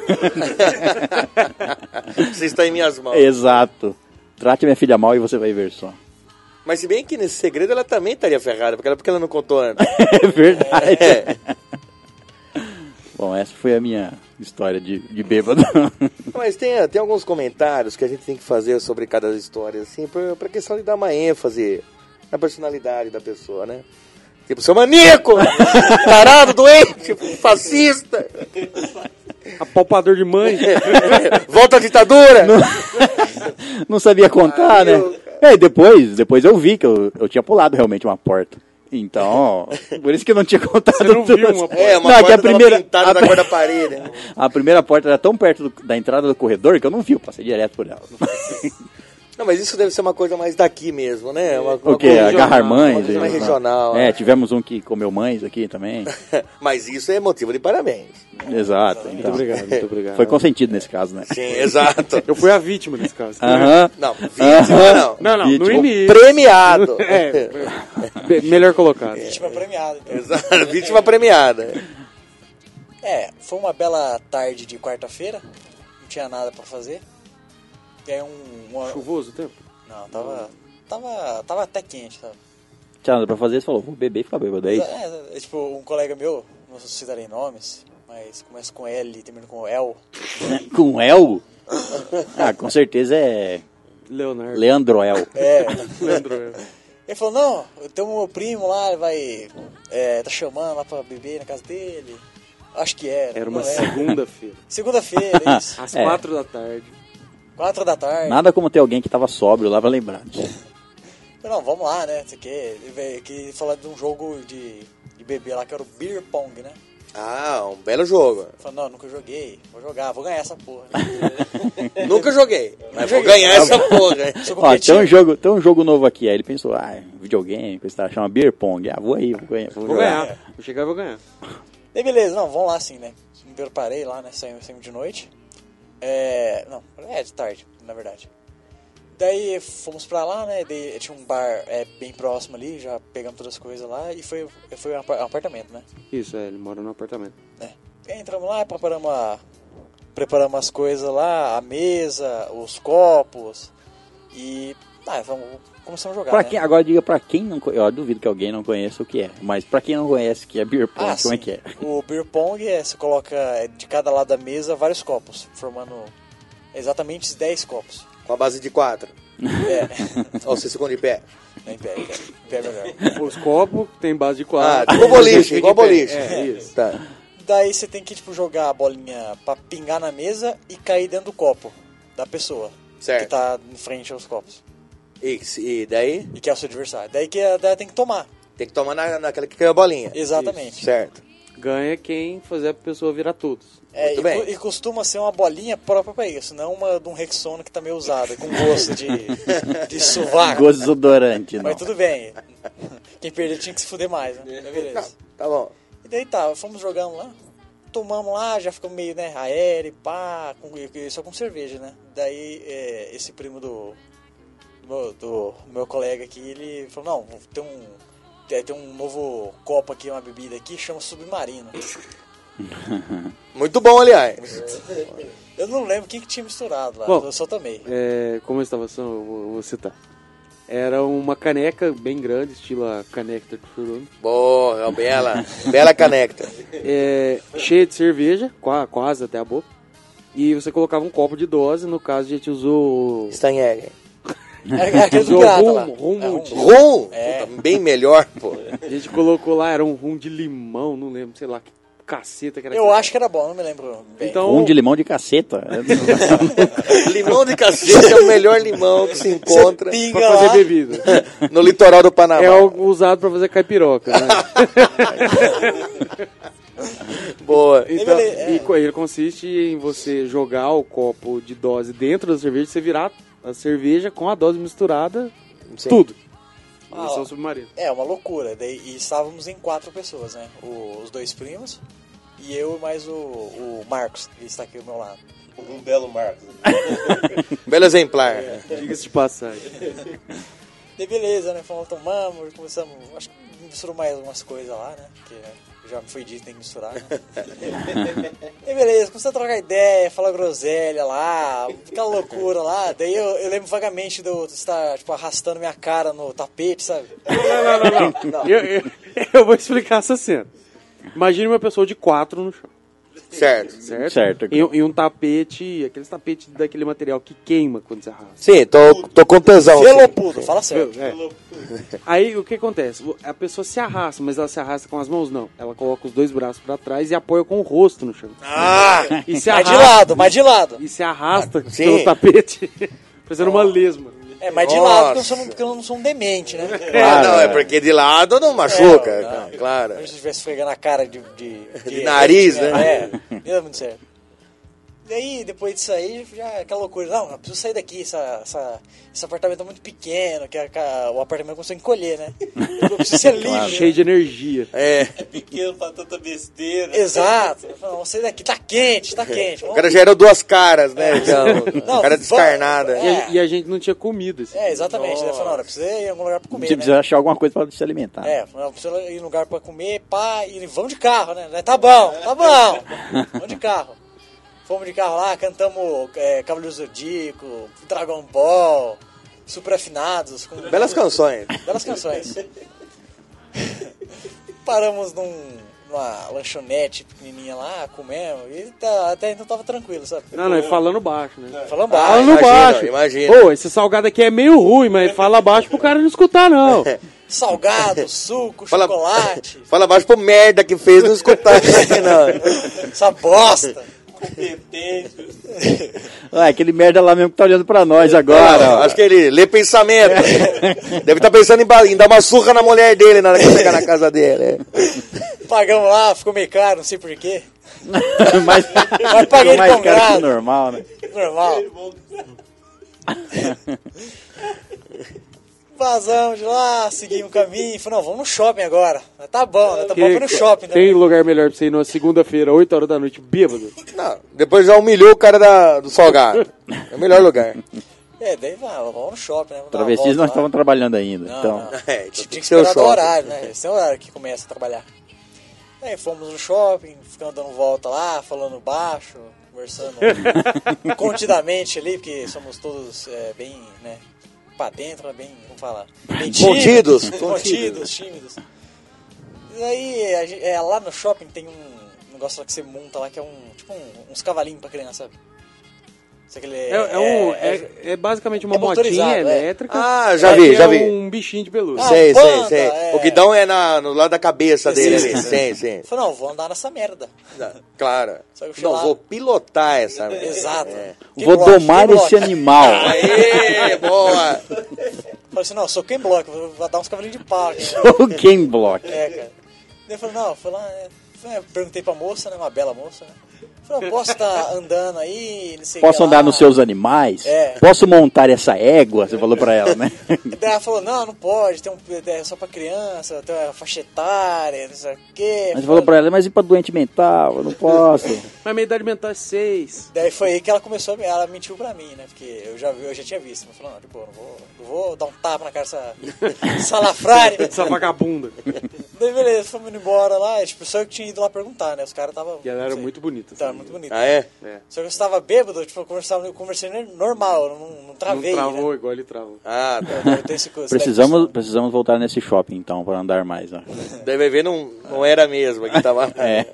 Você está em minhas
É.
mãos.
Exato. Trate minha filha mal e você vai ver só. [LAUGHS]
Mas se bem que nesse segredo ela também estaria ferrada, porque ela, porque ela não contou antes.
É verdade.
É.
Bom, essa foi a minha história de, de bêbado. [LAUGHS]
Mas tem, tem alguns comentários que a gente tem que fazer sobre cada história, assim, pra, pra questão de dar uma ênfase na personalidade da pessoa, né? Tipo, seu maníaco! Tarado, doente, fascista!
Apalpador de mãe.
É, [LAUGHS] Volta à ditadura!
Não sabia contar, né?
Pariu,
É, e depois, depois eu vi que eu, eu tinha pulado realmente uma porta. Então, por isso que eu não tinha [LAUGHS] contado
Você não viu
todas.
uma porta?
É, uma
Não, que
porta
a primeira-
tava pintada
a
na
pri- [LAUGHS]
cor da parede. né?
A primeira porta era tão perto do- da entrada do corredor que eu não vi, eu passei direto por ela.
Não, mas isso deve ser uma coisa mais daqui mesmo, né? Uma,
[LAUGHS] O
uma
que?
coisa-
regional,
Agarrar mães?
uma coisa mais
né?
regional,
É,
né?
tivemos um que comeu mães aqui também.
[LAUGHS] Mas isso é motivo de parabéns.
Exato.
Muito
Então,
obrigado, muito obrigado.
foi consentido nesse caso, né?
Sim, [LAUGHS] exato.
Eu fui a vítima nesse caso.
Aham.
Não, vítima não.
Não, não, no
Vítima.
início.
Premiado.
É, be- melhor colocado.
Vítima premiada. Então.
[LAUGHS] Exato, vítima premiada.
É, foi uma bela tarde de quarta-feira. Não tinha nada pra fazer. E aí um... uma-
Chuvoso o tempo?
Não, tava... Tava, tava até quente, sabe?
Tinha nada pra fazer, você falou, vou beber e ficar bêbado, é isso?
É, é, tipo, um colega meu, não citarei nomes, mas começa com L e termina com L.
né? Com El? Ah, com certeza é
Leonardo.
Leandro El.
É.
Leandro.
Ele falou, não, eu tenho um primo lá, ele vai. é, tá chamando lá pra beber na casa dele. Acho que era.
Era
não
uma
lembro.
segunda-feira.
Segunda-feira, isso.
É. Às
É.
quatro da tarde.
Quatro da tarde.
Nada como ter alguém que tava sóbrio lá pra lembrar.
Eu, Não, vamos lá, né? Não sei o quê. Ele veio aqui falar de um jogo de, de bebê lá que era o Beer Pong, né?
Ah, um belo jogo.
Eu falei, não, nunca joguei, vou jogar, vou ganhar essa porra.
Nunca joguei, mas vou ganhar essa
Tá
porra.
Sou
Ó, tem
competitivo.
um, jogo, tem um jogo novo aqui. Aí ele pensou, ah, videogame, coisa e tal, chama Beer Pong. Ah, vou aí, vou ganhar.
Vou
jogar.
ganhar. Vou chegar e vou ganhar.
Daí beleza, não, vamos lá sim, né? Me preparei lá, né? Saímos, saímos de noite. É. Não, é de tarde, na verdade. Daí fomos pra lá, né? Daí tinha um bar é, bem próximo ali, já pegamos todas as coisas lá e foi, foi um apa- um apartamento, né?
Isso, é, ele mora no apartamento.
né? Entramos lá, preparamos, a, preparamos as coisas lá, a mesa, os copos e. Ah, vamos, começamos a jogar.
Pra
né?
quem, agora diga pra quem não conhece. Eu duvido que alguém não conheça o que é. Mas pra quem não conhece o que é Beer Pong,
Ah,
como é
sim.
que é?
O beer pong é, você coloca é, de cada lado da mesa vários copos, formando exatamente 10 copos.
Com a base de quatro.
[LAUGHS]
É,
Ó, você segundo de pé.
não, em pé, em pé, em pé é melhor.
Os copos tem base de
Ah,
quatro.
[LAUGHS]
igual boliche, igual
Tem que-
boliche.
É, isso.
Tá.
Daí você tem que tipo, jogar a bolinha pra pingar na mesa e cair dentro do copo da pessoa
Certo.
que tá em frente aos copos
E, e daí?
e que é o seu adversário. Daí que daí tem que tomar,
Tem que tomar na, naquela que caiu a bolinha.
exatamente.
Certo.
Ganha quem fazer a pessoa virar todos.
É,
Muito
e,
bem.
co- e costuma ser uma bolinha própria pra isso, não uma de um Rexona que tá meio usada, com
[LAUGHS]
gosto de, de sovaco.
Gosto é? desodorante, não.
Mas tudo bem. Quem perder tinha que se fuder mais, né? Mas beleza.
Tá bom.
E daí tá, fomos jogando lá. Tomamos lá, já ficamos meio, né, aéreo, pá, com, só com cerveja, né? Daí é, esse primo do, do, meu- do meu colega aqui, ele falou, não, tem um, tem, tem um novo copo aqui, uma bebida aqui, chama Submarino.
Muito bom, aliás.
Eu não lembro o que, que tinha misturado lá,
Bom,
eu só tomei. [LAUGHS]
É, como eu estava sendo, eu vou, eu vou citar. Era uma caneca bem grande, estilo a caneca do Churume.
Boa, é uma bela, bela canecta.
é, cheia de cerveja, qua- quase até a boca. E você colocava um copo de dose, no caso a gente usou.
Steinegger.
É, é aquele do
Usou
pirata
rum,
lá.
rum
É,
multi.
Rum?
É.
Puta, Bem melhor, pô.
A gente colocou lá, era um rum de limão, não lembro, sei lá que caceta que era
Eu
aquilo.
acho que era bom, não me lembro bem.
Então,
Um de limão de
[LAUGHS]
caceta.
Limão de cacete é o melhor limão que se encontra
pinga
pra fazer bebida.
[LAUGHS]
[LAUGHS] no litoral do Panamá.
É algo usado pra fazer caipiroca,
[LAUGHS]
né?
Boa.
Então,
Ele- é.
e co- ele consiste em você jogar o copo de dose dentro da cerveja e você virar a cerveja com a dose misturada,
Sim.
tudo.
Ah,
Missão
ó.
submarina.
É, uma loucura. Daí, e estávamos em quatro pessoas, né? O- os dois primos e eu e mais o, o Marcos, que está aqui ao meu lado.
Um belo Marcos.
Belo exemplar.
Diga-se de passagem. [LAUGHS]
Daí beleza, né? Fomos, tomamos, começamos... Acho que misturou mais algumas coisas lá, né? Porque né, já me foi dito, tem que misturar, né? Daí beleza, começamos a trocar ideia, falar groselha lá, aquela loucura lá. Daí eu, eu lembro vagamente de eu estar, tipo, arrastando minha cara no tapete, sabe?
Eu, eu- eu vou explicar essa cena. Imagine uma pessoa de quatro no chão,
Certo.
certo?
Certo.
E, um- e um tapete, aqueles tapetes daquele material que queima quando você arrasta.
Sim, tô, tô com tesão.
Velopudo, fala sério.
É. Aí o que acontece? O- A pessoa se arrasta, mas ela se arrasta com as mãos? Não. Ela coloca os dois braços pra trás e apoia com o rosto no chão.
Ah,
E se
Mas É de
arrasta,
lado, mas de lado.
E se arrasta
sim.
pelo tapete, [LAUGHS] parecendo uma lesma.
É, mas de
Nossa.
lado, porque eu, sou, um- porque eu não sou um demente,
[LAUGHS]
né?
ah, não, é porque de lado não machuca,
É,
não,
não.
claro.
Se eu estivesse esfregando a cara de... De,
nariz, né?
É, ia dar muito certo. E aí, depois disso aí, já é aquela loucura. Não, eu preciso sair daqui, essa, essa- esse apartamento é muito pequeno, que a- que a- o apartamento começou a encolher, né? Eu preciso
[LAUGHS]
ser livre. né?
Cheio de energia.
É.
Pequeno pra tanta besteira.
Exato. Eu falei, Não, você daqui tá quente,
[LAUGHS]
tá quente.
O
Vamos...
cara já era duas caras, né? Já,
Não,
o cara descarnada.
E,
vamos-
a, e a gente não tinha comida. Assim.
É, exatamente. Né? Eu falei, não, eu preciso ir em algum
[LAUGHS]
lugar pra comer,
Tipo, Você
né?
precisa achar alguma coisa pra se alimentar.
É, eu falei, não, eu preciso ir em lugar pra comer, pá, e vão de carro, né? Daí, Tá bom, tá bom. Vamos de carro. Fomos de carro lá, cantamos é, Cavaleiro Zodíaco, Dragon Ball, Super Afinados. com-
Belas canções.
Belas canções. Paramos num- numa lanchonete pequenininha lá, comemos, e tá- até então tava tranquilo, sabe?
Não, não, é falando baixo, né?
Falando
Ah,
Fala
baixo.
no
Tá, imagina,
baixo.
imagina.
Ô, esse salgado aqui é meio ruim, mas fala baixo pro cara não escutar, não.
Salgado, suco,
Fala-
chocolate,
Fala baixo pro merda que fez não escutar isso aqui, [LAUGHS] não.
essa bosta.
Ah, aquele merda lá mesmo que tá olhando pra nós agora.
Não,
ó.
acho que ele lê [LAUGHS] pensamento. Deve estar pensando em, ba- em dar uma surra na mulher dele na hora que chegar na casa dele. é.
Pagamos lá, ficou meio caro, não sei porquê.
[LAUGHS] mas
Mas paguei Tá
mais
com
caro que
graça.
o normal, né?
Normal. Vazamos de lá, seguimos o caminho. Falei, não, vamos no shopping agora. Mas Tá bom, né? tá bom pra ir no shopping, né?
tem lugar melhor pra você ir numa segunda-feira, 8 horas da noite, bêbado.
Não, depois já humilhou o cara da- do salgado. É o melhor lugar.
É, daí vai, vamos no shopping, né? Vamos dar uma
Travestis
volta
nós
lá.
estávamos trabalhando ainda.
Não,
então,
não.
É,
Tinha
então tem
que
que ser
esperar
o
do
shopping.
horário, né? Esse é o horário que começa a trabalhar. Aí fomos no shopping, ficando dando volta lá, falando baixo,
[LAUGHS]
conversando contidamente ali, porque somos todos é, bem, né, pra dentro, né, bem, vamos falar, bem
Contidos,
tímidos,
contidos.
[LAUGHS] contidos, tímidos. E aí, a gen- é, lá no shopping tem um negócio lá que você monta lá, que é um, tipo um- uns cavalinhos pra criança, sabe? Isso aquele
É, é um, é, é basicamente uma
é
motinha
motorizado, é.
elétrica.
Ah, já
É,
vi,
que
já
é
vi.
um bichinho de pelúcia.
Ah,
Sei, sei,
banda,
sei.
é.
O guidão é na, no lado da cabeça dele. ali.
Existe,
Sim, sim.
Eu falei, não, vou andar nessa merda.
Claro.
Só que eu
Não,
lá-
vou pilotar essa.
Exato.
É.
Quem
vou
bloca?
domar
Quem
esse
bloca? [LAUGHS]
animal.
Aê, boa!
Falei assim, não, eu sou quem bloca, vou vou dar uns cavalinhos de pau. aqui.
[LAUGHS] o Game Block.
é, cara. Daí eu falei, não, eu fui lá, é, fui- eu perguntei pra moça, né, uma bela moça, né. Eu Falei, eu posso estar andando aí, não sei o que
Posso andar
lá.
nos seus animais?
É.
Posso montar essa égua? Você falou pra ela,
[LAUGHS]
né? [LAUGHS]
Daí ela falou, não, não pode, tem um, é só pra criança, tem uma faixa etária, não sei o quê.
Mas você falou pra ela, mas e pra doente mental? Eu não posso.
Mas minha idade mental é
[LAUGHS]
6.
Daí foi aí que ela começou, a me- ela mentiu pra mim, né? Porque eu já, vi- eu já tinha visto. Eu falei, não, de boa, não vou, não vou dar um tapa na cara dessa
[LAUGHS]
salafrária.
Essa vagabunda.
Daí beleza, fomos embora lá. e, Tipo, só eu que tinha ido lá perguntar, né? Os caras estavam.
E ela era muito bonita. assim.
Tava Tá, muito bonito.
Ah, é?
Só que eu estava bêbado, tipo, eu, conversava, eu conversei normal, eu não, não
Não
travei.
travou
né?
igual ele travou.
Ah, tá.
Eu tenho esse- esse
Precisamos, precisamos voltar nesse shopping, então, pra andar mais. ó.
Daí vai ver, não, não era mesmo. Aqui tava...
É.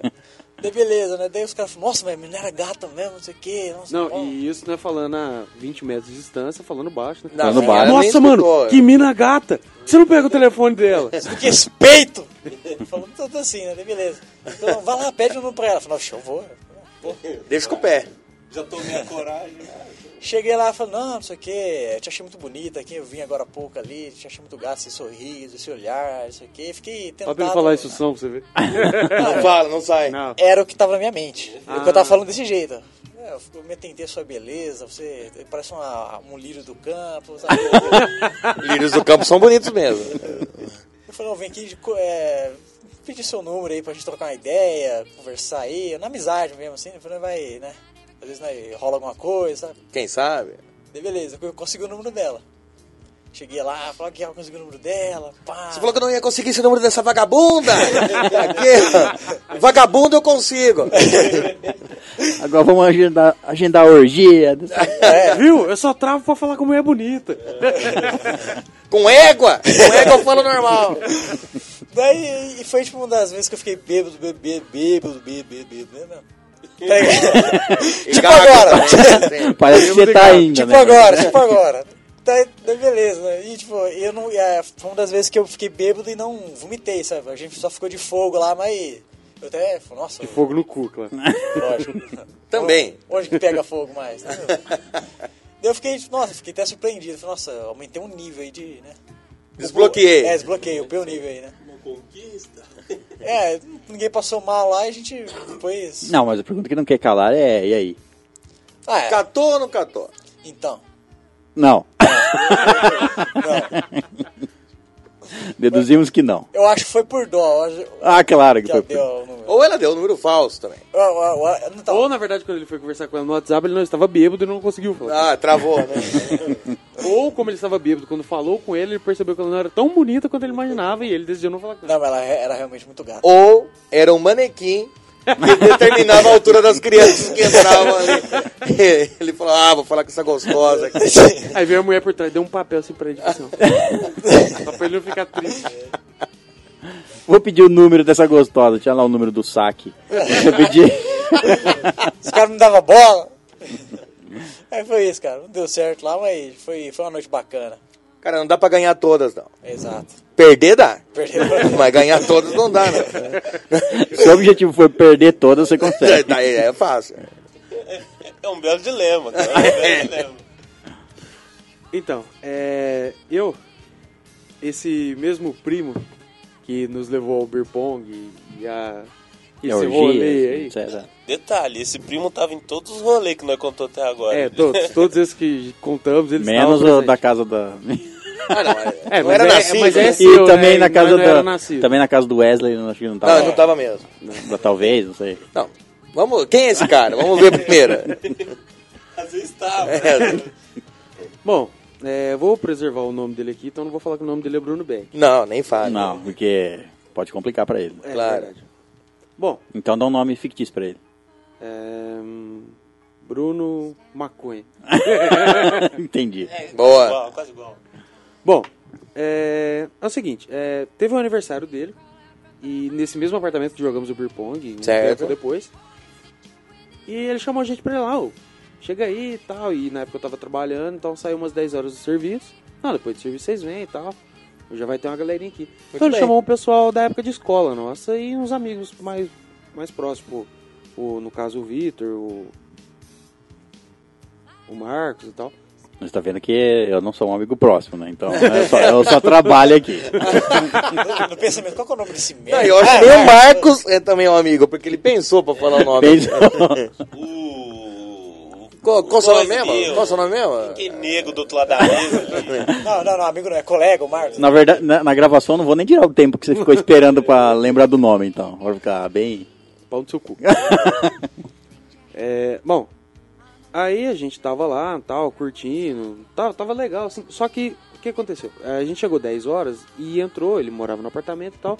Daí beleza, né? Daí os caras falaram, nossa, mas a menina era gata mesmo, não sei o quê. Nossa,
Não,
bom.
e isso não é falando a 20 metros de distância, falando baixo, né?
Não,
no
sim,
bar.
ela nem
Nossa, mano,
escutou.
que mina gata. Você não pega o telefone dela.
Que respeito! Falando tudo assim, né? Daí beleza. Então, vai lá, pede o número pra ela. Eu Falei, não, eu vou.
Deixa com o pé.
Cheguei lá e falei, não, não sei o que, eu te achei muito bonita aqui, eu vim agora há pouco ali, te achei muito gato, esse sorriso, esse olhar, não sei o que, fiquei
Só
tentado.
pra ele falar isso são pra você ver.
Não fala, não sai.
Não.
Era o que tava na minha mente, É o que eu tava falando desse jeito. É, Eu fico- eu me atentei à sua beleza, você parece uma- um lírio do campo, sabe?
Lírios do campo são bonitos mesmo.
eu falei, não, vem aqui de co- é, pedir seu número aí pra gente trocar uma ideia, conversar aí, na amizade mesmo, assim, eu falei, vai, né? Às vezes né, rola alguma coisa, sabe?
Quem sabe?
Daí beleza, eu consegui o número dela. Cheguei lá, falei "Ah, que eu consegui o número dela, pá.
Você falou que eu não ia conseguir esse número dessa vagabunda? Aqui, ó. vagabunda eu consigo.
Agora vamos agendar, agendar a
[LAUGHS]
orgia.
Viu? Eu só travo pra falar como é bonita.
Com égua? Com égua eu falo normal.
Daí e foi tipo uma das vezes que eu fiquei bêbado, bêbado, bêbado, bêbado, bêbado, né? Tá [LAUGHS] ligado? tipo
né?
agora,
Parece que você tá ainda,
tipo
né?
agora,
[LAUGHS]
tipo agora. Daí, daí beleza, né? E tipo, eu não. é, foi uma das vezes que eu fiquei bêbado e não vomitei, sabe? A gente só ficou de fogo lá, mas. Eu até. falei, Nossa,
Fogo no cu, claro.
lógico.
Também.
Onde que pega fogo
[LAUGHS]
mais? né? Daí eu fiquei, tipo, nossa, fiquei até surpreendido. Falei, nossa, aumentei um nível aí de, né? É,
Desbloqueei.
desbloqueei, upei o nível aí, né? Uma [LAUGHS] conquista. É, ninguém passou mal lá e a gente depois...
Não, mas a pergunta que não quer calar é, e aí?
Ah, é.
Catou ou não catou?
Então. [LAUGHS]
Não. [LAUGHS] Deduzimos que não.
Eu acho que foi por dó. eu acho-
Ah, claro que
que ela
foi.
deu o número.
Ou ela deu um número falso também.
Eu- eu- eu- então,
Ou, na verdade, quando ele foi conversar com ela no WhatsApp, ele não estava bêbado e não conseguiu falar.
Ah, travou, né?
Ou, como ele estava bêbado, quando falou com ele, ele percebeu que ela não era tão bonita quanto ele imaginava e ele decidiu não falar com ela.
Não, mas ela re- era realmente muito gata.
Ou era um manequim que determinava a altura das crianças que entravam ali. Ele falou, ah, vou falar com essa gostosa aqui.
[LAUGHS]
Aí veio a mulher por trás, deu um papel assim pra ele, tipo assim, ó. Só pra ele não ficar triste.
Vou pedir o número dessa gostosa. Tinha lá o número do saque. Deixa eu pedir.
Os caras não davam bola. Aí foi isso, cara. Não deu certo lá, mas foi, foi uma noite bacana.
Cara, não dá pra ganhar todas, não.
Exato.
Perder dá.
Perdeu.
Mas ganhar todas não dá, né?
Se o objetivo for perder todas, você
É,
consegue.
tá, é fácil.
É um belo dilema, cara. É
[LAUGHS]
um belo dilema.
Então, é, eu, esse mesmo primo que nos levou ao beer pong e, e a e
É
esse rolê aí.
assim, etc.
Detalhe, esse primo tava em todos os rolês que nós contou até agora.
É, todos, todos esses que contamos, eles
Menos
estavam
o da
presentes.
casa da.
Ah, não, é,
É,
não
mas
era
é-
nascido.
mas é
né?
seu,
e também
né?
na
Mas
casa
não era
da.
nascido.
Também na casa do Wesley, eu acho que não tava.
Não, Ah, não tava mesmo.
Talvez, não sei.
Não. Vamos, quem é esse cara? Vamos ver primeiro.
[LAUGHS]
Às vezes tava.
É,
Bom, é, eu vou preservar o nome dele aqui, então não vou falar que o nome dele é Bruno Beck.
não, nem fala.
Não, porque pode complicar pra ele.
É,
Claro.
verdade. Bom,
Então dá um nome fictício pra ele. [LAUGHS]
é, hum, Bruno Maconha.
Entendi.
Boa.
Igual, quase igual.
Bom, é, é o seguinte, é, teve um aniversário dele, e nesse mesmo apartamento que jogamos o beer pong, um
Certo.
tempo depois, e ele chamou a gente pra ir lá, ô, chega aí e tal, e na época eu tava trabalhando, então saiu umas 10 horas do serviço, não, depois do serviço vocês vêm e tal, já vai ter uma galerinha aqui. então ele
bem.
chamou o pessoal da época de escola nossa e uns amigos mais, mais próximos, tipo, o, no caso o Vitor, o, o Marcos e tal.
Você tá vendo que eu não sou um amigo próximo, né? Então eu só, eu só trabalho aqui.
No- No pensamento, qual que é o nome desse merda?
Não, eu acho que nem o Marcos é também um amigo, porque ele pensou pra falar o nome.
Beijo.
O.
[LAUGHS] Qual, qual o seu nome
Dois
mesmo?
mil.
Qual o seu nome mesmo?
Que nego do outro lado da mesa.
Não, não, não, amigo não, é colega, o Marcos.
Na verdade, na, na gravação eu não vou nem tirar o tempo que você ficou esperando pra lembrar do nome, então. Vai ficar bem.
Pau no seu cu. É, bom, aí a gente tava lá, tal, curtindo, tava, tava legal, assim, só que o que aconteceu? É, A gente chegou 10 horas e entrou, ele morava no apartamento e tal.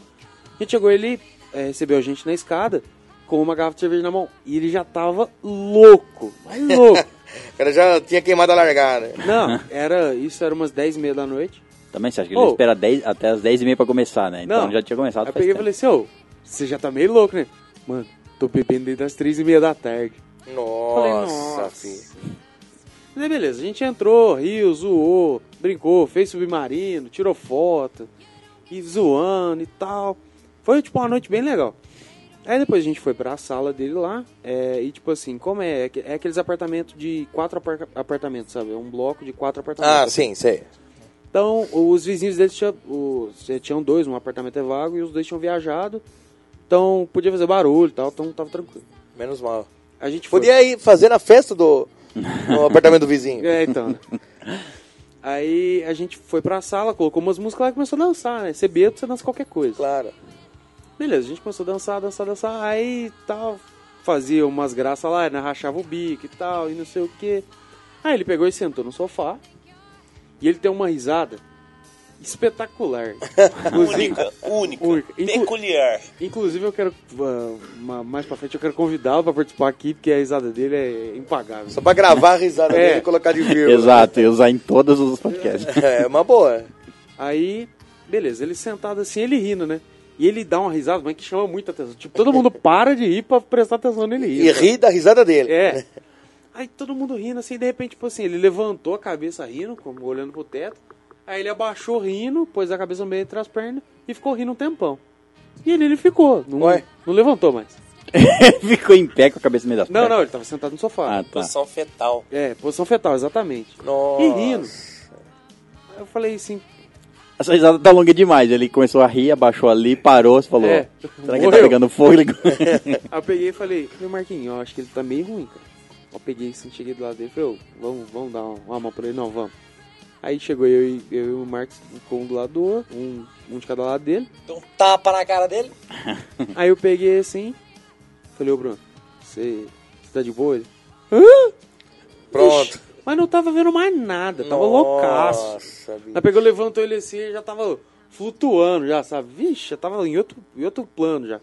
A gente chegou, ele é, recebeu a gente na escada com uma garrafa de cerveja na mão. E ele já tava louco, mas louco.
O cara já tinha queimado a largada.
Não, era, isso era umas 10 e meia da noite.
Também você acha que ele
Ô.
espera 10 até as 10 e meia pra começar, né? Então
Não.
já tinha começado.
Aí eu
faz
peguei e
tempo.
falei assim, ô, você já tá meio louco, né? Mano, tô bebendo desde as 3 e meia da tarde. Falei,
Nossa,
nossa.
filho.
Mas aí, beleza, a gente entrou, riu, zoou, brincou, fez submarino, tirou foto, e zoando e tal. Foi, tipo, uma noite bem legal. Aí depois a gente foi pra sala dele lá, é, e tipo assim, como é? É que- É aqueles apartamentos de quatro apar- apartamentos, sabe? É um bloco de quatro apartamentos.
Ah, sim, sei.
Então, os vizinhos deles tinham, os, eh, tinham dois, um apartamento é vago, e os dois tinham viajado. Então, podia fazer barulho e tal, então tava tranquilo.
Menos mal.
A gente foi...
Podia ir fazer a festa do, do apartamento do vizinho.
[LAUGHS] É, então. né? Aí a gente foi pra sala, colocou umas músicas lá e começou a dançar, né? Você bêbado, você dança qualquer coisa.
Claro.
Beleza, a gente começou a dançar, dançar, dançar. Aí tal, fazia umas graças lá, né? Rachava o bico e tal, e não sei o quê. Aí ele pegou e sentou no sofá. E ele tem uma risada espetacular. Inclusive,
única, única,
Única. Inclu-
peculiar.
inclusive eu quero. ah, ma- mais pra frente eu quero convidá-lo pra participar aqui, porque a risada dele é impagável.
Só pra gravar a risada
É.
dele e colocar de vírgula.
Exato, e usar em todos os podcasts.
[LAUGHS] É uma boa.
Aí, beleza, ele sentado assim, ele rindo, né? E ele dá uma risada, mas que chama muita atenção. Tipo, todo mundo para de rir pra prestar atenção nele
E [LAUGHS]
rindo.
ri da risada dele.
É. Aí todo mundo rindo assim, de repente, tipo assim, ele levantou a cabeça rindo, como olhando pro teto. Aí ele abaixou rindo, pôs a cabeça no meio entre as pernas e ficou rindo um tempão. E ele, ele ficou, não,
Ué?
não levantou mais.
[LAUGHS] Ficou em pé com a cabeça no meio das
Não,
pernas.
não, ele tava sentado no sofá.
Ah, tá.
Posição fetal.
É, posição fetal, exatamente.
Nossa.
E rindo. Aí eu falei assim,
Essa risada tá longa demais. Ele começou a rir, abaixou ali, parou, você falou.
É.
Será que ele tá
Morreu. [LAUGHS] É.
[LAUGHS] pegando fogo? Ele-
Aí eu peguei e falei, meu Marquinhos, eu acho que ele tá meio ruim, cara. Eu peguei assim, cheguei do lado dele e falei, ô, vamos, vamos dar uma, uma mão pra ele? Não, vamos. Aí chegou eu e, eu e o Marcos, ficou um do lado do outro, um, um de cada lado dele.
Deu um tapa na cara dele.
[LAUGHS] Aí eu peguei assim, falei, ô Bruno, você, você tá de boa? Ele, Hã?
Pronto.
Mas não tava vendo mais nada, tava loucaço.
Nossa, bicho.
Aí pegou, levantou ele assim, ele já tava flutuando já, sabe? Vixe, já tava em outro, em outro plano já.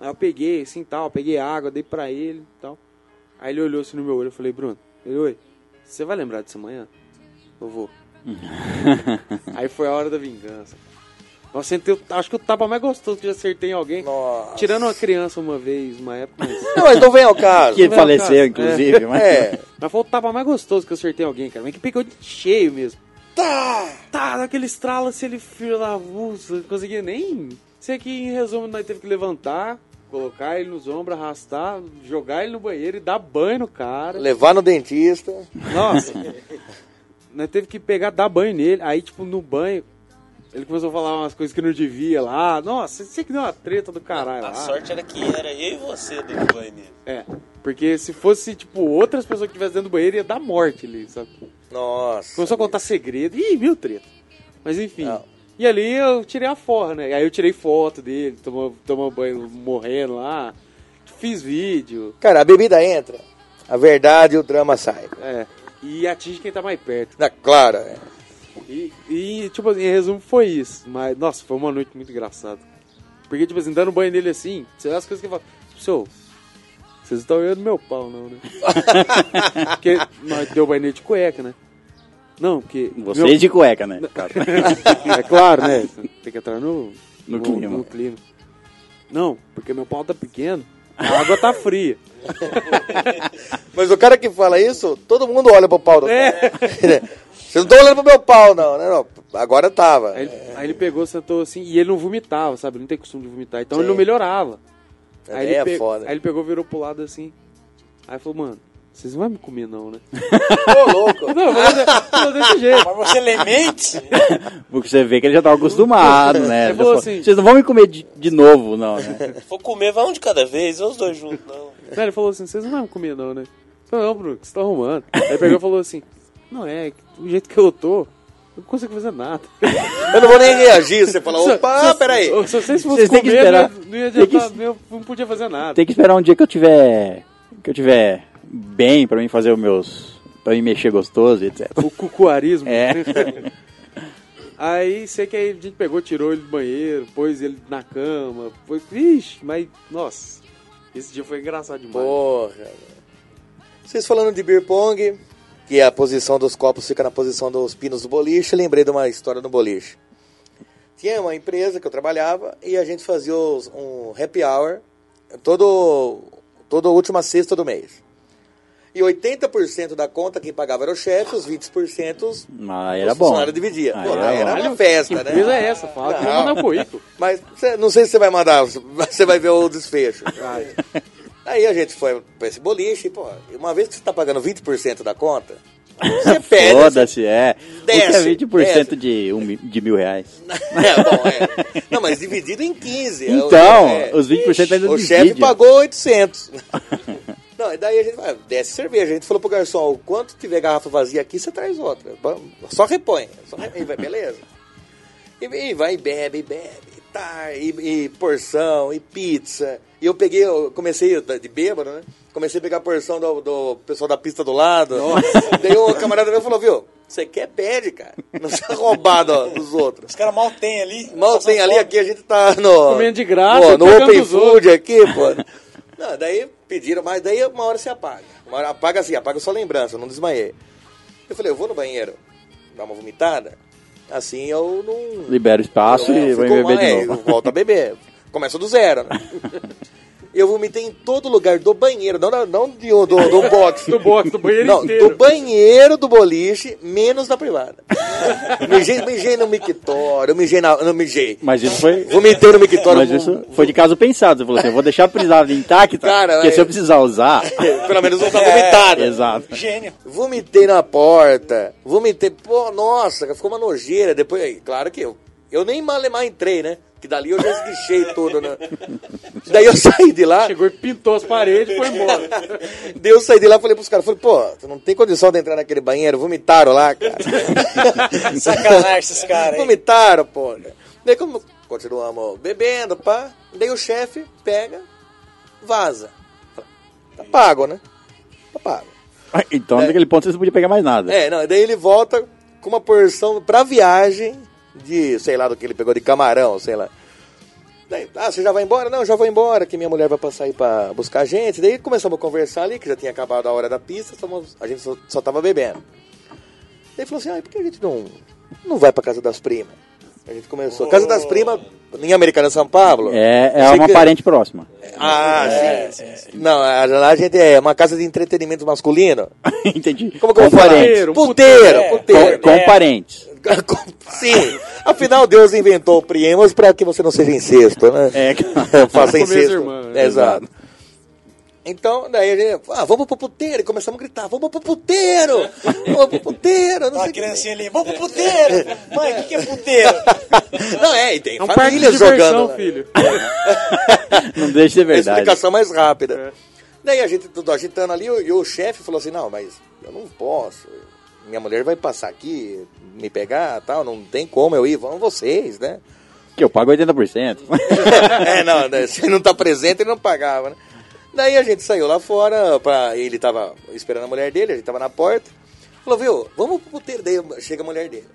Aí eu peguei assim tal, peguei água, dei pra ele e tal. Aí ele olhou assim no meu olho, eu falei, Bruno, ele, oi, você vai lembrar disso amanhã? Eu vou. Aí foi a hora da vingança. Nossa, eu sentei o- acho que o tapa mais gostoso que eu já acertei em alguém.
Nossa.
Tirando uma criança uma vez, uma época. mas-
Não, mas não vem ao caso.
Que ele
Não,
faleceu,
cara,
inclusive, mas.
É.
Mas foi o tapa mais gostoso que eu acertei em alguém, cara. Mas que pegou de cheio mesmo. Tá! Tá, naquele estrala, se ele filho da vulsa, não conseguia nem. Sei que em resumo nós teve que levantar, colocar ele nos ombros, arrastar, jogar ele no banheiro e dar banho no cara.
Levar no dentista.
Nossa! nós teve que pegar, dar banho nele. Aí, tipo, no banho, ele começou a falar umas coisas que não devia lá. Nossa, sei que deu uma treta do caralho lá.
A sorte era que era eu e você dentro do banheiro.
É. Porque se fosse, tipo, outras pessoas que estivessem dentro do banheiro, ia dar morte ali, sabe?
Nossa.
Começou a contar segredo. Ih, mil treta. Mas enfim. E ali eu tirei a forra, né? Aí eu tirei foto dele, tomou, tomou banho morrendo lá. Fiz vídeo.
Cara, a bebida entra. A verdade e o drama sai.
É. E atinge quem tá mais perto.
Na clara. é.
E, e, tipo assim, em resumo, foi isso. Mas, nossa, foi uma noite muito engraçada. Porque, tipo assim, dando banho nele assim, você vê as coisas que eu falo. tipo, Seu, vocês estão olhando meu pau, não, né? [LAUGHS] porque nós deu banho nele de cueca, né? Não, porque. meu-
Vocês de cueca, né?
[LAUGHS] É claro, né? Tem que entrar no,
No clima.
no clima. Não, porque meu pau tá pequeno, a água tá fria.
Mas o cara que fala isso, todo mundo olha pro pau do [LAUGHS]
É.
cara. Vocês não estão olhando pro meu pau, não, né? Não, agora tava.
Aí, ele- aí ele pegou, sentou assim, e ele não vomitava, sabe? Ele não tem costume de vomitar, então ele não melhorava.
Aí é
ele pe-
foda.
Aí ele pegou, virou pro lado assim. Aí falou, mano, vocês não vão me comer não, né?
[LAUGHS] Ô, louco.
Não, eu vou fazer, eu vou
[LAUGHS]
desse jeito.
Mas você lemente?
Porque você vê que ele já tava
[LAUGHS]
acostumado, né?
Ele
Já
falou
falou,
assim-
Vocês não vão me comer de, de novo, não, né?
Se for comer, vai um de cada vez, vai os dois juntos, não.
Aí ele falou assim, vocês não vão me comer não, né? Eu Falei, não, Bruno, o que você tá arrumando? Aí ele pegou e falou assim, não é, do jeito que eu tô, eu não consigo fazer nada.
Eu não vou nem reagir.
[LAUGHS]
Você fala,
Se-
opa,
se-
peraí.
Se vocês fossem
Vocês têm que
comer, não ia-
esperar.
não ia
Tem
adiantar,
que-
eu não podia fazer nada.
Tem que esperar um dia que eu tiver. Que eu tiver bem pra mim fazer os meus. pra mim mexer gostoso e etc.
O cucuarismo.
É.
[LAUGHS] aí, sei que aí a gente pegou, tirou ele do banheiro, pôs ele na cama, foi... Ixi, mas, nossa, esse dia foi engraçado demais.
Porra. velho. Vocês falando de beer pong, que é a posição dos copos fica na posição dos pinos do boliche, lembrei de uma história no boliche. Tinha uma empresa que eu trabalhava e a gente fazia os- um happy hour todo toda última sexta do mês. E 80% da conta quem pagava era o chefe, os 20%
Mas
os
era bom.
funcionários dividiam.
Ah,
Pô,
era
era
bom.
uma festa,
Que coisa é
né?
essa? Fala que
Não.
eu vou mandar o currículo.
Mas cê- não sei se você vai mandar, [LAUGHS] você vai ver o desfecho. Aí a gente foi pra esse boliche, e, pô, uma vez que você tá pagando 20%
[LAUGHS]
da conta, você pede.
Foda-se, é.
assim. Desce,
Desce, 20%
desce.
de, um, mi- de mil reais.
[LAUGHS] É, bom, é. Não, mas dividido em 15. é o-
Então,
é.
os 20% ainda
O
divide.
chefe pagou 800. [LAUGHS] Não, e daí a gente vai, desce cerveja. A gente falou pro garçom, o quanto tiver garrafa vazia aqui, você traz outra. Vamos, Só repõe. Só repõe, vai, beleza. E, e vai, e bebe, e bebe. Tá, e, e porção, e pizza. E eu peguei, eu comecei eu de bêbado, né? Comecei a pegar a porção do, do pessoal da pista do lado. Daí o camarada meu falou, viu, você quer, pede, cara. Não seja roubado ó, dos outros.
Os caras mal tem ali. um
Mal
passam
tem ali,
fome.
aqui a gente tá no.
Comendo de graça,
pô, no
pagando
Open
os outros.
Food aqui,
[LAUGHS]
pô. Não, daí pediram, mas daí uma hora se apaga. Uma hora apaga assim, apaga só lembrança, eu não desmanhei. Eu falei, eu vou no banheiro, dar uma vomitada, assim eu não.
Libera o espaço
É,
e vai
ficou
beber
uma- é,
de novo.
Volta a beber. Começa do zero. né? Eu vomitei em todo lugar do banheiro, não, não, não de- um, do, do,
[LAUGHS]
box.
Do box, do banheiro
Não,
inteiro.
do banheiro do boliche, menos da privada. [LAUGHS] mijei, mijei no mictório, mijei na. Não mijei.
[LAUGHS] Mas isso foi.
Vomitei no mictório.
Mas isso foi de caso pensado. Você falou assim: eu vou deixar a prisão intacta,
Cara, é.
porque
mas-
se eu precisar usar.
[LAUGHS] Pelo menos não tá
[LAUGHS]
vomitado.
É,
[LAUGHS]
Exato.
Gênio.
Vomitei na porta. Vomitei. Pô, nossa, ficou uma nojeira. Depois, aí, claro que eu. Eu nem malemar entrei, né? Porque Que dali eu já esguichei todo, né? Daí eu saí de lá,
Chegou e pintou as paredes e foi embora.
[LAUGHS] daí eu saí de lá e falei pros caras, falei, pô, tu não tem condição de entrar naquele banheiro, vomitaram lá, cara.
Sacanagem esses caras, hein?
Vomitaram, pô. Daí como continuamos bebendo, pá. Daí o chefe pega, vaza. Tá pago, né? Tá pago.
Ah, Então,
É.
naquele ponto, vocês não podiam pegar mais nada.
É, não, e daí ele volta com uma porção pra viagem de, sei lá, do que ele pegou de camarão, sei lá. Daí, ah, você já vai embora? Não, já vou embora, que minha mulher vai passar aí pra buscar a gente. Daí começamos a conversar ali, que já tinha acabado a hora da pista, só nós- a gente só, só tava bebendo. Daí falou assim, ah, e por que a gente não, não vai pra casa das primas? A gente começou. Casa das primas, em Americana São Paulo.
É, é
Sei
uma
que-
parente próxima. [LAUGHS]
Ah, sim. Não, a, lá a gente é uma casa de entretenimento masculino.
Entendi.
Como que eu
Com
vou falar?
parentes.
Puteiro,
Puteiro,
puteiro.
Com,
é.
com parentes. [LAUGHS]
[LAUGHS] Sim, afinal Deus inventou o priemos para que você não seja incesto, né?
É,
[LAUGHS]
Com
Faça
minhas
incesto.
irmãs,
É, Exato. Então, daí a gente, ah, vamos pro puteiro, e começamos a gritar, vamos pro puteiro, vamos pro puteiro, não
Tá
sei
a
o que.
criancinha ali, vamos pro
[LAUGHS]
puteiro! Mãe, o que, que
[LAUGHS]
é puteiro?
Não, é, e tem
É um parque de
família
diversão,
jogando. né? lá.
filho.
não deixa de ser
A
É verdade.
explicação mais rápida. Daí a gente tudo agitando ali, e o chefe falou assim, não, mas eu não posso. Minha mulher vai passar aqui, me pegar tal, não tem como eu ir, vão vocês, né?
Que eu pago 80%.
[LAUGHS] é, não, né, se não tá presente, ele não pagava, né? Daí a gente saiu lá fora, pra, ele tava esperando a mulher dele, a gente tava na porta. Falou, viu, vamos pro puteiro. Daí chega a mulher dele.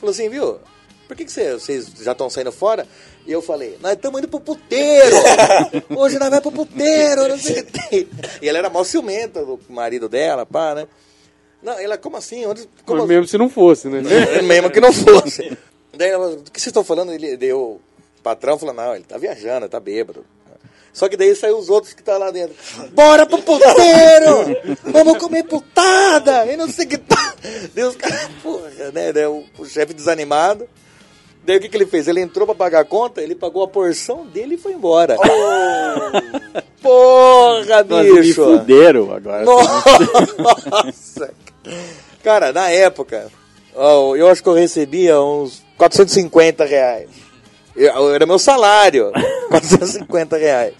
Falou assim, viu, por que, que cê- vocês já estão saindo fora? E eu falei, nós estamos indo pro puteiro! Hoje nós vamos pro puteiro, não sei o que tem. E ela era mal ciumenta do marido dela, pá, né? Não, ela, como assim? Onde, como
Mas mesmo se não fosse, né?
mesmo que não fosse. [LAUGHS] Daí ela, do que vocês estão falando? Ele deu. O patrão falou, não, ele tá viajando, ele tá bêbado. Só que daí saiu os outros que tá lá dentro. Bora pro puteiro! Vamos comer putada! E não sei o que tá. Daí os caras, porra, né? Daí o, o chefe desanimado. Daí o que, que ele fez? Ele entrou pra pagar a conta, ele pagou a porção dele e foi embora. Oh. [LAUGHS] Porra,
Nossa, me
bicho!
fuderam agora.
Nossa! Cara, na época, ó, eu acho que eu recebia uns 450 reais. Eu- era meu salário, [LAUGHS] 450 reais.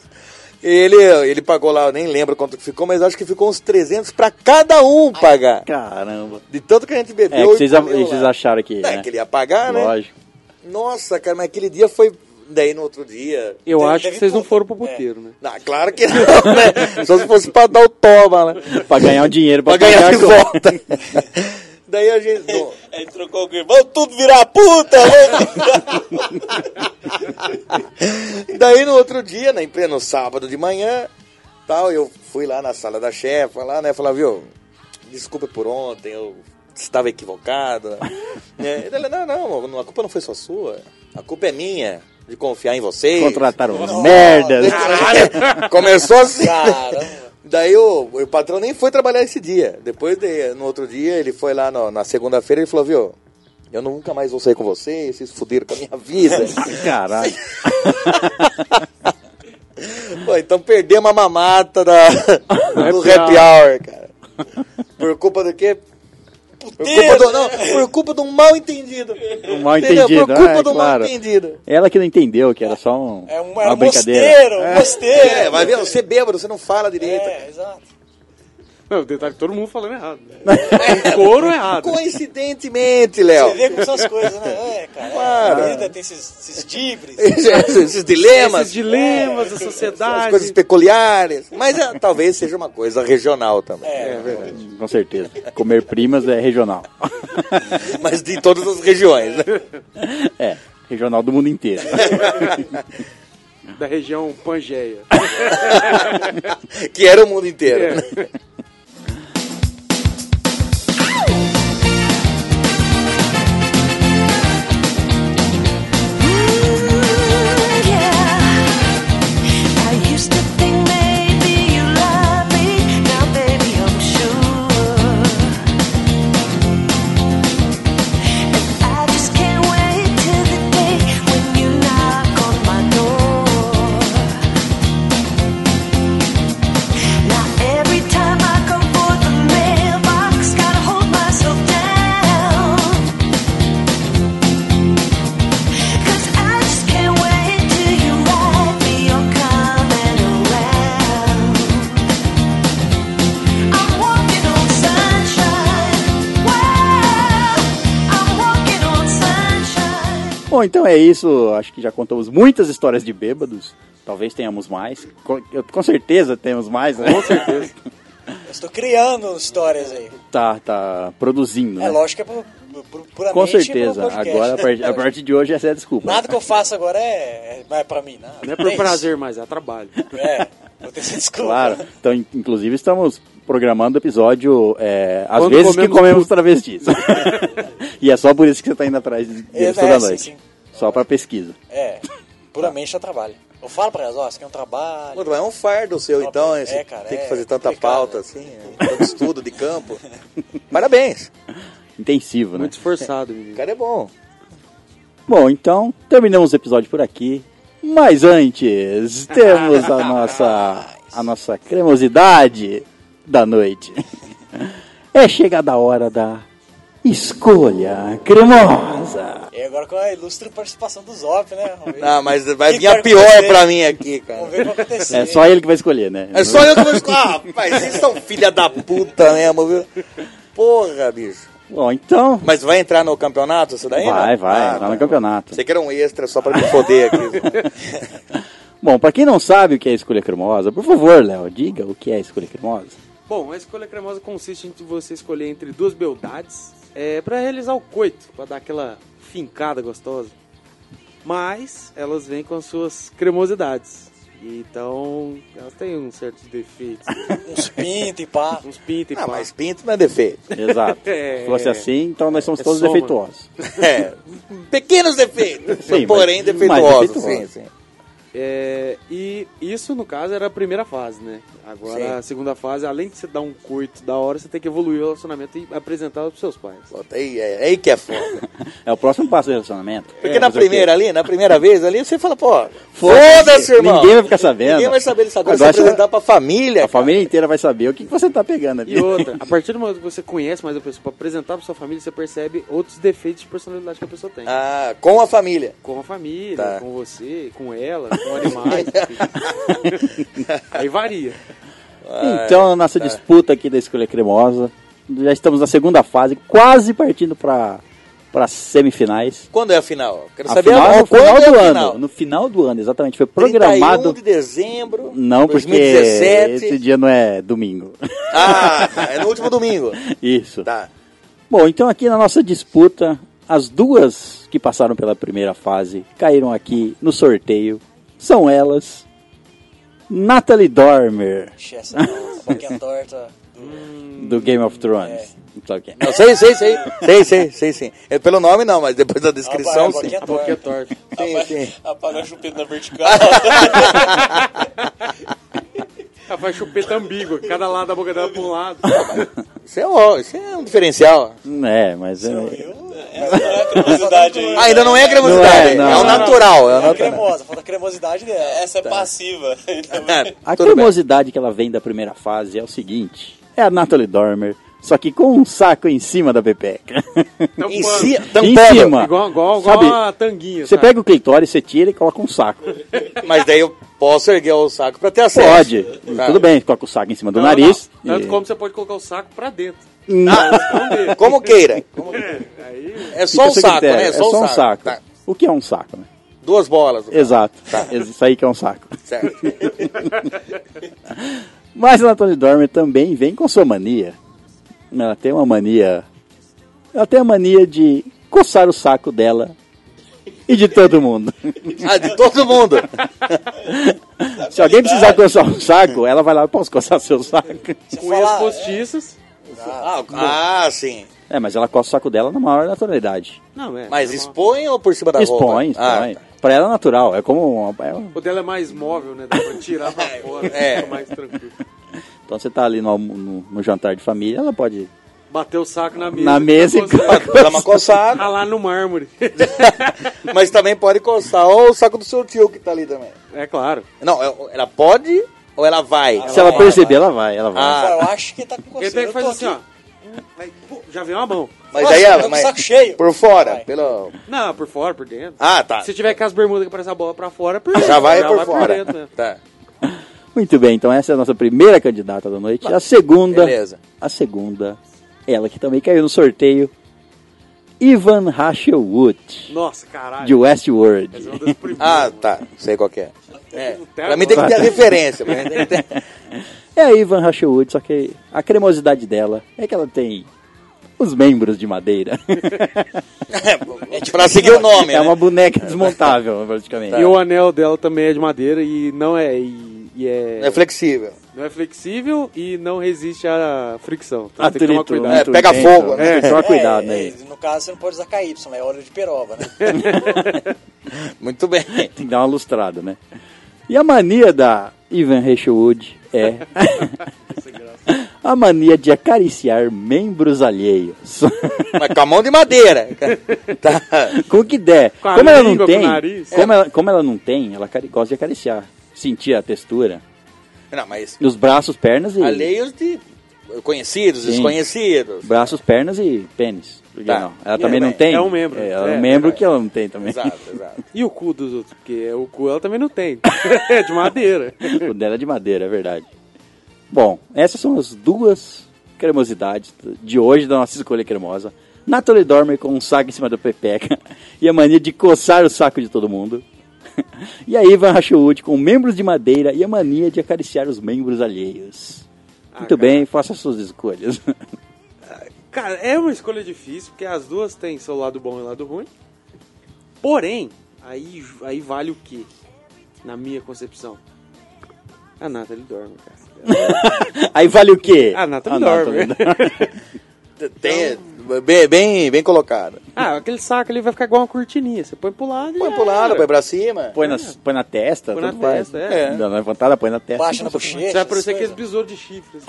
Ele, ele pagou lá, eu nem lembro quanto que ficou, mas acho que ficou uns 300 pra cada um pagar.
Caramba.
De tanto que a gente bebeu.
É, que
e
vocês, a-
comeu lá.
vocês acharam que.
É,
né?
que ele ia pagar, né?
Lógico.
Nossa, cara, mas aquele dia foi. Daí no outro dia.
Eu
Teve-
acho que
teve
vocês não
tudo.
foram pro puteiro, né?
Ah, claro que não, né? Só se fosse pra dar o toma, né?
Pra ganhar o dinheiro pra,
Pra ganhar
pagar
de
a conta.
volta. [LAUGHS] Daí a gente. bom,
Aí trocou o clima, vamos tudo virar puta! Vamos...
[LAUGHS] Daí no outro dia, na empresa, no sábado de manhã, tal, eu fui lá na sala da chefa, lá, né? Falar, viu, desculpa por ontem, eu estava [LAUGHS] equivocado. né? E Ela, não, não, a culpa não foi só sua, a culpa é minha de confiar em vocês.
Contrataram uns merdas.
[LAUGHS] Começou assim.
Caramba.
Daí o, o patrão nem foi trabalhar esse dia. Depois, de- no outro dia, ele foi lá no- na segunda-feira e falou, viu, eu nunca mais vou sair com vocês, vocês fuderam com a minha vida.
Caralho.
Pô, então perdemos a mamata da, do
Happy
happy hour, cara. Por culpa do quê? Por culpa do, não, por culpa de um mal entendido.
Um mal
Entendeu?
entendido.
Por culpa
é,
do mal
claro.
entendido.
Ela que não entendeu que era só um-
É um, é
uma
um
brincadeira.
mosteiro, um mosteiro.
É, vai ver, você é bêbado, você não fala direito.
É, exato.
Não, o detalhe é todo mundo falando errado. O
[LAUGHS]
couro errado.
Coincidentemente,
Você
Léo.
vê como são as coisas, né? É, cara.
Claro.
A vida tem esses, esses dibres.
Esses dilemas,
Esses dilemas da
essas
sociedade.
coisas peculiares. Mas é, talvez seja uma coisa regional também.
É.
Com certeza. Comer primas é regional. [LAUGHS]
É. Mas de todas as regiões, né?
É, regional do mundo inteiro.
Da região Pangeia.
Que era o mundo inteiro.
É.
né?
Now every time I
Bom, então é isso. Acho que já contamos muitas histórias de bêbados. Talvez tenhamos mais. Com, eu- com certeza temos mais, né?
Com certeza.
Eu estou criando histórias aí.
[LAUGHS] tá, tá produzindo,
É
né?
lógico que é pu- pu- puramente
Com
pro
certeza.
podcast.
Agora, a partir, a partir de hoje, essa é a desculpa.
Nada que eu faço agora é, é, é pra mim, nada.
Não é por
isso.
prazer mais, é trabalho.
É, vou ter essa desculpa.
Claro. Então, in- inclusive, estamos programando o episódio é, às
Quando
vezes que
comemos
comemos travestis. [LAUGHS] e é só por isso que você está indo atrás de- deles
É,
toda
é, sim,
noite.
sim.
Só para pesquisa.
É, puramente é trabalho. Eu falo pra elas, ó, isso aqui é um trabalho.
Mas é um fardo o seu,
Não,
então.
é,
esse-
cara,
tem que
é
fazer tanta
complicado.
pauta, assim, é, tanto estudo de campo. Parabéns.
Intensivo, né?
Muito esforçado,
O
menino.
cara é bom.
Bom, então terminamos o episódio por aqui. Mas antes, temos a nossa a nossa cremosidade da noite. É chegada a hora da escolha cremosa.
E agora com a ilustre participação do Zop, né? Vamos ver,
Ah, mas vai
Que
vir a
cara que
pior
você-
pra mim aqui, cara.
vamos ver o que vai acontecer.
É só ele que vai escolher, né?
É só eu que vou escolher. Ah, rapaz, vocês são filha da puta mesmo, viu? Porra, bicho.
Bom, então
Mas vai entrar no campeonato isso daí?
vai,
não?
vai,
Ah,
lá
tá.
no campeonato.
Você quer um extra só pra me foder aqui.
Bom, pra quem não sabe o que é escolha cremosa, por favor, Léo, diga o que é escolha cremosa.
Bom, a escolha cremosa consiste em você escolher entre duas beldades é, para realizar o coito, pra dar aquela fincada gostosa. Mas elas vêm com as suas cremosidades. Então, elas têm uns certos defeitos.
Uns pintos e pá.
uns pinta e
ah,
pá.
mas pinto não é defeito.
Exato.
É.
Se fosse assim, então nós somos
É
todos
soma.
defeituosos.
É, pequenos defeitos,
Sim, mas-
mas porém
mas
defeituosos. Sim,
defeituosos.
sim.
É, e isso, no caso, era a primeira fase, né? Agora,
Sim.
a segunda fase, além de você dar um coito da hora, você tem que evoluir o relacionamento e apresentar pros seus pais.
Bota aí, é, é aí que é foda.
[LAUGHS] É o próximo passo do relacionamento.
Porque
Fazer
na
É, o quê?
primeira ali, na primeira vez ali, você fala, pô,
Foda-se,
foda-se, irmão.
ninguém vai ficar sabendo.
Ninguém vai saber disso agora.
Agora
você
você-
apresentar pra família.
A família inteira vai saber o que que você tá pegando ali.
E
[LAUGHS]
outra, a partir do momento que você conhece mais a pessoa, pra apresentar pra sua família, você percebe outros defeitos de personalidade que a pessoa tem.
Ah, com a família.
Com a família,
Tá.
com você, com ela, com animais. Aí varia.
Ah, é,
Então, a
tá.
nossa disputa aqui da escolha cremosa, já estamos na segunda fase, quase partindo para as semifinais.
[LAUGHS] Quando é a final? Quero
A
saber
final,
a
no final
quando
do
é a
ano.
final.
No final do ano, exatamente. Foi
31
programado.
de dezembro
Não, porque
2017.
esse dia não é domingo. [LAUGHS]
Ah, é no último domingo.
Isso.
Tá.
Bom, então aqui na nossa disputa, as duas que passaram pela primeira fase caíram aqui no sorteio. São elas. Nathalie Dormer,
Ixi, essa não, boquinha torta.
Hum.
do-
do Game of Thrones. Não sabe quem é.
Não, sei, sei, sei. Sei, sei, sei, sim. É pelo nome não, mas depois da descrição,
a
sim.
boquinha
A boquinha
torta.
torta.
Sim, sim.
Apaga a chupeta na vertical. [LAUGHS]
Ela faz chupeta ambígua, cada lado da boca dela pra um lado.
Isso é, ó, isso é um diferencial.
É, mas é,
Cremosidade aí.
ainda não é a cremosidade,
Não é,
é,
não.
o natural. É o
É
natural.
cremosa, falta a cremosidade dela.
Essa é
Tá.
passiva.
A
É, Tudo bem.
cremosidade que ela vem da primeira fase é o seguinte: é a Natalie Dormer, só que com um saco em cima da pepeca.
Tampando.
Em
[LAUGHS]
cima,
em
tampando.
cima.
um Igual, igual, igual
Sabe,
a tanguinha.
você
sabe?
pega o clitóris, você tira e coloca um saco.
Mas daí eu posso erguer o saco pra ter acesso.
Pode.
Tá.
Tudo bem, coloca o saco em cima do
Não,
nariz.
não. Tanto
e-
como você pode colocar o saco pra dentro.
Ah, como
[LAUGHS]
queira.
Aí,
Fica
É só um
a seu
saco,
critério,
né?
É só um saco.
Tá. É.
O que é um saco, né?
Duas bolas. no
Exato. [LAUGHS] Isso aí que é um saco.
caso, Certo.
Mas a Natalie Dormer também vem com sua mania. Ela tem uma mania. Ela tem a mania de coçar o saco dela e de todo
[LAUGHS]
mundo.
Ah, de todo mundo.
Se alguém precisar coçar um saco, ela vai lá, eu posso coçar seu
[LAUGHS]
saco.
Você
com as
fala,
postiças.
Ah, ah, sim.
É, mas ela coça o saco dela na maior naturalidade.
Não, é.
Mas
é uma-
expõe ou por cima da roupa?
Expõe, expõe.
Ah, tá.
Pra ela é natural, é como. uma- é um-
O dela é mais móvel, né? Dá pra tirar pra fora,
[LAUGHS] É.
fica mais tranquilo.
Então você tá ali no, almo- no- no jantar de família, ela pode.
Bateu o saco na mesa.
Na mesa e
tá coçando.
Dá
[LAUGHS]
uma coçada,
Ralar no
[LAUGHS]
mármore.
mas também pode coçar o saco do seu tio que tá ali também.
É claro.
Não, é- ela pode ou ela vai?
Se ela perceber, ela vai, ela vai.
Ah,
eu acho que tá com coceira.
Ele tem
eu
que
tô
fazer assim, ó.
aqui.
Aí, pô, já vem uma mão.
mas daí ela.
tô com o
mas-
saco cheio.
Por fora,
Vai.
pelo.
Não, por fora, por dentro.
Ah, tá.
Se tiver com as bermudas que parece a bola pra fora, é por
Já vai por
Por
fora.
dentro, né?
Tá.
Muito bem, então essa é a nossa primeira candidata da noite. A segunda.
Beleza.
A segunda, ela que também caiu no sorteio, Ivan Hasselwood,
Nossa, caralho.
de Westworld.
Essa é uma das primeiras.
[LAUGHS] Ah, tá. Sei qual que é. É. Pra mim tem que ter a referência. pra mim tem que ter-
É a Ivan Hasselwood, só que a cremosidade dela é que ela tem os membros de
[LAUGHS]
madeira.
pra seguir o nome,
é
né?
uma boneca desmontável, praticamente.
tá.
E o anel dela também é de madeira e não é. E, e é,
É flexível.
não é flexível e não resiste à fricção. Então
Atrito,
tem que tomar cuidado.
né?
É, pega
Turbento.
fogo, né?
É, toma cuidado,
é,
né?
é, No caso, você não pode usar KY, é óleo de peroba, né?
Muito bem.
[LAUGHS] Tem que dar uma lustrada, né? E a mania da Ivan Hesherwood é. [LAUGHS] a mania de acariciar membros alheios. [LAUGHS]
Mas com a mão de madeira. Tá.
com o que der.
Com a
como ela não
língua, com o
tem.
nariz.
Como, ela, como ela não tem, ela cari- gosta de acariciar. Sentir a textura.
Não, mas
Nos braços, pernas e.
alheios de conhecidos,
Sim.
desconhecidos.
Braços, pernas e pênis. Por que
Tá.
não? Ela
É,
também não
bem,
tem?
é um membro.
É, ela é um
É,
membro
é.
que ela não tem também.
Exato, exato.
E o cu dos outros? Porque é, o cu ela também não tem. [LAUGHS] é de madeira.
o dela é de madeira, é verdade. Bom, essas são as duas cremosidades de hoje da nossa escolha cremosa. Natalie Dormer com um saco em cima da pepeca [LAUGHS] e a mania de coçar o saco de todo mundo. [LAUGHS] E a Ivan Hashwood com membros de madeira e a mania de acariciar os membros alheios. Muito
Ah, cara.
bem, faça as suas escolhas. [LAUGHS]
Cara, é uma escolha difícil, porque as duas têm seu lado bom e lado ruim. Porém, aí, aí vale o quê? Na minha concepção. A Nathalie dorme, cara.
Aí vale o quê? Ah,
A Nathalie dorme.
Tem- bem, bem, bem colocado.
[LAUGHS] ah, aquele saco ali vai ficar igual uma cortininha. Você põe pro lado e
Põe
já
pro lado,
era.
põe pra cima.
Põe na, põe na testa,
Põe na
tanto faz.
testa, é.
Dá uma levantada, põe na testa.
Baixa na bochecha.
Você vai
essas
parecer
coisas.
aqueles besouros de chifres.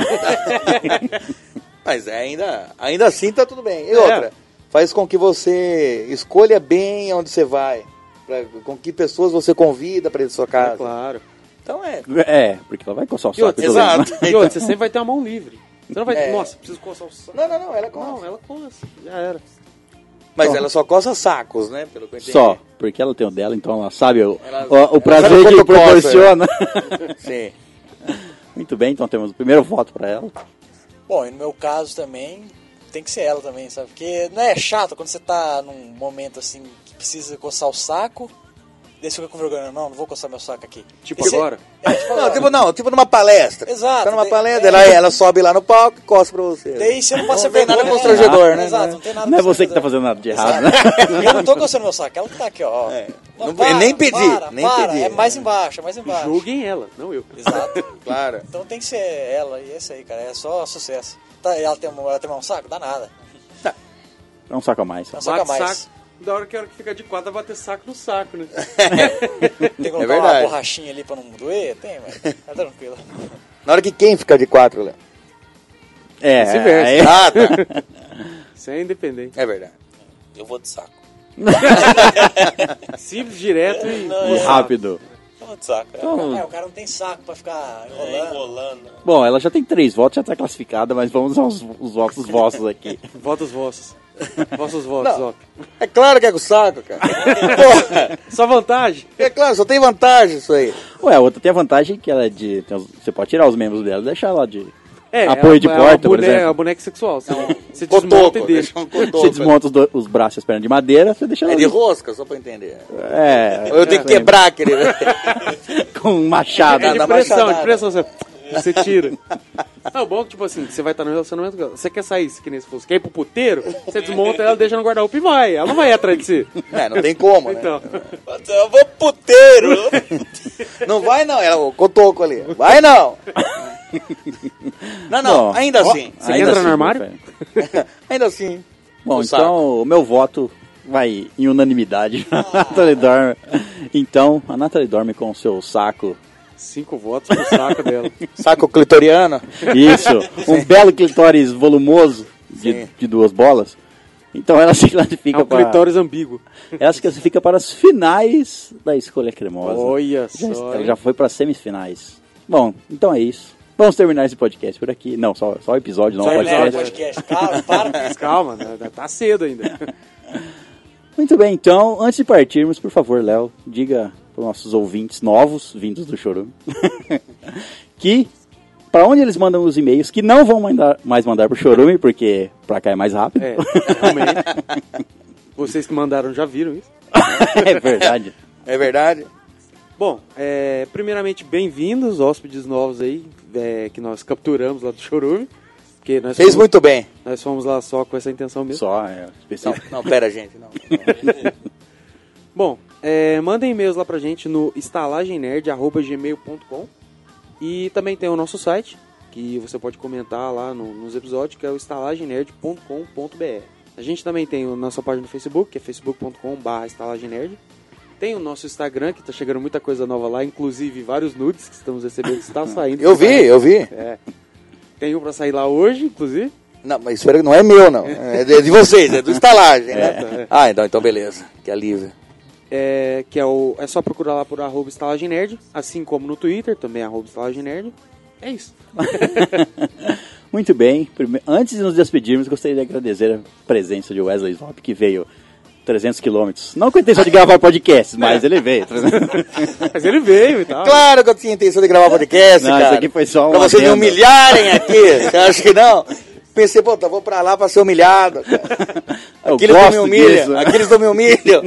Mas é, ainda, ainda assim tá tudo bem. E
É.
outra, faz com que você escolha bem onde você vai. Pra, com que pessoas você convida pra ir da sua casa.
é claro.
Então é.
É, porque ela vai coçar o
E
saco.
outra,
de todo mundo.
exato.
e outra, você sempre vai ter a mão livre. Você não vai.
É.
Nossa, preciso coçar o saco.
Não, não, não, ela
Não,
coça.
ela coça. Já era.
Mas ela só coça sacos, né? Pelo que eu entendi.
Só, porque ela tem o dela, então ela sabe o,
Ela-
o- o
ela
prazer
sabe
que
quando
proporciona.
[LAUGHS]
[LAUGHS]
[LAUGHS]
Sim.
Muito bem, então temos o primeiro voto pra ela.
Bom, e no meu caso também, tem que ser ela também, sabe? Porque não é chato quando você tá num momento assim que precisa coçar o saco. Daí você fica com vergonha, não, não vou coçar meu saco aqui.
Tipo
Esse-
agora?
É, tipo agora.
Não, tipo, não, tipo numa palestra.
Exato,
Tá numa
tem- é.
palestra, ela, ela sobe lá no palco e coça pra você.
Daí você não passa
Não tem
vergonha.
nada
né?
constrangedor, né?
Exato, não tem nada
Não é você que tá fazendo nada de errado, né?
[LAUGHS]
É.
fazendo. Eu não tô coçando meu saco, ela que tá aqui, ó.
Não- eu nem pedi,
para,
nem
para,
pedi.
É mais embaixo, é mais embaixo.
Julguem ela, não eu.
Exato.
Claro.
Então tem que ser ela, e é isso aí, cara. É só sucesso. Tá, ela tem, ela tem um saco? Dá nada.
É um saco a mais.
Tá.
Não saca mais.
saco. Da hora que a hora que fica de quadra, bater saco no saco, né?
Tem que
É
colocar uma
verdade.
borrachinha ali pra não doer? Tem, mas tá
[LAUGHS]
tranquilo.
Na hora que quem fica de quatro, Léo?
É,
Vice-versa.
é,
Ah, tá.
Isso é independente.
É verdade.
Eu vou de saco.
Simples, direto e.
é rápido.
Eu vou de saco. é.
É,
Então,
o cara não tem saco pra ficar
É,
enrolando.
enrolando.
bom, ela já tem três votos, já tá classificada, mas vamos aos os votos vossos aqui.
[LAUGHS] Vota os vossos. Vota os vossos,
Não.
ó.
É claro que é com saco,
[LAUGHS]
cara. Porra.
Só vantagem.
É claro, só tem vantagem isso aí.
Ué, a outra tem a vantagem que ela é de. tem os- você pode tirar os membros dela e deixar ela de.
É,
Apoio de
é
porta,
uma
por
boneca,
exemplo.
É uma boneca sexual. Você, você desmonta
Cotoco.
e deixa.
deixa um [LAUGHS] cotoco.
Você desmonta os, do- os braços e as pernas de madeira, você deixa ela.
É de
ali.
rosca, só pra eu entender.
É,
[LAUGHS]
Eu tenho que quebrar aquele.
com um machado.
É de
dá
pressão,
machadada.
de pressão. Você, você tira. Não, o bom é que, tipo assim, você vai estar no relacionamento com ela. Você quer sair, se que nem se fosse. Quer ir pro puteiro, você desmonta ela, deixa no guarda-roupa e vai. Ela não vai ir atrás de si.
É, [LAUGHS] não tem como, né?
Então,
É, Eu vou puteiro.
Não vai não, era o cotoco ali. Vai não. Não, não,
Bom.
ainda assim.
Você entra no
meu
armário?
velho.
Ainda assim.
Bom,
O
então o meu voto vai em unanimidade. [LAUGHS] A Nathalie Dorme. Então, a Nathalie Dorme com o seu saco.
cinco votos pro saco dela.
[LAUGHS]
Saco clitoriano.
Isso,
[LAUGHS]
um belo clitóris volumoso de,
Sim.
de duas bolas. Então ela se
É
classifica
um
para
clitóris ambíguo.
ela se classifica para as finais da escolha cremosa.
Olha
já,
só.
ela
hein?
já foi para as semifinais. Bom, então é isso. Vamos terminar esse podcast por aqui. Não, só só o episódio, não
Só é,
o
o
um podcast.
Galera, podcast. Para, para.
Mas calma, né? tá cedo ainda.
Muito bem, então, antes de partirmos, por favor, Léo, diga para os nossos ouvintes novos, vindos do Chorume, [LAUGHS] que para onde eles mandam os e-mails, é que não vão mandar, mais mandar para o Chorume, porque para cá é mais rápido.
É, realmente. Vocês que mandaram já viram isso?
[LAUGHS] é verdade.
É verdade?
Bom, é, primeiramente, bem-vindos, hóspedes novos aí, é, que nós capturamos lá do Chorume. Porque nós
Fez
fomos,
muito bem.
Nós fomos lá só com essa intenção mesmo.
Só, é,
Não,
específico.
não, pera, gente, não.
Bom, é, mandem e-mails lá pra gente no estalagemnerd.gmail.com e também tem o nosso site, que você pode comentar lá no- nos episódios, que é o estalagemnerd.com.br. A gente também tem a nossa página no Facebook, que é facebook.com.br estalagemnerd. Tem o nosso Instagram, que tá chegando muita coisa nova lá, inclusive vários nudes que estamos recebendo, que
[LAUGHS]
está saindo.
Eu vi, eu vi.
Tem um pra sair lá hoje, inclusive.
Não, mas espera que não é meu, não. É de é de vocês, é do estalagem, né?
É.
Ah, então, então beleza. Que alívio.
é, que é, o, é só procurar lá por arroba estalagem nerd, assim como no Twitter, também arroba estalagem nerd. É isso.
Muito bem. Prime- Antes de nos despedirmos, gostaria de agradecer a presença de Wesley Zop, que veio 300 quilômetros. Não com a intenção de gravar podcast, mas ele [LAUGHS] veio.
Mas ele veio e tal.
Claro que eu tinha intenção de gravar podcast,
Não,
cara.
isso aqui foi só um
Pra vocês me
adendo.
humilharem aqui. Você acha que não? Pensei, pô, tá, vou pra lá pra ser humilhado. Cara.
[LAUGHS] Eu
Aqueles não me
gosto
humilham,
disso. né?
aqueles não me humilham.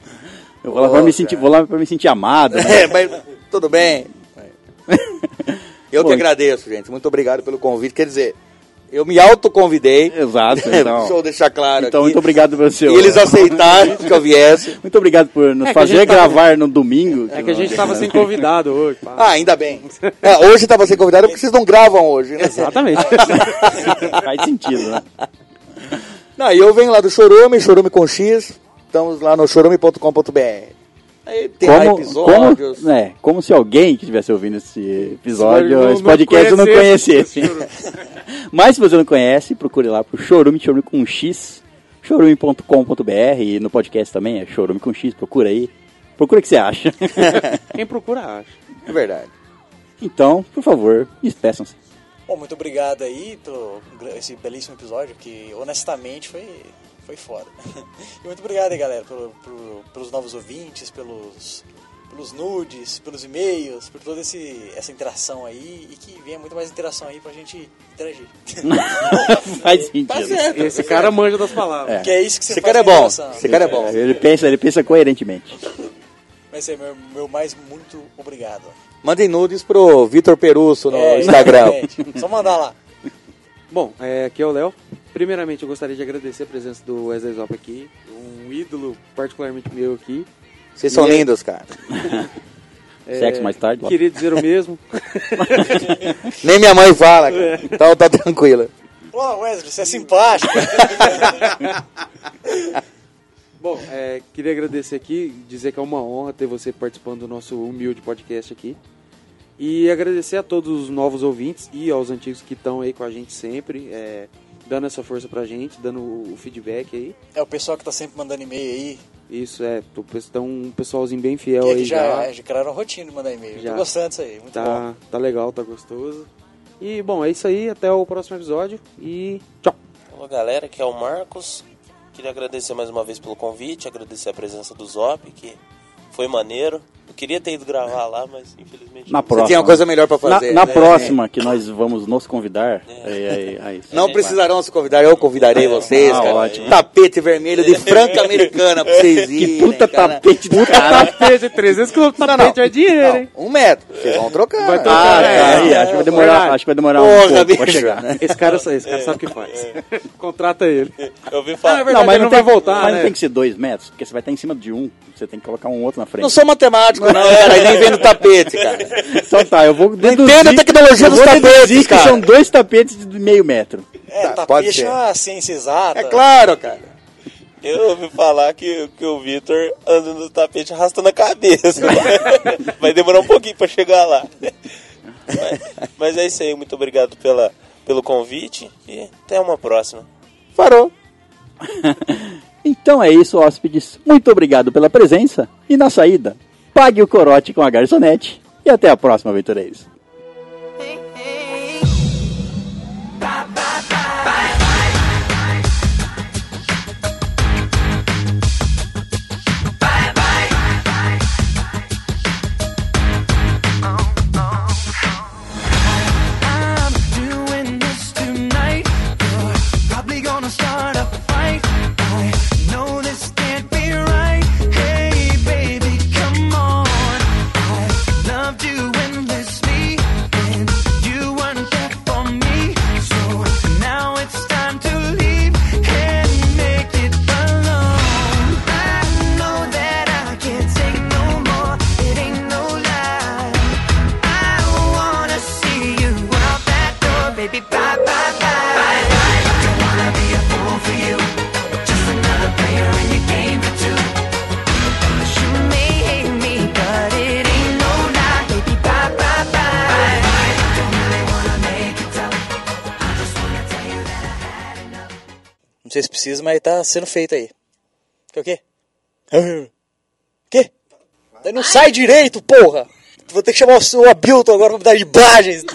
[LAUGHS] Eu vou lá pra me sentir, vou lá pra me sentir amado. né?
É, mas tudo bem. Eu
Bom,
que agradeço, gente. Muito obrigado pelo convite. Quer dizer, eu me autoconvidei.
[LAUGHS] Exato, então. [LAUGHS]
[LAUGHS] Deixa eu deixar claro
Então,
aqui.
muito obrigado pelo
E
seu. né?
eles aceitaram que eu viesse.
Muito obrigado por nos
É que a
fazer
gente tava-
gravar no domingo.
É que a
[LAUGHS]
gente tava sem convidado hoje. pá.
Ah, ainda bem. É, hoje estava sem convidado porque vocês não gravam hoje, né?
Exatamente.
Faz sentido, né?
Não, e eu venho lá do Chorume, Chorume com X. Estamos lá no chorume.com.br. Aí tem lá episódios.
Como, é, como se alguém que estivesse ouvindo esse episódio,
[LAUGHS] Não-
esse
não
podcast, não
conhecesse
conhecesse.
esse Chorume.
[LAUGHS] Mas se você não conhece, procure lá pro Chorume, Chorume com X, chorume.com.br e no podcast também é Chorume com X, procura aí. Procura o que você acha. [LAUGHS]
Quem procura acha.
É verdade.
então, por favor, despeçam-se. [LAUGHS]
Bom, muito obrigado aí pelo gra- esse belíssimo episódio, que honestamente foi, foi foda. [LAUGHS] E muito obrigado aí, galera, pelo- pelo- pelos novos ouvintes, pelos, pelos nudes, pelos e-mails, por toda esse, essa interação aí. E que venha muito mais interação aí pra gente interagir.
Faz sentido.
Esse cara manja das palavras.
Porque é isso [LAUGHS] que você
Esse
faz
cara é
com a
bom.
interação.
Esse cara é bom.
Ele pensa, ele pensa coerentemente.
Mas é meu, meu mais muito obrigado.
Mandem nudes pro Vitor Perusso no Instagram.
[LAUGHS] exatamente. É, tipo, Só mandar lá.
Bom, é, aqui é o Léo. Primeiramente, eu gostaria de agradecer a presença do Wesley Zop aqui. Um ídolo particularmente meu aqui.
Vocês são
E é-
lindos, cara.
Sexo mais tarde.
Queria dizer o [LAUGHS] mesmo.
Nem minha mãe fala, cara. Então tá tranquila.
Pô, Wesley, você é simpático.
Bom, é, queria agradecer aqui, dizer que é uma honra ter você participando do nosso humilde podcast aqui. E agradecer a todos os novos ouvintes e aos antigos que estão aí com a gente sempre, é, dando essa força pra gente, dando o o feedback aí.
É o pessoal que tá sempre mandando e-mail aí.
Isso é, tô- então um pessoalzinho bem fiel
Que é
aí
que já,
já.
já criaram rotina de mandar e-mail.
Já.
Tô gostando disso aí. Muito bom.
Tá, tá legal, tá gostoso. E bom, é isso aí, até o próximo episódio e tchau.
Alô, galera, aqui é o Marcos. Queria agradecer mais uma vez pelo convite, agradecer a presença do Zop, que foi maneiro. Eu queria ter ido gravar lá, mas infelizmente...
Na
não
próxima.
tinha uma coisa melhor pra fazer,
Na, na
né?
próxima que nós vamos nos convidar. é, aí, aí, aí.
Não precisarão se convidar, eu convidarei vocês,
Ah,
cara.
ótimo.
Tapete vermelho de franca americana pra vocês irem.
Que puta
né, cara.
tapete do cara.
Tapete, 300 quilômetros
Não, não.
tapete é dinheiro, hein?
Não, um metro. Vocês vão trocar.
Vai
né?
trocar.
Ah, tá, aí, acho que vai
É, verdade.
demorar, acho que vai demorar um
Porra,
pouco pra
bicho. [LAUGHS]
chegar.
Esse cara, esse cara sabe o que faz. Contrata ele. Ah, é
Eu ouvi
Ah,
falar...
é
verdade, ele não vai voltar,
mas
né?
não tem que ser dois metros, porque você vai estar em cima de um, você tem que colocar um outro na frente.
Não sou matemático, não, cara. E nem vendo tapete, cara.
Então tá, eu vou deduzir...
[LAUGHS] entendo a tecnologia
eu
dos
vou
tapetes,
deduzir que
cara.
são dois tapetes de meio metro.
É,
Tá,
tá,
pode
tapete
ser.
é uma ciência exata.
É claro, cara.
Eu ouvi falar que, que o Vitor anda no tapete arrastando a cabeça. né? Vai demorar um pouquinho pra chegar lá. Mas, mas é isso aí, muito obrigado pela, pelo convite e até uma próxima.
Parou.
[LAUGHS] Então é isso, hóspedes. Muito obrigado pela presença. E na saída, pague o corote com a garçonete. E até a próxima, aventureiros.
I'm doing this tonight. You're probably gonna start a fight. I know this
Vocês precisam, mas tá sendo feito aí. Que o quê? [LAUGHS] Ah, Quê? Daí não sai direito, porra! Vou ter que chamar o seu Abilton agora pra me dar imagens